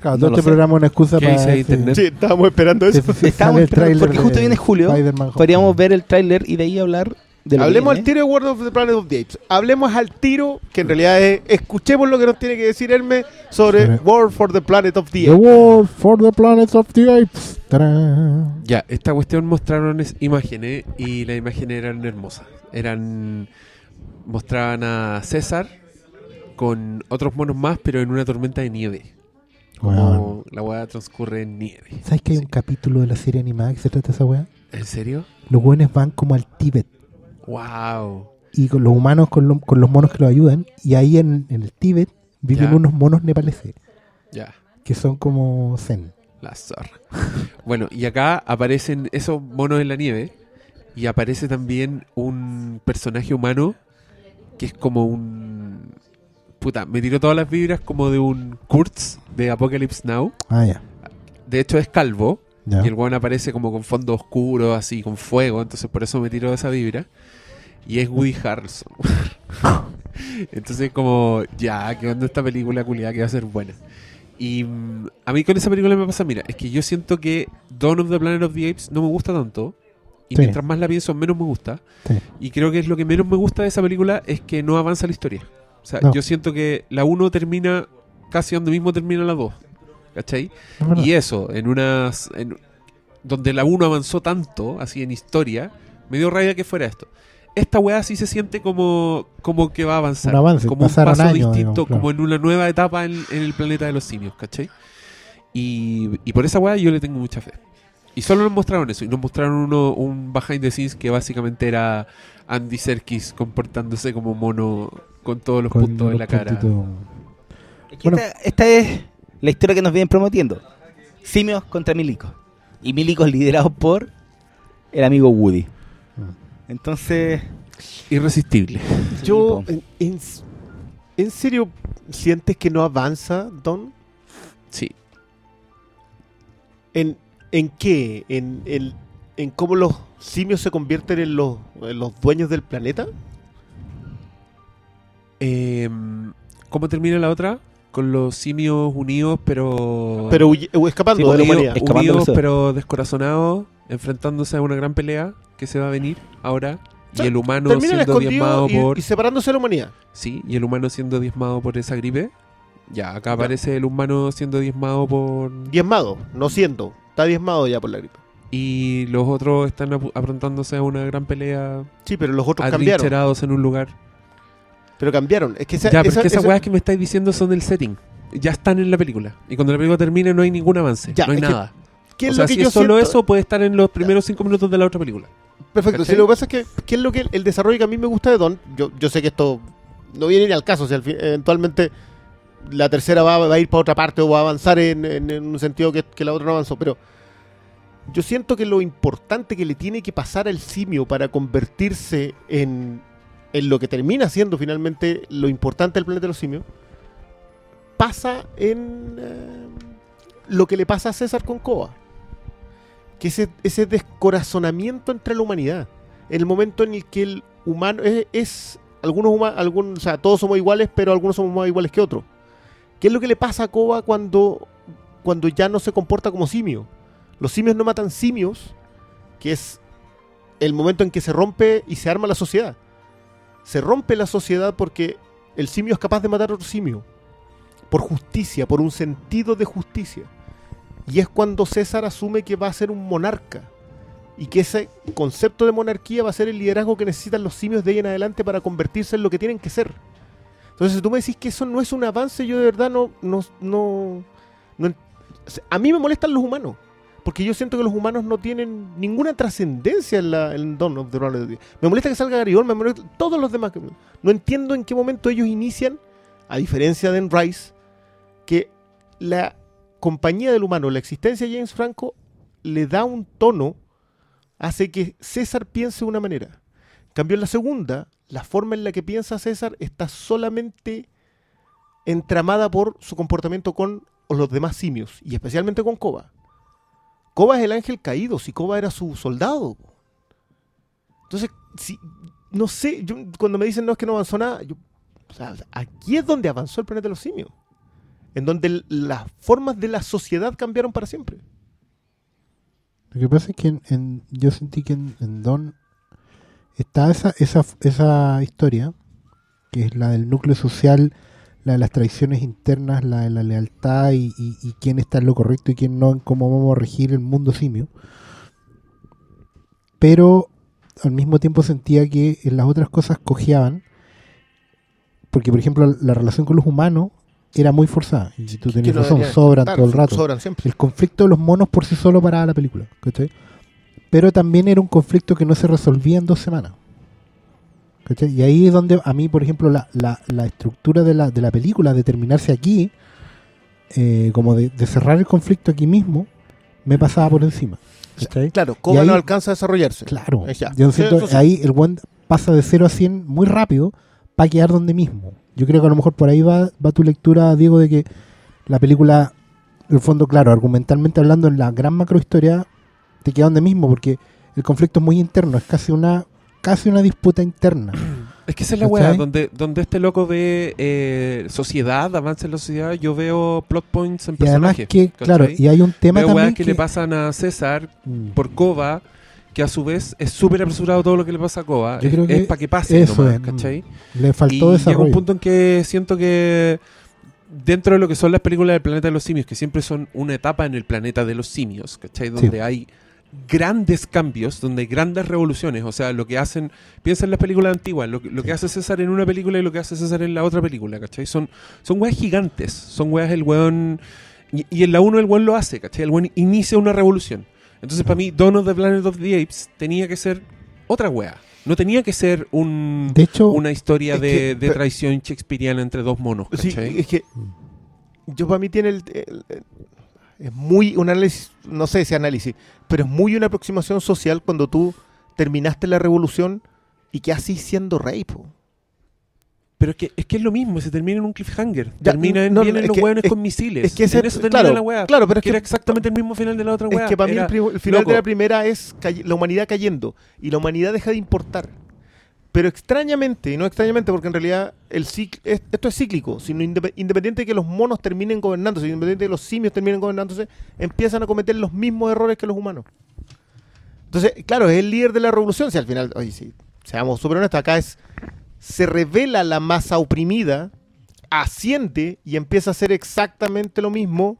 Claro,
no
todo
lo
este
sé.
programa es una excusa
¿Qué
para.
dice internet?
Sí, estábamos esperando
sí,
eso.
sí, sí,
Estamos
sale el
esperando,
tráiler
porque justo
de
viene julio.
Spider-Man Homecoming.
Podríamos ver el tráiler y de ahí hablar de lo
Hablemos
que viene.
al tiro de World of the Planet of the Apes. Hablemos al tiro, que en realidad es... Escuchemos lo que nos tiene que decir Hermes sobre
Sobre-
World for the Planet of the
The
Apes.
War for the Planets of the Apes. Tarán.
Ya, esta cuestión mostraron es- imágenes y las imágenes eran hermosas. Eran. Mostraban a César con otros monos más, pero en una tormenta de nieve.
Weón.
Oh.
Como la hueá transcurre en nieve.
¿Sabes que hay un
Sí.
capítulo de la serie animada que se trata de esa weá?
¿En serio?
Los weones van como al Tíbet.
¡Wow!
y con los humanos, con, lo- con los monos que los ayudan. Y ahí en, en el Tíbet viven
Ya.
unos monos nepaleses
Ya,
que son como zen.
la zorra. bueno, y acá aparecen esos monos en la nieve. Y aparece también un personaje humano que es como un. Puta, me tiró todas las vibras como de un Kurtz de Apocalypse Now.
Ah, ya.
De hecho es calvo.
ya.
Y el weón aparece como con fondo oscuro, así, con fuego. Entonces por eso me tiró esa vibra. Y es Woody Harrelson. (laughs) entonces como, ya, que onda esta película culiada que va a ser buena. Y mm, a mí con esa película me pasa, mira, es que yo siento que Dawn of the Planet of the Apes no me gusta tanto. Y
Sí.
mientras más la pienso, menos me gusta.
Sí.
Y creo que es lo que menos me gusta de esa película es que no avanza la historia. O sea,
No.
yo siento que la 1 termina casi donde mismo termina la 2. ¿Cachai?
Es verdad.
Y eso, en unas. en- donde la 1 avanzó tanto, así en historia, me dio rabia que fuera esto. Esta weá sí se siente como, como que va a avanzar.
Un avance,
como un
pasaron
paso
años,
distinto,
digamos, claro.
como en una nueva etapa en, en el planeta de los simios, ¿cachai? Y, y por esa weá yo le tengo mucha fe. Y solo nos mostraron eso, y nos mostraron uno, un behind the scenes que básicamente era Andy Serkis comportándose como mono con todos los
Con
puntos en
los
la cara.
puntitos.
Es que esta, esta es la historia que nos vienen prometiendo. Simios contra Milico. Y Milico es liderado por el amigo Woody.
Mm.
Entonces,
Irresistible.
Yo,
Sí,
en, en- ¿en serio sientes que no avanza, Don?
Sí.
¿En, en qué? ¿En, el, ¿En cómo los simios se convierten en los, en los dueños del planeta?
Eh, ¿Cómo termina la otra? Con los simios unidos, pero.
Pero huy- o escapando
Sí,
de la
unido-
humanidad.
escapando del
unidos,
sol.
pero descorazonados, enfrentándose a una gran pelea que se va a venir ahora. Y el humano
Terminan
siendo diezmado
escondidos y,
por.
y separándose de la humanidad.
Sí, y el humano siendo diezmado por esa gripe. Ya, acá aparece el humano siendo diezmado por.
Diezmado, no siento. Está diezmado ya por la gripe.
Y los otros están apu- afrontándose a una gran pelea.
Sí, pero los otros cambiaron.
Atrincherados en un lugar.
Pero cambiaron. Es que esa,
ya, pero
esa-
es que esas
esa-
weas que me estáis diciendo son del setting. Ya están en la película. Y cuando la película termine, no hay ningún avance.
Ya,
no hay
es que-
nada.
¿qué
O
es
sea,
lo que
si
yo
es solo
siento?
eso, puede estar en los primeros cinco minutos de la otra película.
Perfecto, si
¿Cachai?
lo que pasa es que, ¿qué es lo que el, el desarrollo que a mí me gusta de Don? Yo, yo sé que esto no viene ni al caso, si al fin- eventualmente la tercera va, va a ir para otra parte o va a avanzar en, en- en un sentido que, que la otra no avanzó, pero yo siento que lo importante que le tiene que pasar al simio para convertirse en, en lo que termina siendo finalmente lo importante del planeta de los simios, pasa en eh, lo que le pasa a César con Coa que ese, ese descorazonamiento entre la humanidad, el momento en el que el humano es, es- algunos huma- algún- o sea, todos somos iguales, pero algunos somos más iguales que otros. ¿Qué es lo que le pasa a Koba cuando cuando ya no se comporta como simio. Los simios no matan simios, que es el momento en que se rompe y se arma la sociedad. Se rompe la sociedad porque el simio es capaz de matar a otro simio. Por justicia, por un sentido de justicia. Y es cuando César asume que va a ser un monarca. Y que ese concepto de monarquía va a ser el liderazgo que necesitan los simios de ahí en adelante para convertirse en lo que tienen que ser. Entonces, si tú me decís que eso no es un avance, yo de verdad no. no, no, no en- a mí me molestan los humanos. Porque yo siento que los humanos no tienen ninguna trascendencia en, la, en Dawn of the Reality. Me molesta que salga Garibón, me molesta todos los demás. que- No entiendo en qué momento ellos inician, a diferencia de en Rice, que la compañía del humano, la existencia de James Franco, le da un tono, hace que César piense de una manera. En cambio, en la segunda, la forma en la que piensa César está solamente entramada por su comportamiento con los demás simios, y especialmente con Koba. Koba es el ángel caído, si Koba era su soldado. po. Entonces, si, no sé, yo- cuando me dicen no es que no avanzó nada, yo- o sea, aquí es donde avanzó el planeta de los simios, en donde l- las formas de la sociedad cambiaron para siempre.
Lo que pasa es que en- en- yo sentí que en, en Don está esa, esa, esa historia, que es la del núcleo social, la de las traiciones internas, la de la lealtad y, y- y quién está en lo correcto y quién no, en cómo vamos a regir el mundo simio. Pero al mismo tiempo sentía que en las otras cosas cojeaban, porque por ejemplo la relación con los humanos era muy forzada, y tú
Que- que
tenías
no
razón,
deberían
sobran
estar,
todo el rato
Sobran siempre.
el conflicto de los monos por sí solo paraba la película. ¿cachai? Pero también era un conflicto que no se resolvía en dos semanas. ¿cachai? Y ahí es donde a mí, por ejemplo, la, la- la estructura de la, de la película, de terminarse aquí, eh, como de, de cerrar el conflicto aquí mismo, me pasaba por encima. ¿cachai?
Claro, Koba
ahí-
no alcanza a desarrollarse.
Claro.
Ya.
Yo siento
Eso sí.
que ahí el one pasa de 0 a 100 muy rápido para quedar donde mismo. Yo creo que a lo mejor por ahí va, va tu lectura, Diego, de que la película, en el fondo, claro, argumentalmente hablando, en la gran macrohistoria, te queda donde mismo, porque el conflicto es muy interno, es casi una casi una
(clears throat)
disputa interna.
Es que esa es la
¿Cachai?
weá, donde, donde este loco ve eh, sociedad, avance en la sociedad, yo veo plot points en
y además
personajes.
que,
¿cachai?
claro, y hay un tema
veo
también
weas que, le pasan a César
Mm.
por Koba, que a su vez es súper apresurado todo lo que le pasa a Koba.
Yo
es,
creo que
es para que pase
eso
nomás,
es, mm.
¿cachai?
le faltó
y llega un
desarrollo.
punto en que siento que dentro de lo que son las películas del planeta de los simios, que siempre son una etapa en el planeta de los simios, ¿cachai? Donde hay grandes cambios, donde hay grandes revoluciones, o sea, lo que hacen, piensa en las películas antiguas, lo, que- lo que hace César en una película y lo que hace César en la otra película, ¿cachai? Son, son weas gigantes, son weas el weón, y, y en la 1 el weón lo hace, ¿cachai? El weón inicia una revolución. Entonces, para mí, Dawn of the Planet of the Apes tenía que ser otra wea, no tenía que ser un
de hecho,
una historia
Es
de,
que-
de traición shakespeariana entre dos monos,
Sí,
¿cachai?
es que yo para mí tiene el, el- el- es muy un análisis, no sé ese análisis, pero es muy una aproximación social cuando tú terminaste la revolución y que así siendo rey, po.
Pero es que, es que es lo mismo, se termina en un cliffhanger.
Ya,
termina en,
no, no,
vienen
es
los
que-
hueones
es-
con misiles.
es que ese-
en eso termina
claro,
la weá.
claro, pero es
que
que-
era exactamente el mismo final de la otra
Es
weá.
que para mí el,
Era-
pri- el final
loco.
de la primera es calle- la humanidad cayendo y la humanidad deja de importar. Pero extrañamente, y no extrañamente porque en realidad el cic- es- esto es cíclico, sino indep- independiente de que los monos terminen gobernándose, independiente de que los simios terminen gobernándose, empiezan a cometer los mismos errores que los humanos. Entonces, claro, es el líder de la revolución, si al final, oye, sí, seamos súper honestos, acá es, se revela la masa oprimida, asciende y empieza a hacer exactamente lo mismo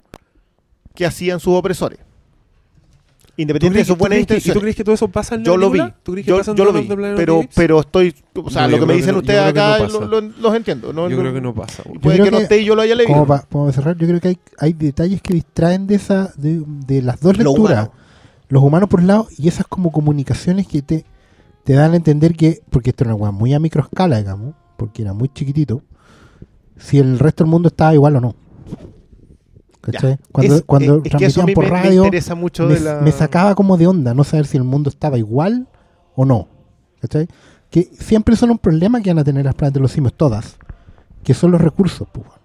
que hacían sus opresores.
¿Tú
Independiente de
crees,
sus
tú
buenas
crees que, ¿Y tú
intenciones.
crees que todo eso pasa en la
Yo lo vi.
película? ¿Tú crees que
Yo,
pasa en
yo lo
Dawn
vi.
of the Planet of the
Pero,
Apes?
pero estoy. O sea,
No, yo
lo que me
creo que
dicen
no- yo
ustedes
creo que no
acá
pasa.
lo, lo- los entiendo. No,
yo
no-
creo que no pasa. weón.
Puede
Yo
que,
creo
no
que-
esté y yo lo haya leído.
como pa- como cerrar, yo creo que hay, hay detalles que distraen de esa de, de las dos
Lo
lecturas.
humano.
Los humanos por un lado y esas como comunicaciones que te, te dan a entender que, porque esto era una weá muy a microescala, digamos, porque era muy chiquitito, si el resto del mundo estaba igual o no. ¿Cachai?
Ya.
Cuando,
Es-
cuando
es- es que eso a
transmitían
mí
por
me- me
radio,
interesa mucho
me,
de la-
me sacaba como de onda no saber si el mundo estaba igual o no. ¿Cachai? Que siempre son un problema que van a tener las plantas de los simios, todas, que son los recursos. pues, weón.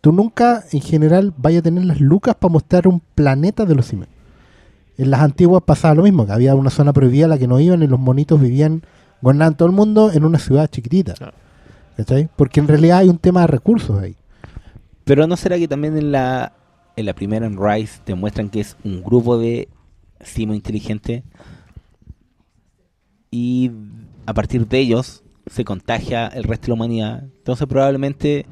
Tú nunca, en general, vaya a tener las lucas para mostrar un planeta de los simios. En las antiguas pasaba lo mismo, que había una zona prohibida a la que no iban y los monitos vivían, gobernaban todo el mundo en una ciudad chiquitita.
Ah.
¿Cachai? Porque en realidad hay un tema de recursos ahí.
Pero no será que también en la en la primera en Rise te muestran que es un grupo de Simo inteligente y a partir de ellos se contagia el resto de la humanidad. Entonces probablemente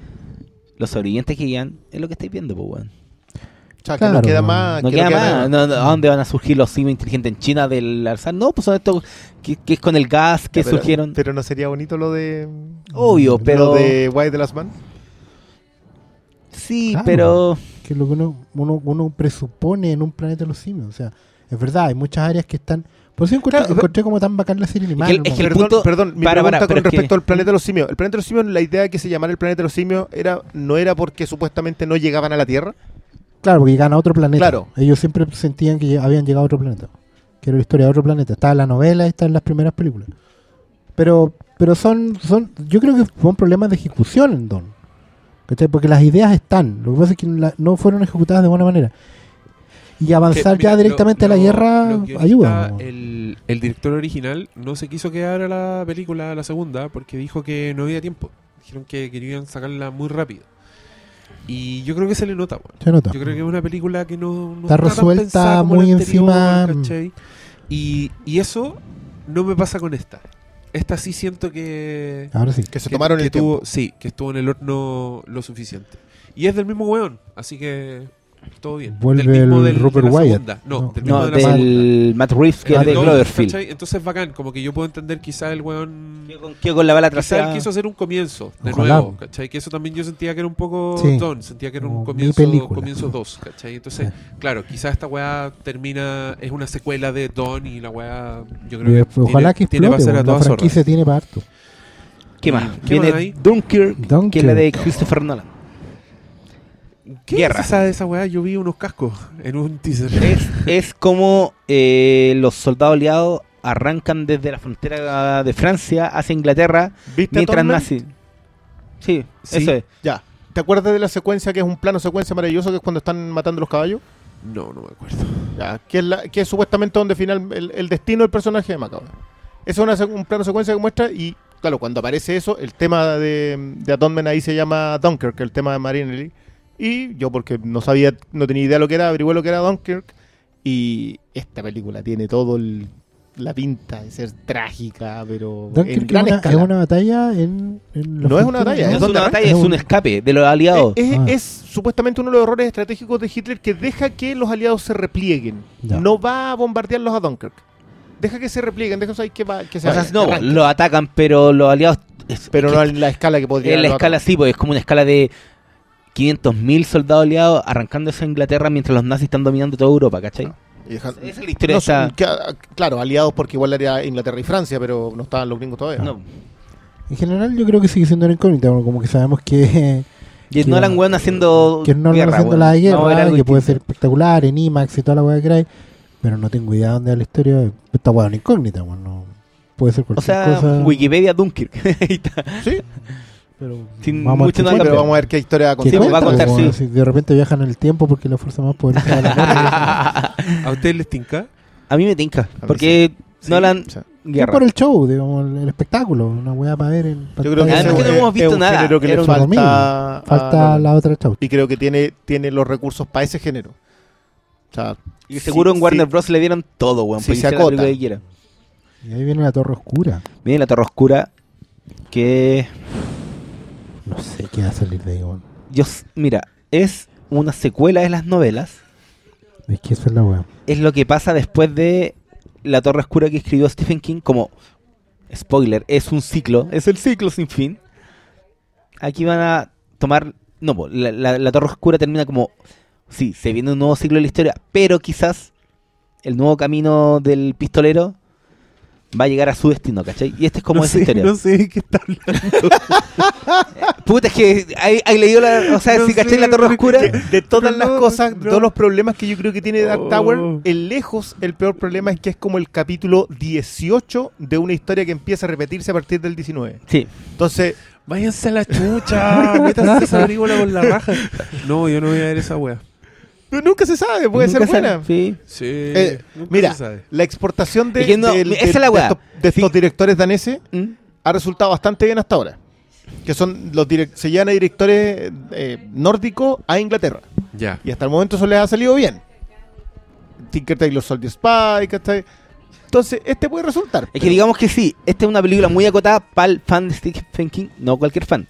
los sobrevivientes que quedan es lo que estáis viendo, pues, weón.
O sea, que
Claro,
no queda
no.
más.
No
Ah, que
queda
nada.
más. No, no, ¿A dónde van a surgir los simios inteligentes en China del Alzar? No, pues son estos que, que es con el gas que
Ya, pero-
surgieron.
Pero no sería bonito lo de.
Obvio, pero.
Lo de Why the Last Man.
Sí,
Claro.
pero.
que es lo que uno, uno, uno presupone en un planeta de los simios. O sea, es verdad, hay muchas áreas que están. Por eso encontré,
Claro, pero-
encontré como tan bacán la serie animada.
el-
¿no?
es que el
Perdón,
punto-
perdón, mi
para, para,
pregunta
pero
con
es que-
respecto al planeta de los simios. El planeta de los simios, la idea de que se llamara el planeta de los simios era no era porque supuestamente no llegaban a la Tierra.
Claro, porque llegan a otro planeta.
Claro.
Ellos siempre sentían que ya habían llegado a otro planeta. Que era la historia de otro planeta. Está en la novela y está en las primeras películas. Pero, pero son, son, yo creo que son problemas de ejecución en Don. ¿Cachai? Porque las ideas están. Lo que pasa es que la- no fueron ejecutadas de buena manera. Y avanzar
Que, mira,
ya directamente
lo-
a la
lo-
guerra
lo que
ayuda.
ahorita
¿no?
El, el director original no se quiso quedar a la película, a la segunda, porque dijo que no había tiempo. Dijeron que querían sacarla muy rápido. Y yo creo que se le nota, weón.
Se nota.
Yo creo que es una película que no, no
Está
tan
resuelta
pensada como
muy
la anterior,
encima.
¿cachai? Y, y eso no me pasa con esta. Esta sí siento que.
Ahora sí.
Que se
que-
tomaron
que
el
estuvo-
tiempo.
Sí, que estuvo en el horno lo suficiente. Y es del mismo weón, así que todo bien.
Vuelve
del mismo
el
del, de
Rupert
la
Wyatt.
segunda. No,
No.
del mismo
No,
de la segunda.
del Matt Reeves, que
El
Ah,
es de
dos,
Gloverfield.
¿cachai? Entonces bacán, como que yo puedo entender quizá el weón...
Quedó con- quedó con la bala
Quizá
trasera.
él quiso hacer un comienzo, de
Ojalá.
nuevo, ¿cachai? Que eso también yo sentía que era un poco
Sí.
Don, sentía que era un
Como mi
comienzo,
película. Eh.
comienzo 2, ¿cachai? Entonces, claro, quizá esta weá termina, es una secuela de Don y la weá, yo creo que
eh, Ojalá que
tiene, tiene para
explote.
hacer a
bueno, la
todas zorras.
franquicia tiene para harto.
¿Qué más?
¿Qué
Viene
más hay?
Dunkirk, que es la de
Dunkirk.
Christopher Nolan.
¿Qué
Guerra.
es esa de esa weá? Yo vi unos cascos en un teaser. Eh,
Eh.
Es, es como eh, los soldados aliados arrancan desde la frontera de Francia hacia Inglaterra
¿Viste a
mientras
Torment?
nazi. Sí,
Sí.
eso es.
Ya. ¿Te acuerdas de la secuencia que es un plano secuencia maravilloso que es cuando están matando los caballos?
No, no me acuerdo.
Ya. Que es, la- que es supuestamente donde final el, el destino del personaje de Macabro. Eso es una sec- un plano secuencia que muestra y, claro, cuando aparece eso, el tema de, de Atonement ahí se llama Dunkirk, el tema de Marinelli. Y yo, porque no sabía, no tenía idea lo que era, averigué lo que era Dunkirk. Y esta película tiene todo el- la pinta de ser trágica, pero en
Dunkirk es
gran
una,
escala.
es una batalla en, en la
No es una
frontera,
batalla,
No
¿no?
es
donde
una
arranca?
batalla, es un escape de los aliados.
Eh, Es,
Ah.
es supuestamente uno de los errores estratégicos de Hitler que deja que los aliados se replieguen.
Ya.
No va a bombardearlos a Dunkirk. Deja que se replieguen, deja ahí que, va- que se
o sea,
vayan,
no,
arranquen.
lo atacan, pero los aliados. es-
Pero
es
no
que
en la escala que podría
en la
haberlo
escala sí, pues es como una escala de 500.000 soldados aliados arrancando hacia Inglaterra mientras los nazis están dominando toda Europa, ¿cachai?
atacado. Y dejan-
Esa es la historia
no,
de esa-
son- que- claro, aliados porque igual era Inglaterra y Francia, pero no estaban los gringos todavía.
No.
En general yo creo que sigue siendo una incógnita, bueno, como que sabemos que
Y es
Que-
Nolan, weón, haciendo.
que no
guerra,
haciendo
weón.
la guerra,
Vamos a ver
que
algo
puede ser
distinto.
espectacular en IMAX y toda la weá que queráis, pero no tengo idea de dónde va la historia. Esta weá es una incógnita, weón, no- puede ser
O
cualquier
sea,
cosa.
Wikipedia Dunkirk. (laughs) Ahí está.
Sí,
pero
sin
vamos a
mucho no
sí,
escuchar.
hay
pero vamos a ver qué historia
¿Qué
Sí,
continúa.
va a
cuenta,
contar,
weón?
sí.
Si de repente viajan en el tiempo porque la fuerza más poderosa de
(laughs)
la muerte.
¿A ustedes les tinca?
A mí me tinca.
mí
Porque
Sí,
Nolan.
O sea,
Es
Guerra.
por el show, digamos, el, el espectáculo, una weá para ver en
yo creo que
pantalla.
Además
ese
que no
es-
hemos visto
es un
nada.
género que
Era
le
un
domingo.
falta, a
falta
Nolan.
la otra chau.
Y creo que tiene, tiene los recursos para ese género. O sea,
Y seguro en Warner Bros. le dieron todo, weón.
Sí,
porque
se
hicieron la
acota.
película que quiera.
Y ahí viene la torre oscura.
Viene la Torre Oscura. Que.
No sé qué va a salir de ahí, weón.
Yo, s- mira, es una secuela de las novelas.
Es que esa es la weá.
Es lo que pasa después de La Torre Oscura que escribió Stephen King. Como. Spoiler, es un ciclo. Es el ciclo sin fin. Aquí van a tomar. No, po, la, la- la Torre Oscura termina como. Sí, se viene un nuevo ciclo de la historia. Pero quizás. El nuevo camino del pistolero. Va a llegar a su destino, ¿cachai? Y este es como
no
esa
sé,
historia.
No sé de qué está hablando.
Puta, es que hay, hay leído la. O sea,
No
si caché
sé,
la Torre
pero
Oscura.
que-
De todas
Pero
las
no,
cosas,
no.
todos los problemas que yo creo que tiene Dark
Oh.
Tower, el lejos, el peor problema es que es como el capítulo 18 de una historia que empieza a repetirse a partir del 19.
Sí.
Entonces,
Váyanse a la
(laughs)
chucha, métanse esa película con la raja. No, yo no voy a ver esa weá.
nunca se sabe, puede
Nunca
ser
sabe,
buena.
Sí.
Sí.
Eh,
nunca
mira,
se sabe.
la exportación de,
Es que no,
del-
esa es la
de
weá.
estos, de estos directores daneses
¿Mm?
ha resultado bastante bien hasta ahora. Que son los direc- se llevan a directores eh, nórdicos a Inglaterra.
Ya.
Y hasta el momento eso les ha salido bien. Tinker Taylor Soldier Spy, ¿cachai? Entonces, este puede resultar.
Es que digamos que sí, esta es una película muy acotada para el fan de Stephen King, no cualquier fan.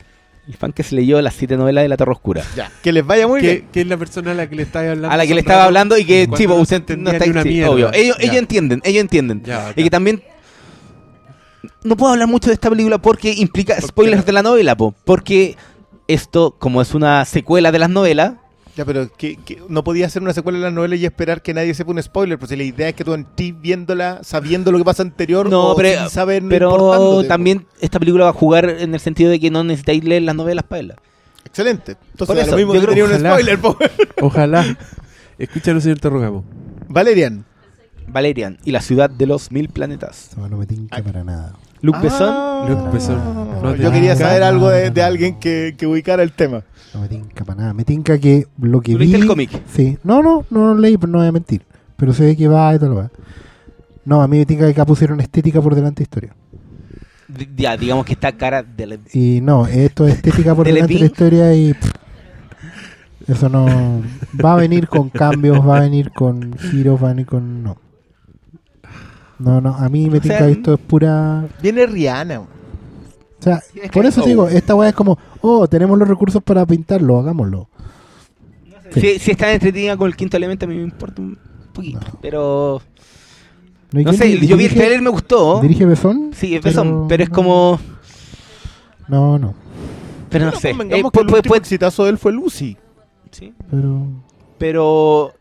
El fan que se leyó las siete novelas de La Torre Oscura.
Ya, que les vaya muy bien.
¿Qué, qué es la persona a la que le estaba hablando?
A la que
hace
le
un
estaba
rato?
hablando y que,
Cuando
tipo,
no
usted
entendía
no está
ni una
sí,
mierda.
obvio. Ellos,
Ya.
ellos entienden, ellos entienden.
Ya,
y
ya.
que también. No puedo hablar mucho de esta película porque implica spoilers de la novela, po. Porque esto, como es una secuela de las novelas,
Ya, pero que, que no podía hacer una secuela de la novela y esperar que nadie sepa un spoiler, porque si la idea es que tú en ti viéndola, sabiendo lo que pasa anterior,
No,
o
pero-
sin saber, no
pero
importándote, pues.
también esta película va a jugar en el sentido de que no necesitáis leer las novelas para verla.
pues. Excelente. Entonces,
Por
da
eso,
lo mismo
yo
que
creo-
tenía un
ojalá.
spoiler,
(laughs)
po.
Ojalá. Escúchanos, señor Tarrogamo.
Valerian.
Valerian y la ciudad de los mil planetas.
No, no me tinca
Ay.
para nada.
Luc Besson.
Ah.
Luke Besson. No te
Yo quería
tinca.
saber algo de, de alguien que, que ubicara el tema.
No me tinca para nada. Me tinca que lo que
¿Tú
vi.
leíste el cómic?
Sí. No, no, no lo leí, pero no voy a mentir. Pero sé de qué va y todo lo va. No, a mí me tinca que acá pusieron estética por delante de historia.
Di- Ya, digamos que está cara de la-
Y no, esto es estética por delante de la
Telepin.
historia y. pff, eso no. Va a venir con cambios, va a venir con giros, va a venir con. No. No, no, a mí me
O
tinca
sea,
que esto es pura.
Viene Rihanna. man.
O sea, por eso te digo, esta weá es como, oh, tenemos los recursos para pintarlo, hagámoslo. Sí.
Si, si está entretenida con el quinto elemento, a mí me importa un poquito.
No.
Pero.
y
No
quién
sé,
di-
yo vi el
dirige-
trailer me gustó.
¿Dirige Besón?
Sí, es Besson, pero es como.
No, no.
Pero no
Bueno,
sé.
convengamos
Eh,
que
puede-
el último
puede-
exitazo de él fue Lucy.
sí,
Pero.
pero.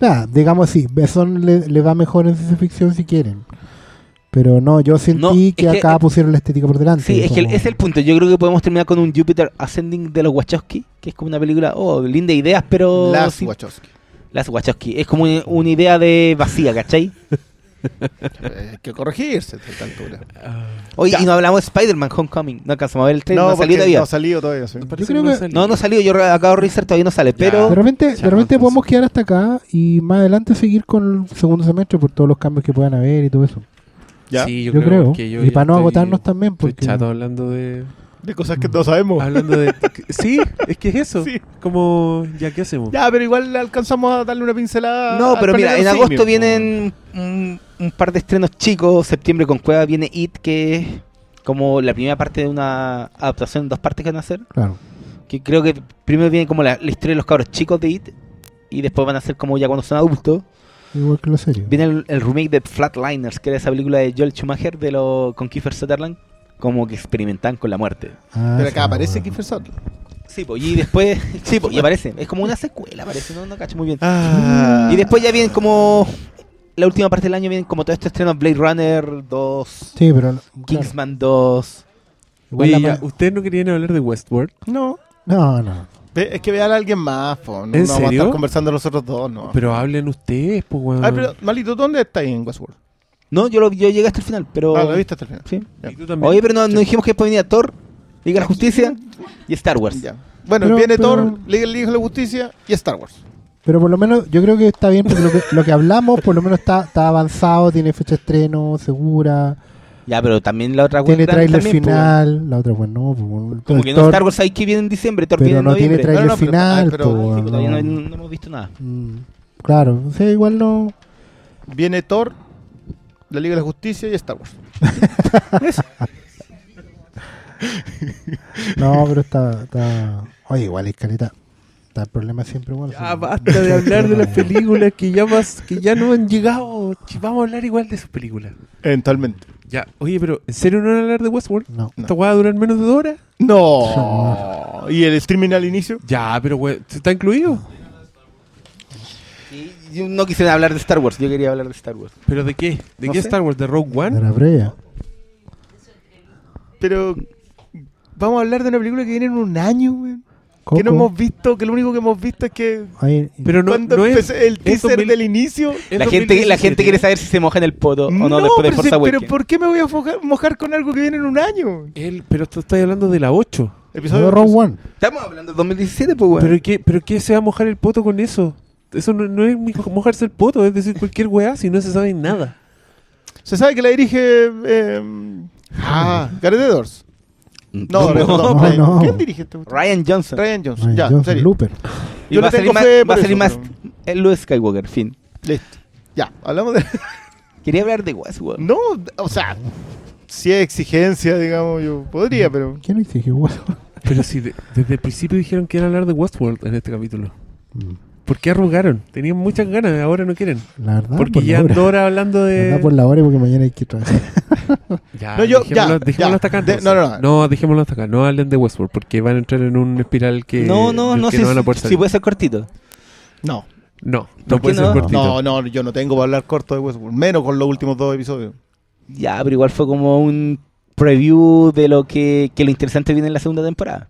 Nada, digamos así, Besón le, le va mejor en ciencia ficción si quieren. Pero no, yo sentí
No,
que,
es que-
acá pusieron la estética por delante.
Sí, es que el-
como-
es el punto. Yo creo que podemos terminar con un Jupiter Ascending de los Wachowski, que es como una película, oh, linda ideas, pero.
Las
sí-
Wachowski.
Las Wachowski. Es como un- una idea de vacía, ¿cachai?
Eh, Hay que corregirse. de esta altura.
Hoy
Ya.
y no hablamos de Spider-Man Homecoming. No alcanzamos a ver el trailer, no,
porque
salió todavía.
No ha salido todavía. sí.
Parece
creo
no
que-
salió.
No, no salió. Yo re- acabo de revisar, todavía no sale. Pero
De repente, de
Ya,
repente
entonces.
podemos quedar hasta acá y más adelante seguir con el segundo semestre por todos los cambios que puedan haber y todo eso.
Ya.
Sí,
Yo,
yo,
creo.
que yo
y
ya
para no
estoy-
agotarnos también,
Estoy
porque.
chato hablando de.
De cosas que
Mm.
no sabemos.
Hablando de. Oh. (laughs) sí, es que es eso.
Sí.
Como, ¿ya qué hacemos?
Ya, pero igual le alcanzamos a darle una pincelada.
No,
al
pero mira, en
planeta de los
agosto
simios,
vienen un, un par de estrenos chicos. Septiembre con Cueva viene It, que es como la primera parte de una adaptación en dos partes que van a hacer.
Claro.
Que creo que primero viene como la, la historia de los cabros chicos de It. Y después van a ser como ya cuando son adultos.
Igual que la serie.
Viene el, el remake de Flatliners, que era esa película de Joel Schumacher de lo, con Kiefer Sutherland. Como que experimentan con la muerte.
Ah,
Pero
sí,
acá aparece
bueno.
Kiefer Sutherland.
Sí, po, y después. (laughs) Sí, po, y aparece. Es como una secuela, parece. No, no cacho muy bien.
Ah.
Y después ya vienen como. La última parte del año vienen como todos estos estrenos: Blade Runner 2,
Sí, pero. no- claro.
Kingsman 2.
Igual
Oye,
la-
ya, ¿ustedes no querían hablar de Westworld?
No.
No, no.
Ve- Es que vean a alguien más, po. No,
¿En
no vamos a
serio?
estar conversando nosotros dos, no.
Pero hablen ustedes, pues, weón.
Ay, pero, Malito, ¿dónde está ahí en Westworld?
No, yo, lo, yo llegué hasta el final, pero.
Ah, lo viste hasta el final.
Sí.
¿Y tú también?
Oye, pero no, no dijimos que después venía Thor, Liga de la Justicia y Star Wars.
Ya. Bueno,
Pero-
viene
pero-
Thor, Liga Liga de la Justicia y Star Wars.
Pero por lo menos yo creo que está bien porque lo que, lo que hablamos por lo menos está, está avanzado, tiene fecha de estreno segura,
Ya, pero también la otra
tiene
weá
tráiler
también, po,
final, la otra pues no, pues, bueno,
Como
el
que no
Thor,
Star Wars hay que viene en diciembre, Thor
pero
viene en
no tiene
noviembre.
tráiler
No, no, pero-
final,
ah, pero-
po,
ah, sí,
bueno,
Sí, todavía no,
no.
no hemos visto nada.
Mm, Claro, o sea, igual no
Viene Thor, la Liga de la Justicia y Star Wars.
no, pero está, está Oye, igual escaleta. Está el problema siempre, bueno.
Ya,
son
Ah, basta
(laughs)
de
muchos
hablar de
temas,
las
¿no?
películas que ya, más, que ya no han llegado. Ch- Vamos a hablar igual de sus películas.
Eventualmente.
Ya, oye, pero ¿en serio no van a hablar de Westworld?
No.
¿Esta weá va a durar menos de dos horas?
No. (laughs) ¿Y el streaming al inicio?
Ya, pero weón, ¿está incluido?
Y- Yo no quise hablar de Star Wars, yo quería hablar de Star Wars.
¿Pero de qué? ¿De
No
qué
sé.
Star Wars? ¿De Rogue
De
One?
la previa.
Pero vamos a hablar de una película que viene en un año, weón.
Coco,
Que no hemos visto, que lo único que hemos visto es que
ahí-
Pero no,
cuando
no es.
empecé el
es
teaser
2000
del inicio.
es
La gente, la
2017.
gente quiere saber si se moja en el poto o no después de
pero,
Forza
sí, pero
Awakens.
¿por qué me voy a foja- mojar con algo que viene en un año?
El- pero tú estás hablando de la 8.
no, Rogue One.
Estamos hablando del 2017, pues, weón.
¿Pero, qué, ¿Pero qué se va a mojar el poto con eso? Eso no, no es mi- mojarse el poto, es decir, cualquier weá, si no se sabe nada.
Se sabe que la dirige. eh, ah, Gareth Edwards. No, no,
No, no.
¿Quién dirige este?
Ryan Johnson.
Ryan Johnson.
Ryan
ya, en
Johnson
serio.
pues, Looper.
Y
Yo
va a
le
salir
tengo
más,
fe
va a
por
salir
eso,
más
pero-
eh, Luke Skywalker, fin.
Listo. Ya, hablamos de. (laughs)
Quería hablar de Westworld.
No, o sea, si es exigencia, digamos, yo podría, pero.
¿Quién lo exige? Guau.
Pero si de- desde el principio dijeron que iban a hablar de Westworld en este capítulo.
Mm,
¿Por qué arrugaron? Tenían muchas ganas, ahora no quieren.
La verdad.
Porque
por
ya
la hora.
dos horas hablando
La
de.
verdad por la hora y porque mañana hay que (laughs) trabajar.
Ya,
No, yo-
dejémoslo,
ya,
dejémoslo
ya.
hasta acá.
De-
entonces.
no, no, no.
dejémoslo hasta acá. No hablen de Westworld porque van a entrar en un espiral que.
no, no,
del
no
que
sé
van a poder
si,
salir.
si puede ser cortito.
No,
No, no
¿Por
puede
qué
ser
no?
cortito.
no, no, yo no tengo para hablar corto de Westworld, menos con los últimos dos episodios.
Ya, pero igual fue como un preview de lo que, que lo interesante viene en la segunda temporada.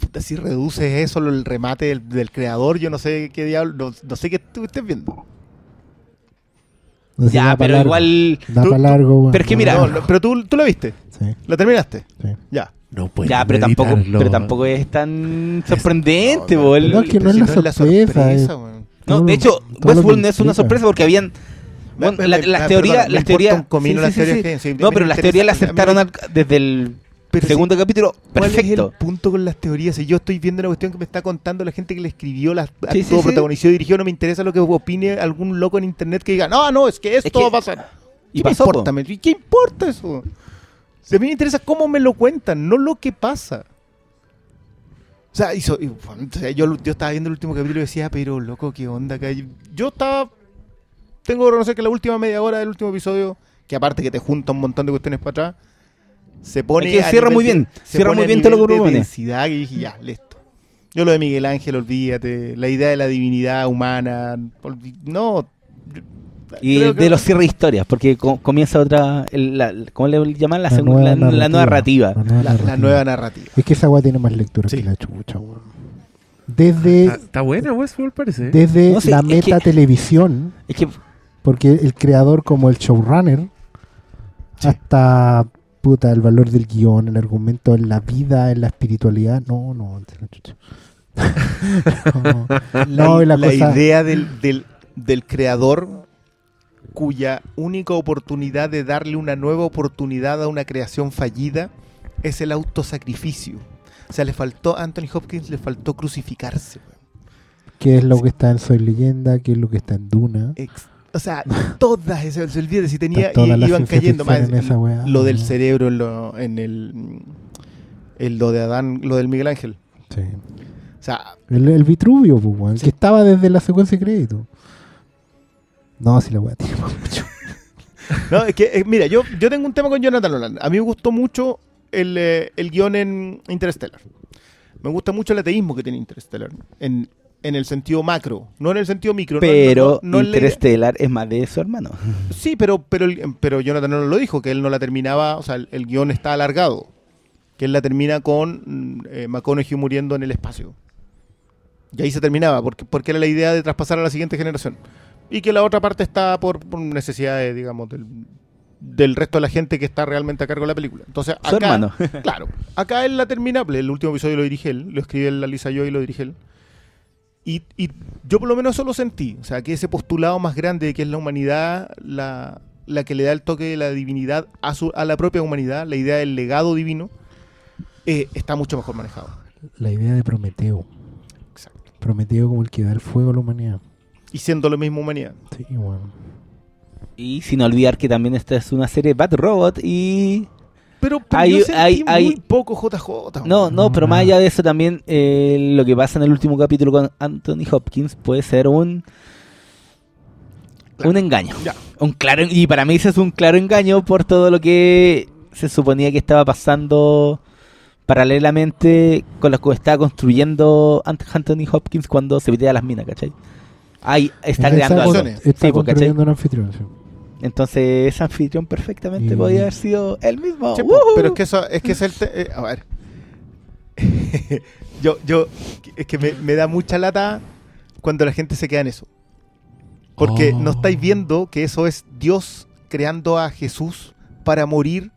Puta, si reduces eso, lo- el remate del, del creador, yo no sé qué diablo, no, no sé qué tú estés viendo.
Entonces da
ya,
pa'
pero
largo.
igual.
Da
tú-
para
tú-
largo, weón.
pero es que
Da
mira-
pa'
No,
largo.
no, pero tú, tú la viste,
Sí,
la terminaste,
sí.
ya.
No pueden
ya, pero tampoco,
editarlo.
pero tampoco es tan sorprendente,
No,
po, el-
No, es que no es
si
la sorpresa, eh.
weón.
No,
Todo
de
lo-
hecho,
todo lo que
Westworld no es una
implica.
sorpresa porque habían. bueno,
Me-
la-
me-
las
me-
teorías.
perdón, me
Las
importa un
teorías
comino las teorías que- sí,
no,
me
pero las
interesa-
teorías las
a mí me-
aceptaron al- desde el
Pero
segundo capítulo.
¿Cuál
Perfecto.
es el punto con las teorías? Si yo estoy viendo la cuestión que me está contando la gente que le escribió, la
Sí,
actuó,
sí, sí.
protagonizó, dirigió, no me interesa lo que opine algún loco en internet que diga, no, no, es que esto
que-
va a pasar.
Y
¿Qué
pasó,
me
po.
importa? me- ¿Qué importa eso? Si a mí me interesa cómo me lo cuentan, no lo que pasa. O sea, hizo- y, bueno, o sea, yo, yo estaba viendo el último capítulo y decía, "Ah, pero loco, qué onda acá. Yo- Yo estaba. Tengo que reconocer que la última media hora del último episodio, que aparte que te junta un montón de cuestiones para atrás, se pone.
Es que
a
cierra
nivel
muy
de-
bien,
se
cierra
pone
muy
a
bien todo lo
nivel
que
de
propone.
densidad que dije, ya, listo. Yo lo de Miguel Ángel, olvídate. La idea de la divinidad humana. olvi- No. yo-
Y
creo que-
de los cierre de historias, porque co- comienza otra. el- la- ¿Cómo le llaman? La, segunda- la- la nueva, narrativa.
La nueva
La, la
narrativa.
nueva narrativa.
Es que esa weá tiene más lectura
Sí. Ah,
que la chucha, weón. Desde,
Está, Ah, está buena Westworld, parece.
desde
No sé,
la
es que-
meta televisión,
Es que
porque el creador como el showrunner, hasta puta, el valor del guión, el argumento, en la vida, en la espiritualidad, no, no, antes la chucha. (laughs) no, no, y la, cosa-
idea del, del- del creador cuya única oportunidad de darle una nueva oportunidad a una creación fallida es el autosacrificio. O sea, le faltó a Anthony Hopkins, le faltó crucificarse. weón.
que es lo que está en Soy Leyenda, que es lo que está en Duna.
Eh,
Ex-
(laughs)
o sea, todas esas, se olvide si tenía,
Está toda
y-
la
iban
ciencia
cayendo más.
ficción en esa weá.
lo del cerebro en, lo- en el, el lo de Adán, lo del Miguel Ángel.
Sí.
O sea,
El, el Vitruvio, pues, weón,
Sí.
que estaba desde la secuencia de crédito. No, si la weá tiene más mucho.
No, es que, eh, mira, yo, yo tengo un tema con Jonathan Nolan. A mí me gustó mucho el, eh, el guión en Interstellar. Me gusta mucho el ateísmo que tiene Interstellar. En, en el sentido macro, no en el sentido micro. no-
pero
no- no- no en la idea-
Interestelar es más de su hermano.
Sí, pero, pero, el- pero Jonathan Nolan lo dijo, que él no la terminaba, o sea, el, el guión está alargado. Que él la termina con mm, eh, McConaughey muriendo en el espacio. Y ahí se terminaba, porque, porque era la idea de traspasar a la siguiente generación. Y que la otra parte está por, por necesidades, digamos, del, del resto de la gente que está realmente a cargo de la película. Entonces,
Su
acá,
hermano.
(laughs) Claro, acá él la termina, el último episodio lo dirige él, lo escribe la Lisa Joy y lo dirige él. Y, y yo por lo menos eso lo sentí, o sea, que ese postulado más grande de que es la humanidad, la, la que le da el toque de la divinidad a, su, a la propia humanidad, la idea del legado divino, eh, está mucho mejor manejado.
La idea de Prometeo.
Exacto.
Prometeo como el que da el fuego a la humanidad.
Y siendo lo mismo humanidad.
Sí, bueno.
Y sin olvidar que también esta es una serie Bad Robot y
Pero, pero
Hay-
yo sentí
hay-
muy
hay-
poco JJ.
No, no,
No,
pero más
nada.
allá de eso también eh, lo que pasa en el último capítulo con Anthony Hopkins puede ser un un engaño.
Ya.
Un claro y para mí eso es un claro engaño por todo lo que se suponía que estaba pasando paralelamente con lo que estaba construyendo Ant- Anthony Hopkins cuando se pitea las minas, ¿cachai? Ahí está
Está
creando algo.
constru-
construyendo- Está
Sí, pues, ¿cachai?
construyendo un anfitrión. sí.
Entonces, ese anfitrión perfectamente
Y-
podía haber sido él mismo.
Sí, po,
¡Woohoo!
pero es que eso, es que es el te- eh, a ver. (laughs) yo, yo, es que me, me da mucha lata cuando la gente se queda en eso. Porque
Oh.
no estáis viendo que eso es Dios creando a Jesús para morir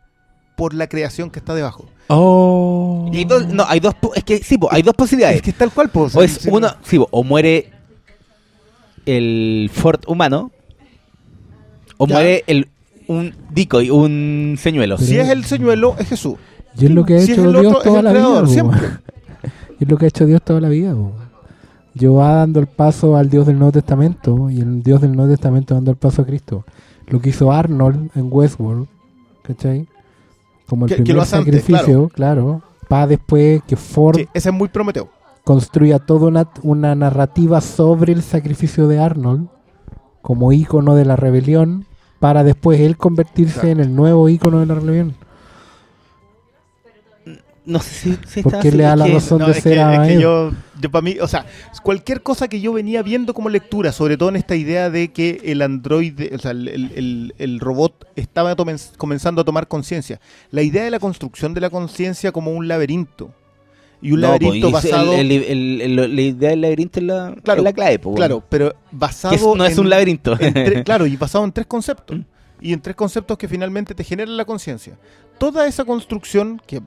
por la creación que está debajo.
Oh.
Y hay dos- no, hay dos, po- es que sí, po, hay dos posibilidades.
Es que es tal cual, po,
O
sí,
es
sí,
uno, sí, o muere el Ford humano, o
Ya.
muere el, un decoy, un señuelo.
Si es el señuelo, es Jesús.
Y es lo que ha
Si es
hecho
el
Dios
otro, es
toda
el
la vida.
creador,
pues,
siempre.
weón. Es lo que ha hecho Dios toda la vida. po. Jehová dando el paso al Dios del Nuevo Testamento y el Dios del Nuevo Testamento dando el paso a Cristo. Lo que hizo Arnold en Westworld, ¿cachai? Como el
Que- que
primer
lo hace antes,
sacrificio, claro. Va después que Ford
Sí, ese es muy prometeo.
construya toda una, una narrativa sobre el sacrificio de Arnold como ícono de la rebelión para después él convertirse en el nuevo ícono de la rebelión.
No sé si, si
¿Por
está
qué
así,
le da
es
la
que-
razón? Son de
es que,
ser a
es que
ellos.
yo, yo para mí, o sea, cualquier cosa que yo venía viendo como lectura, sobre todo en esta idea de que el androide, o sea, el, el- el- el robot estaba tomen- comenzando a tomar conciencia. La idea de la construcción de la conciencia como un laberinto. Y un
No, po,
laberinto
y es el-
basado.
el- el- el- la idea del laberinto es la,
Claro,
es la clave, po,
claro,
bueno.
pero basado.
Que es- no es
en-
un laberinto. (laughs)
en tre- claro, y basado en tres conceptos.
Mm.
Y en tres conceptos que finalmente te generan la conciencia. Toda esa construcción que,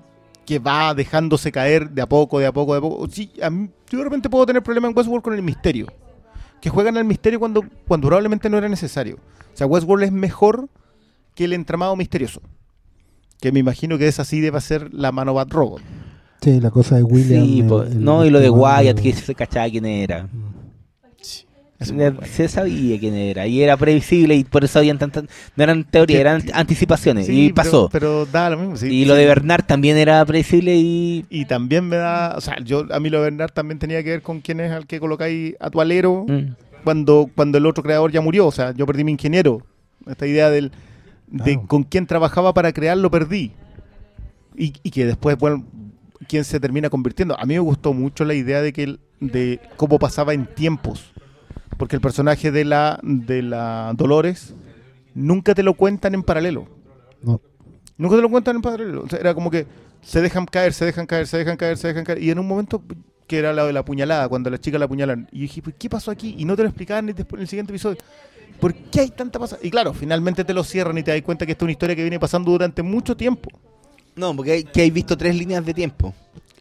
que va dejándose caer de a poco, de a poco, de a poco. Sí, a mí- yo de repente puedo tener problemas en Westworld con el misterio. Que juegan al misterio cuando, cuando probablemente no era necesario. O sea, Westworld es mejor que el entramado misterioso. Que me imagino que es así debe ser la mano Bat Robot.
Sí, la cosa de William.
Sí,
el-
po,
el-
pues, no, y lo
el
de
comando.
Wyatt, que se cachaba quién era.
Eso
Le-
es muy
Se sabía quién era, y era previsible, y por eso habían tantas. No eran teorías,
Que-
eran anticipaciones,
Sí,
y pasó.
Pero, pero da lo mismo. sí,
y lo
sí.
de Bernard también era previsible, y.
Y también me da, o sea, yo a mí lo de Bernard también tenía que ver con quién es al que colocáis a tu alero
Mm.
cuando, cuando el otro creador ya murió, o sea, yo perdí mi ingeniero. Esta idea del, de
Claro.
con quién trabajaba para crear lo perdí. Y, y que después, bueno, quién se termina convirtiendo. A mí me gustó mucho la idea de que el- de cómo pasaba en tiempos. Porque el personaje de la, de la Dolores nunca te lo cuentan en paralelo.
No.
Nunca te lo cuentan en paralelo. O sea, era como que se dejan caer, se dejan caer, se dejan caer, se dejan caer. Y en un momento que era la de la puñalada, cuando la chica la apuñalan. Y dije, "Pues, ¿qué pasó aquí? Y no te lo explicaban ni después en el siguiente episodio. ¿Por qué hay tanta pasada? Y claro, finalmente te lo cierran y te das cuenta que esta es una historia que viene pasando durante mucho tiempo.
No, porque hay, que hay visto tres líneas de tiempo.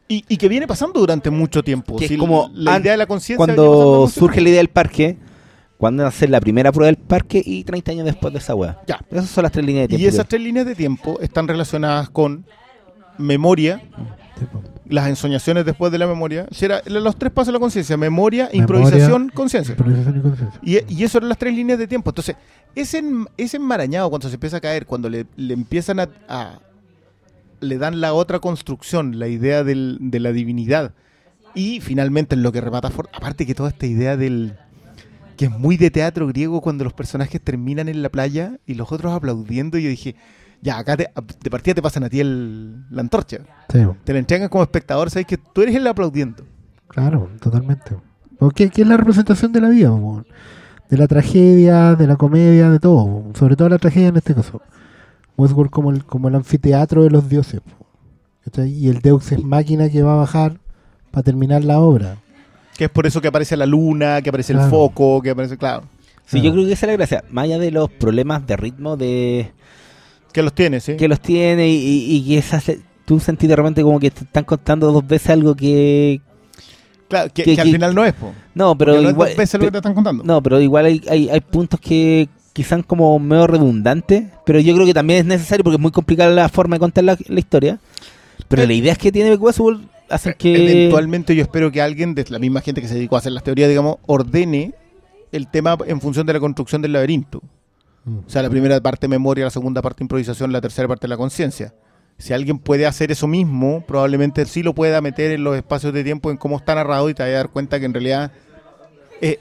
Y, y que viene pasando durante mucho tiempo.
Que es
Sí,
como
la
an-
idea de la conciencia. viene pasando
Cuando
mucho
surge la idea del parque, cuando hacer la primera prueba del parque y 30 años después de esa weá.
Ya.
Esas son las tres líneas de
tiempo.
tiempo.
Y esas tres líneas de tiempo están relacionadas con memoria,
Sí, este, po.
las ensoñaciones después de la memoria. Si era- los tres pasos de la conciencia: memoria,
Memoria,
improvisación, conciencia.
Improvisación y conciencia.
Y, y eso eran las tres líneas de tiempo. Entonces, ese, en- ese enmarañado cuando se empieza a caer, cuando le, le empiezan a, a- le dan la otra construcción, la idea del- de la divinidad. Y finalmente en lo que remata Ford, aparte que toda esta idea del... que es muy de teatro griego cuando los personajes terminan en la playa y los otros aplaudiendo. Y yo dije, ya, acá te- de partida te pasan a ti el- la antorcha.
Sí, po.
Te la entregan como espectador, sabes que tú eres el aplaudiendo.
Claro, totalmente. Porque que es la representación de la vida, po? de la tragedia, de la comedia, de todo, po. sobre todo la tragedia en este caso. Westworld como el, como el anfiteatro de los dioses. po. ¿Cachai? Y el Deux es máquina que va a bajar para terminar la obra.
Que es por eso que aparece la luna, que aparece el
Claro.
foco, que aparece, claro.
Sí,
Ah.
Claro.
yo creo que esa es la gracia. Más allá de los problemas de ritmo de
Que los tiene, sí.
que los tiene y, y- y que esas, tú sentís de repente como que te están contando dos veces algo que...
Claro, que,
Que-
que al
que-
final no es, po.
No, pero
Porque no es
igual...
dos veces lo que te están contando.
No, pero igual hay, hay, hay puntos que quizás como medio redundantes, pero yo creo que también es necesario porque es muy complicada la forma de contar la, la historia. Pero
Eh,
la idea es que tiene Westworld hacen que...
Eventualmente yo espero que alguien de la misma gente que se dedicó a hacer las teorías, digamos, ordene el tema en función de la construcción del laberinto.
Mm.
O sea, la primera parte memoria, la segunda parte improvisación, la tercera parte la conciencia. Si alguien puede hacer eso mismo, probablemente sí lo pueda meter en los espacios de tiempo, en cómo está narrado y te vas a dar cuenta que en realidad eh,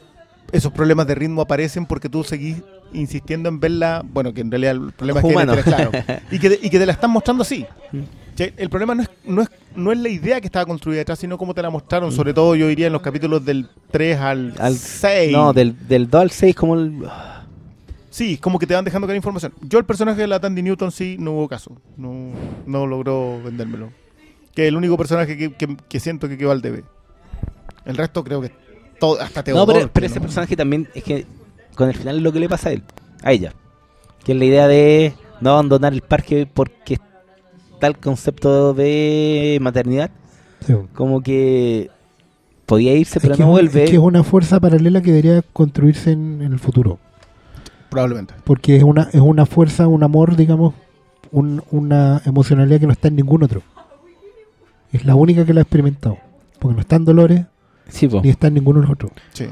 esos problemas de ritmo aparecen porque tú seguís insistiendo en verla, bueno, que en realidad el problema
Humano.
es que, claro, y que, y que te la están mostrando así. Sí, El problema no es, no, es, no es la idea que estaba construida detrás, sino cómo te la mostraron, sobre todo yo diría en los capítulos del 3 al,
Al-
6.
No, del, del 2 al 6 como el...
Sí, como que te van dejando caer información. Yo el personaje de la Tandy Newton sí no hubo caso, no, no logró vendérmelo. Que es el único personaje que, que- que siento que quedó al debe. El resto creo que todo, hasta
No,
Teodoro.
pero, pero
que
ese
no-
personaje también es que con el final es lo que le pasa a él, a ella. Que es la idea de no abandonar el parque porque está el concepto de maternidad.
Sí, po.
Como que podía irse,
Es
pero
que es
no
un-
vuelve.
es que es una fuerza paralela que debería construirse en, en el futuro.
Probablemente.
Porque es una, es una fuerza, un amor, digamos, un- una emocionalidad que no está en ningún otro. Es la única que la ha experimentado. porque no están Dolores
Sí, po.
ni están ninguno de los otros.
Sí.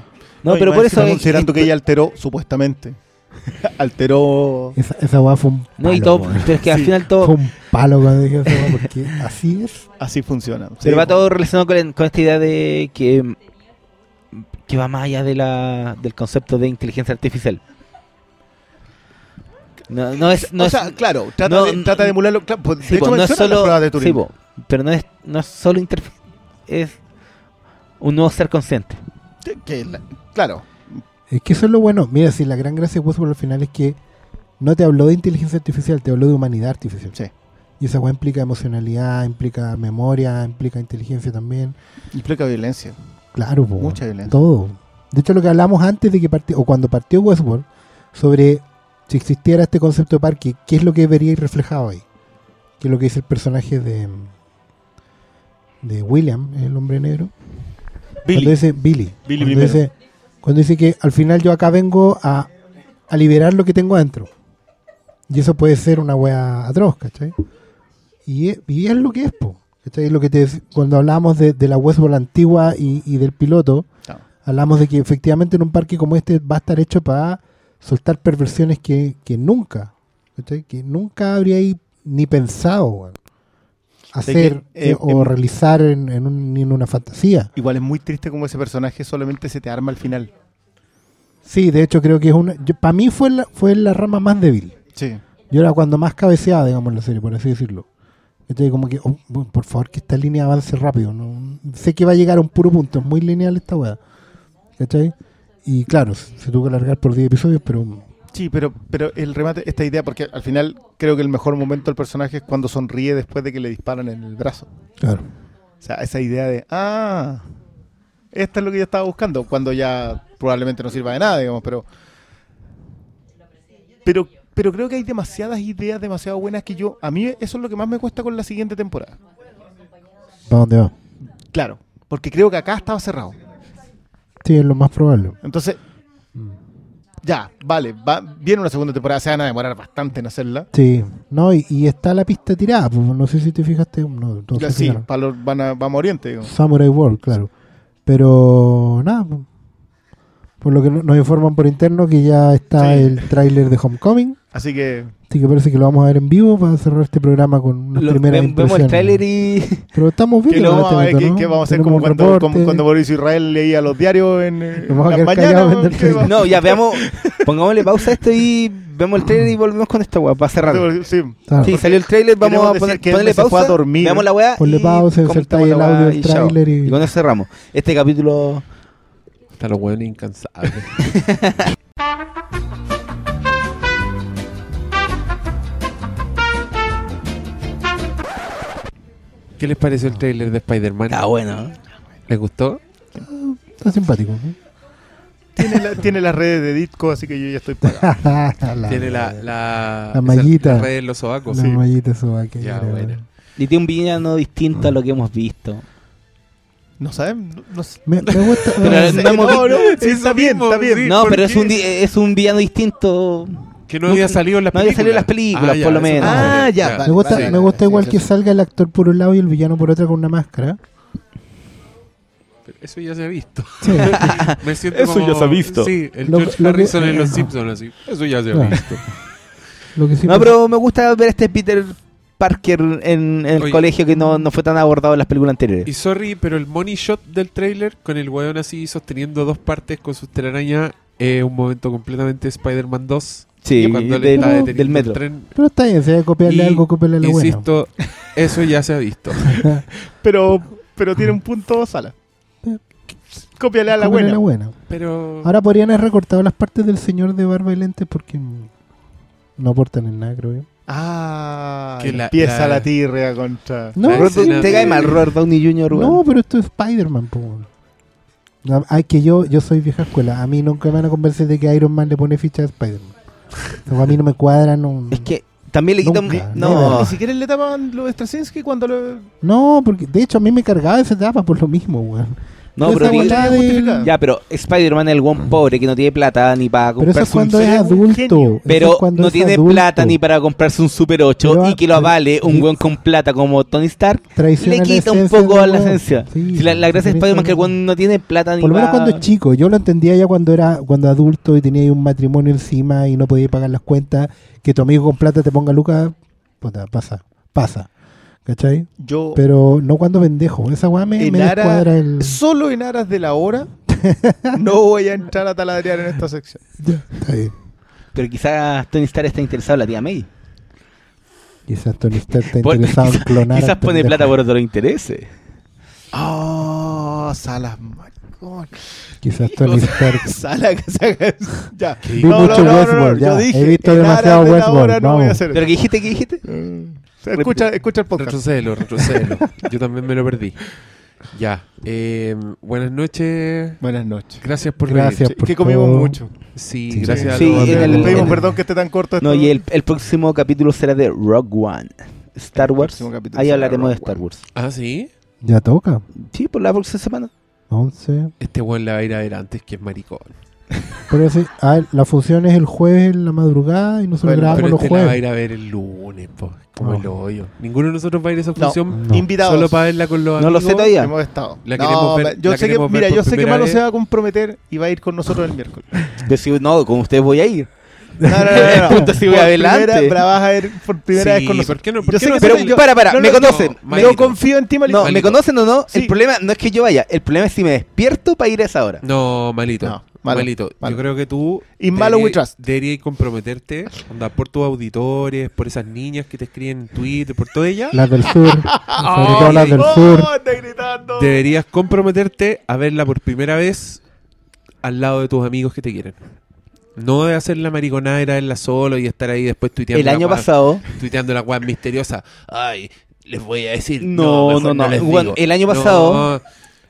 No,
y
pero
más
por
encima
eso. es-
Considerando que ella alteró, supuestamente. (laughs) alteró.
Esa, esa weá fue un
No,
palo.
y todo.
weón.
Pero es que al
Sí.
final
Fue
todo.
un palo cuando dije esa weá, porque así es.
Así funciona.
Pero
Sí, pues.
va todo relacionado con, con esta idea de que. que va más allá de la, del concepto de inteligencia artificial. No, no es. No
o
es-
sea, claro, trata,
no,
de,
no-
trata de emularlo. claro, pues, de
Sí,
hecho,
po, no es
mencionan las pruebas de
solo, sí,
Turing.
po, pero no es, no es solo interfe- es un nuevo ser consciente.
Que- que la- claro,
Es que eso es lo bueno. Mira, si la gran gracia de Westworld al final es que no te habló de inteligencia artificial, te habló de humanidad artificial.
Sí.
Y esa weá implica emocionalidad, implica memoria, implica inteligencia también.
implica violencia.
Claro, po,
Mucha violencia.
Todo. De hecho, lo que hablamos antes de que partió, o cuando partió Westworld, sobre si existiera este concepto de parque, ¿qué es lo que vería reflejado ahí? Que es lo que dice el personaje de, mm, de William, el hombre negro. Cuando dice Billy. cuando,
Billy primero.
dice, cuando dice que al final yo acá vengo a, a liberar lo que tengo adentro. Y eso puede ser una wea atroz, ¿cachai? Y es, y es lo que es, po. ¿Cachai? Es Lo que te, dec- cuando hablábamos de, de la Westworld antigua y, y del piloto,
Claro.
hablamos de que efectivamente en un parque como este va a estar hecho para soltar perversiones que, que nunca, ¿cachai? Que nunca habría ahí ni pensado, weón.
que,
Hacer
eh,
eh, o
em-
realizar en, en un- en una fantasía.
Igual es muy triste como ese personaje solamente se te arma al final.
Sí, de hecho creo que es una... Para mí fue la, fue la rama más débil.
Sí.
Yo era cuando más cabeceaba, digamos, en la serie, por así decirlo. Entonces, como que, oh, bueno, por favor, que esta línea avance rápido. ¿no? Sé que va a llegar a un puro punto, es muy lineal esta weá. ¿Cachai? Y claro, se se tuvo que alargar por 10 episodios, pero
Sí, pero, pero el remate, esta idea, porque al final creo que el mejor momento del personaje es cuando sonríe después de que le disparan en el brazo.
claro.
O sea, esa idea de, ah, esta es lo que yo estaba buscando, cuando ya probablemente no sirva de nada, digamos, pero... Pero, pero creo que hay demasiadas ideas demasiado buenas que yo... A mí eso es lo que más me cuesta con la siguiente temporada.
¿Para dónde va?
Claro, porque creo que acá estaba cerrado.
Sí, es lo más probable.
Entonces, ya, vale, va, viene una segunda temporada, se van a demorar bastante en hacerla.
Sí, no, y, y está la pista tirada, pues, no sé si te fijaste, no, todos
Ya
se
sí,
fijaron.
para los- van a, vamos a Oriente, digamos.
Samurai World, claro. Pero nada, po. por lo que no- nos informan por interno que ya está
Sí.
el tráiler de Homecoming,
Así que
así que parece que lo vamos a ver en vivo para cerrar este programa con unas
Lo-
primeras
vem- vemos el
impresiones.
tráiler y (laughs)
Pero estamos bien.
que lo vamos a ver,
relativamente,
que,
¿no?
que vamos a hacer
Tenemos
como
un
cuando, como
reporte.
cuando Boris Israel leía los diarios en eh,
Nos vamos a
las
quedar callados
mañanas,
viendo el
que va-
no, ya veamos, pongámosle pausa a esto y vemos el trailer y volvemos con esta weá para cerrar.
Sí,
Claro.
Sí, salió el trailer, vamos
Queremos
a poner,
decir que
ponerle
él se fue
pausa,
a dormir.
veamos la weá
Ponle
y
pausa, insertáis
comentamos la
el audio
weá
del
y chao.
tráiler y-
Y con eso cerramos. Este capítulo
Están los hueones incansables. (laughs) ¿Qué les pareció el trailer de Spider-Man?
está bueno.
¿Les gustó?
Está simpático.
(laughs)
¿no?
tiene, la- tiene las redes de Ditko, así que yo ya estoy pagado.
la,
Tiene la,
la,
la,
La mallita.
esa- la red en los sobacos. Sí.
mallita sobaquera,
Ya,
weón.
buena.
Y tiene un villano distinto a lo que hemos visto.
No saben, no, no sé.
Me, me
(laughs)
gusta.
Pero
ah,
no hemos visto-
sí, está bien, está bien.
No,
¿por
pero es
qué?
un, di- es un villano distinto.
Que no había
Nunca-
salido en las
no
películas.
había salido en las películas, por lo
eso
menos.
está
Ah,
bien,
ya,
me
vale.
gusta,
Sí,
me gusta igual
sí,
que
sí.
salga el actor por un lado y el villano por otro con una máscara.
Pero Eso ya se ha
(laughs)
visto.
Sí.
Me siento
Eso
como-
ya se ha visto.
Sí, el
Lo-
George
lo que-
Harrison en
Ah.
Los Simpsons, así. Eso ya se ha
Claro.
visto.
Lo que sí
No, pero me gusta ver a este Peter Parker en, en el
Oye.
colegio que no, no fue tan abordado en las películas anteriores.
Y sorry, pero el money shot del trailer con el weón así sosteniendo dos partes con sus telarañas es un momento completamente Spider-Man 2.
Sí,
que cuando le
del-
está deteniendo
del
el
metro.
tren.
Pero está bien, si hay que copiarle
Y,
algo, copiarle lo bueno.
Insisto, eso ya se ha visto.
Pero, pero tiene un punto sala. Cópiale a la
Copiarle
buena.
lo bueno.
Pero
Ahora podrían haber recortado las partes del señor de barba y lentes porque mm, no aportan en nada, creo yo.
Ah,
Que la-
empieza
la-
la, tirrea contra.
No,
La
Robert-
escena
te
de-
cae mal Robert Downey Jr. weón?
No, pero esto es Spider-Man, po. weón. No, Ay, que yo, yo soy vieja escuela. A mí nunca me van a convencer de que Iron Man le pone ficha a Spider-Man. O sea, a mí no me cuadra, no.
Es que también le quitan.
Nunca,
No,
never.
Ni siquiera le tapaban lo de Straczynski cuando lo.
No, porque de hecho a mí me cargaba esa etapa por lo mismo, weón.
No,
Esa
pero di-
volada del-
Ya, pero Spider-Man es el one pobre que no tiene plata ni para
Pero eso
comprarse
es cuando
un
es adulto. Eso
Pero
es cuando
no
es
tiene
adulto.
plata ni para comprarse un Super 8
Pero,
y que lo
ah,
avale un
sí.
weón con plata como Tony Stark.
Traiciona
le
la
quita un
esencia
poco
del
la
weón.
esencia.
Sí,
Si la, la gracia de
sí,
Spider-Man
sí.
es que el weón no tiene plata ni
Por lo menos
pa-
cuando es chico, yo lo entendía ya cuando era cuando adulto y tenía ahí un matrimonio encima y no podía pagar las cuentas, que tu amigo con plata te ponga lucas, puta, pasa, pasa. ¿Cachai?
Yo,
Pero no cuando pendejo, esa weá me,
en
me
aras-
descuadra el...
solo en aras de la hora, no voy a entrar a taladrear en esta sección.
Ya, está bien.
Pero quizás Tony Stark está interesado en la tía May.
Quizás Tony Stark está
(laughs) Por-
interesado en
quizás-
clonar
Quizás
al
pone
pendejo.
plata por otro interés.
Oh, salas marcón.
Quizás Tony
(laughs)
Stark...
(laughs) Sala que se (laughs) Ya.
Vi mucho Westworld, ya. He visto
en
demasiado
aras de la
Westworld,
hora No voy a
vamos.
hacer
¿Pero qué dijiste? ¿Qué dijiste?
eso. Escucha, escucha el podcast.
Retrocédelo, retrocédelo. Yo también me lo perdí. Ya. eh, buenas noches.
Buenas noches.
Gracias por
Gracias
venir.
por
que comimos
todo.
mucho.
Sí,
Sí.
gracias
Sí,
a los
en
amigos. Este-
el-
Pedimos
en-
perdón que esté tan corto esto.
No, y el, el próximo capítulo será de Rock One. Star Wars.
próximo capítulo
Ahí
será
hablaremos de
Rogue
Star
One.
Wars.
Ah, sí.
Ya toca.
Sí, por la próxima semana.
11.
Este weón la va a ir a ver antes que es maricón.
Pero sí, ah, la función es el jueves en la madrugada y nosotros
Bueno,
grabamos
Pero
los
este la va a
jueves.
ir a ver el lunes, po, como
No.
el hoyo. Ninguno de nosotros va a ir a esa
No.
función
No.
Invitados.
solo para verla con los
No
amigos.
lo sé todavía.
Hemos estado.
La queremos ver-
yo
la
sé que,
queremos ver
mira,
por
yo sé que
primera
Mano
vez.
se va a comprometer y va a ir con nosotros el (laughs) miércoles.
Decir, no, con ustedes voy a ir.
No, no,
(laughs)
no, no, no.
Punto, sigo
Por
adelante.
primera- pero vas a ver por primera
Sí,
vez con nosotros.
¿por qué no?
Yo
¿Por qué
sé
no
que
se
Pero,
tú- yo-
para, para,
no,
me
no, no.
conocen.
no,
me
Malito.
Yo confío en ti, Malito.
No,
Malito.
¿me conocen o no? El
Sí.
problema no es que yo vaya, el problema es si me despierto para ir a esa hora.
No, malito.
No, malo,
malito.
malo.
Yo creo que tú.
In malo
deberías-
we trust.
Deberías comprometerte onda, por tus auditores, por esas niñas que te escriben en Twitter, por todas ellas.
Las del
(laughs)
sur, sobre todo las del
¡Oh,
sur.
está gritando!
Deberías comprometerte a verla por primera vez al lado de tus amigos que te quieren. No de hacer la mariconada, era verla solo y estar ahí después tuiteando.
el
la
año
weá-
pasado.
Tuiteando la weá misteriosa. Ay, les voy a decir.
No,
No, mejor no,
no, no.
les
Bueno,
digo.
el año
No,
pasado-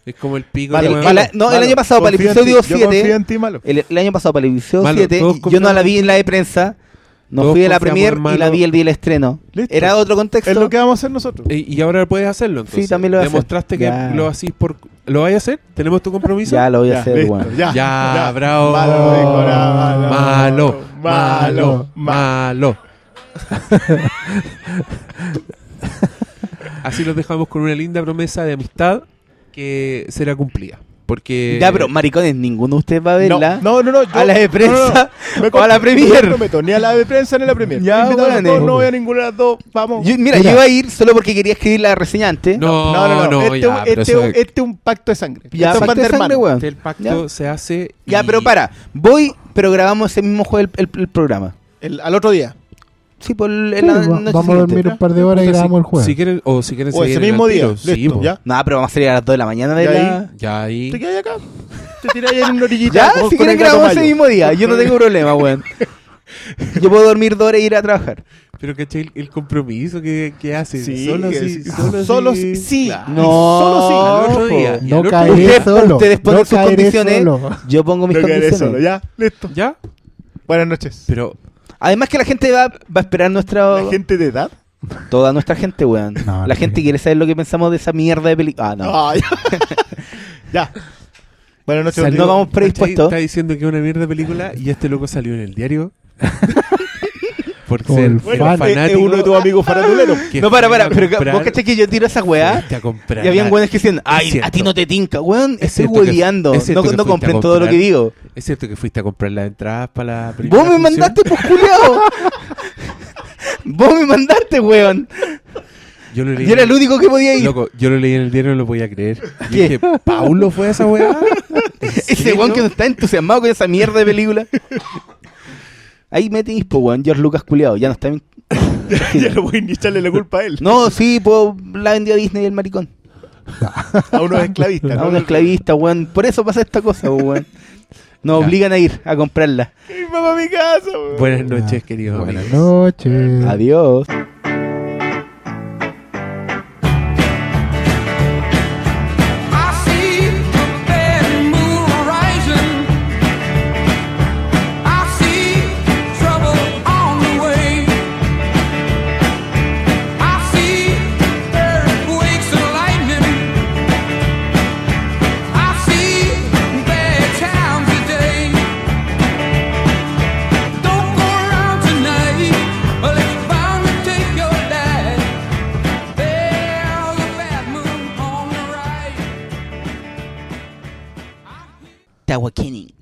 es como el pico
Malo,
de
el-
weá.
el- no, el año pasado, para el
Confío en
episodio
ti, Yo confío
7.
en ti, Malo.
El, el año pasado, para el episodio
Malo,
7,
todos
yo no la
confiamos-
vi en la de prensa. No
Todos
fui a la
confiamos,
premier y la
hermano.
vi el día del estreno.
Listo.
Era otro contexto.
Es lo que vamos a hacer nosotros.
Y y ahora puedes hacerlo. Entonces.
Sí, también lo voy a hacer.
Demostraste que
Ya.
lo hacís por. ¿Lo vas a hacer? ¿Tenemos tu compromiso?
Ya lo voy a hacer,
listo,
weón.
ya,
Ya, bravo.
Malo, dijo, nada,
Malo, malo, malo. (laughs) Así los dejamos con una linda promesa de amistad que será cumplida. Porque.
Ya, pero maricones, ninguno de ustedes va a
No,
verla.
no, no, no, yo-
a la de prensa
no, no, me
o a la
comprometo,
premier.
me comprometo, ni a la de prensa ni a la premier.
Ya,
Invitado a los
weones.
dos, no voy a ninguna de las dos. Vamos.
Yo- mira,
Mira.
yo iba a ir solo porque quería escribir la reseña antes.
No, no, no.
este,
ya,
este,
pero eso-
este es un pacto de sangre.
Ya,
Esto es
pacto
banda
de sangre,
hermano.
weón.
el pacto se hace.
Ya,
y-
pero para. Voy, pero grabamos ese mismo jueves el, el- el programa.
El- Al otro día.
Sí, por el,
Sí,
la
va-
noche
vamos a
siguiente.
dormir un par de horas
Puta,
y
si-
grabamos el jueves.
Si quieren, o si quieren
O ese
seguir en
mismo
el
día.
tiro, sí,
Listo,
po.
ya.
No, pero vamos a salir a las 2 de la mañana de
¿Y ahí?
la...
Ya ahí.
Te quedas acá. Te tiras ahí en una orillita.
Ya,
con-
si
con
quieren
el gato
grabamos ese
Mayo.
mismo día. Yo
(laughs)
no tengo problema, weón. Yo puedo dormir dos horas e ir a trabajar.
Pero caché el, el compromiso que, que hace.
Sí,
solo
que-
sí, solo,
solo
sí.
sí.
Claro.
No.
Solo sí.
Al otro día. y
No
al otro
caeré
día.
Ustedes-
solo.
ustedes ponen
no
sus
caeré
condiciones.
solo.
Yo pongo mis
No quedaré
condiciones.
solo. Ya, listo.
Ya,
Buenas noches.
pero
Además que la gente va, va a esperar nuestra...
¿La gente de edad?
Toda nuestra gente, weón.
No,
la
no,
gente
no.
quiere saber lo que pensamos de esa mierda de película. Ah, no.
Ah, ya. ya. Buenas noches.
Sal-
Rodrigo.
no vamos
¿cachai?
predispuestos.
está diciendo que es una mierda de película y este loco salió en el
(laughs)
diario. Por
Como
ser
el
fan,
fan.
Es- Es
eh,
fanático.
uno de tus amigos faranduleros.
que
No, para,
fue
para.
a
Pero
comprar-
vos cachai que yo tiro esa weá.
fuiste a comprar
Y habían
la-
weones que decían, ay, a
cierto.
ti no te tinca, weón.
Es
Estoy
cierto que-
hueveando.
es cierto
No,
que
no
fuiste a
compren todo lo que
comprar.
digo.
Es cierto que fuiste a comprar las entradas para la primera
Vos me
función?
mandaste, pues,
(laughs)
culiao. Vos me mandaste, weón.
Yo lo leí.
Yo era el único que podía ir.
Loco, yo lo leí en el diario y no lo podía creer. Yo
¿Qué?
dije, ¿Paulo fue a esa
(laughs)
weá?
Ese weón que no está entusiasmado con esa mierda de película. Ahí metís, po, weón. George Lucas culiado. Ya no está. en-
Ya no voy ni echarle la culpa a él.
No, sí, po, la vendió a Disney el maricón.
A unos esclavistas.
A
¿no?
un esclavista, weón. Por eso pasa esta cosa, po, weón. Nos
Ya.
obligan a ir a comprarla.
Mi mamá a mi casa, weón.
Buenas noches, queridos
Buenas
amigos.
Noche.
Adiós.
I see the bad moon rising. I see trouble on the way. I see earthquakes and lightning. I
Tawakening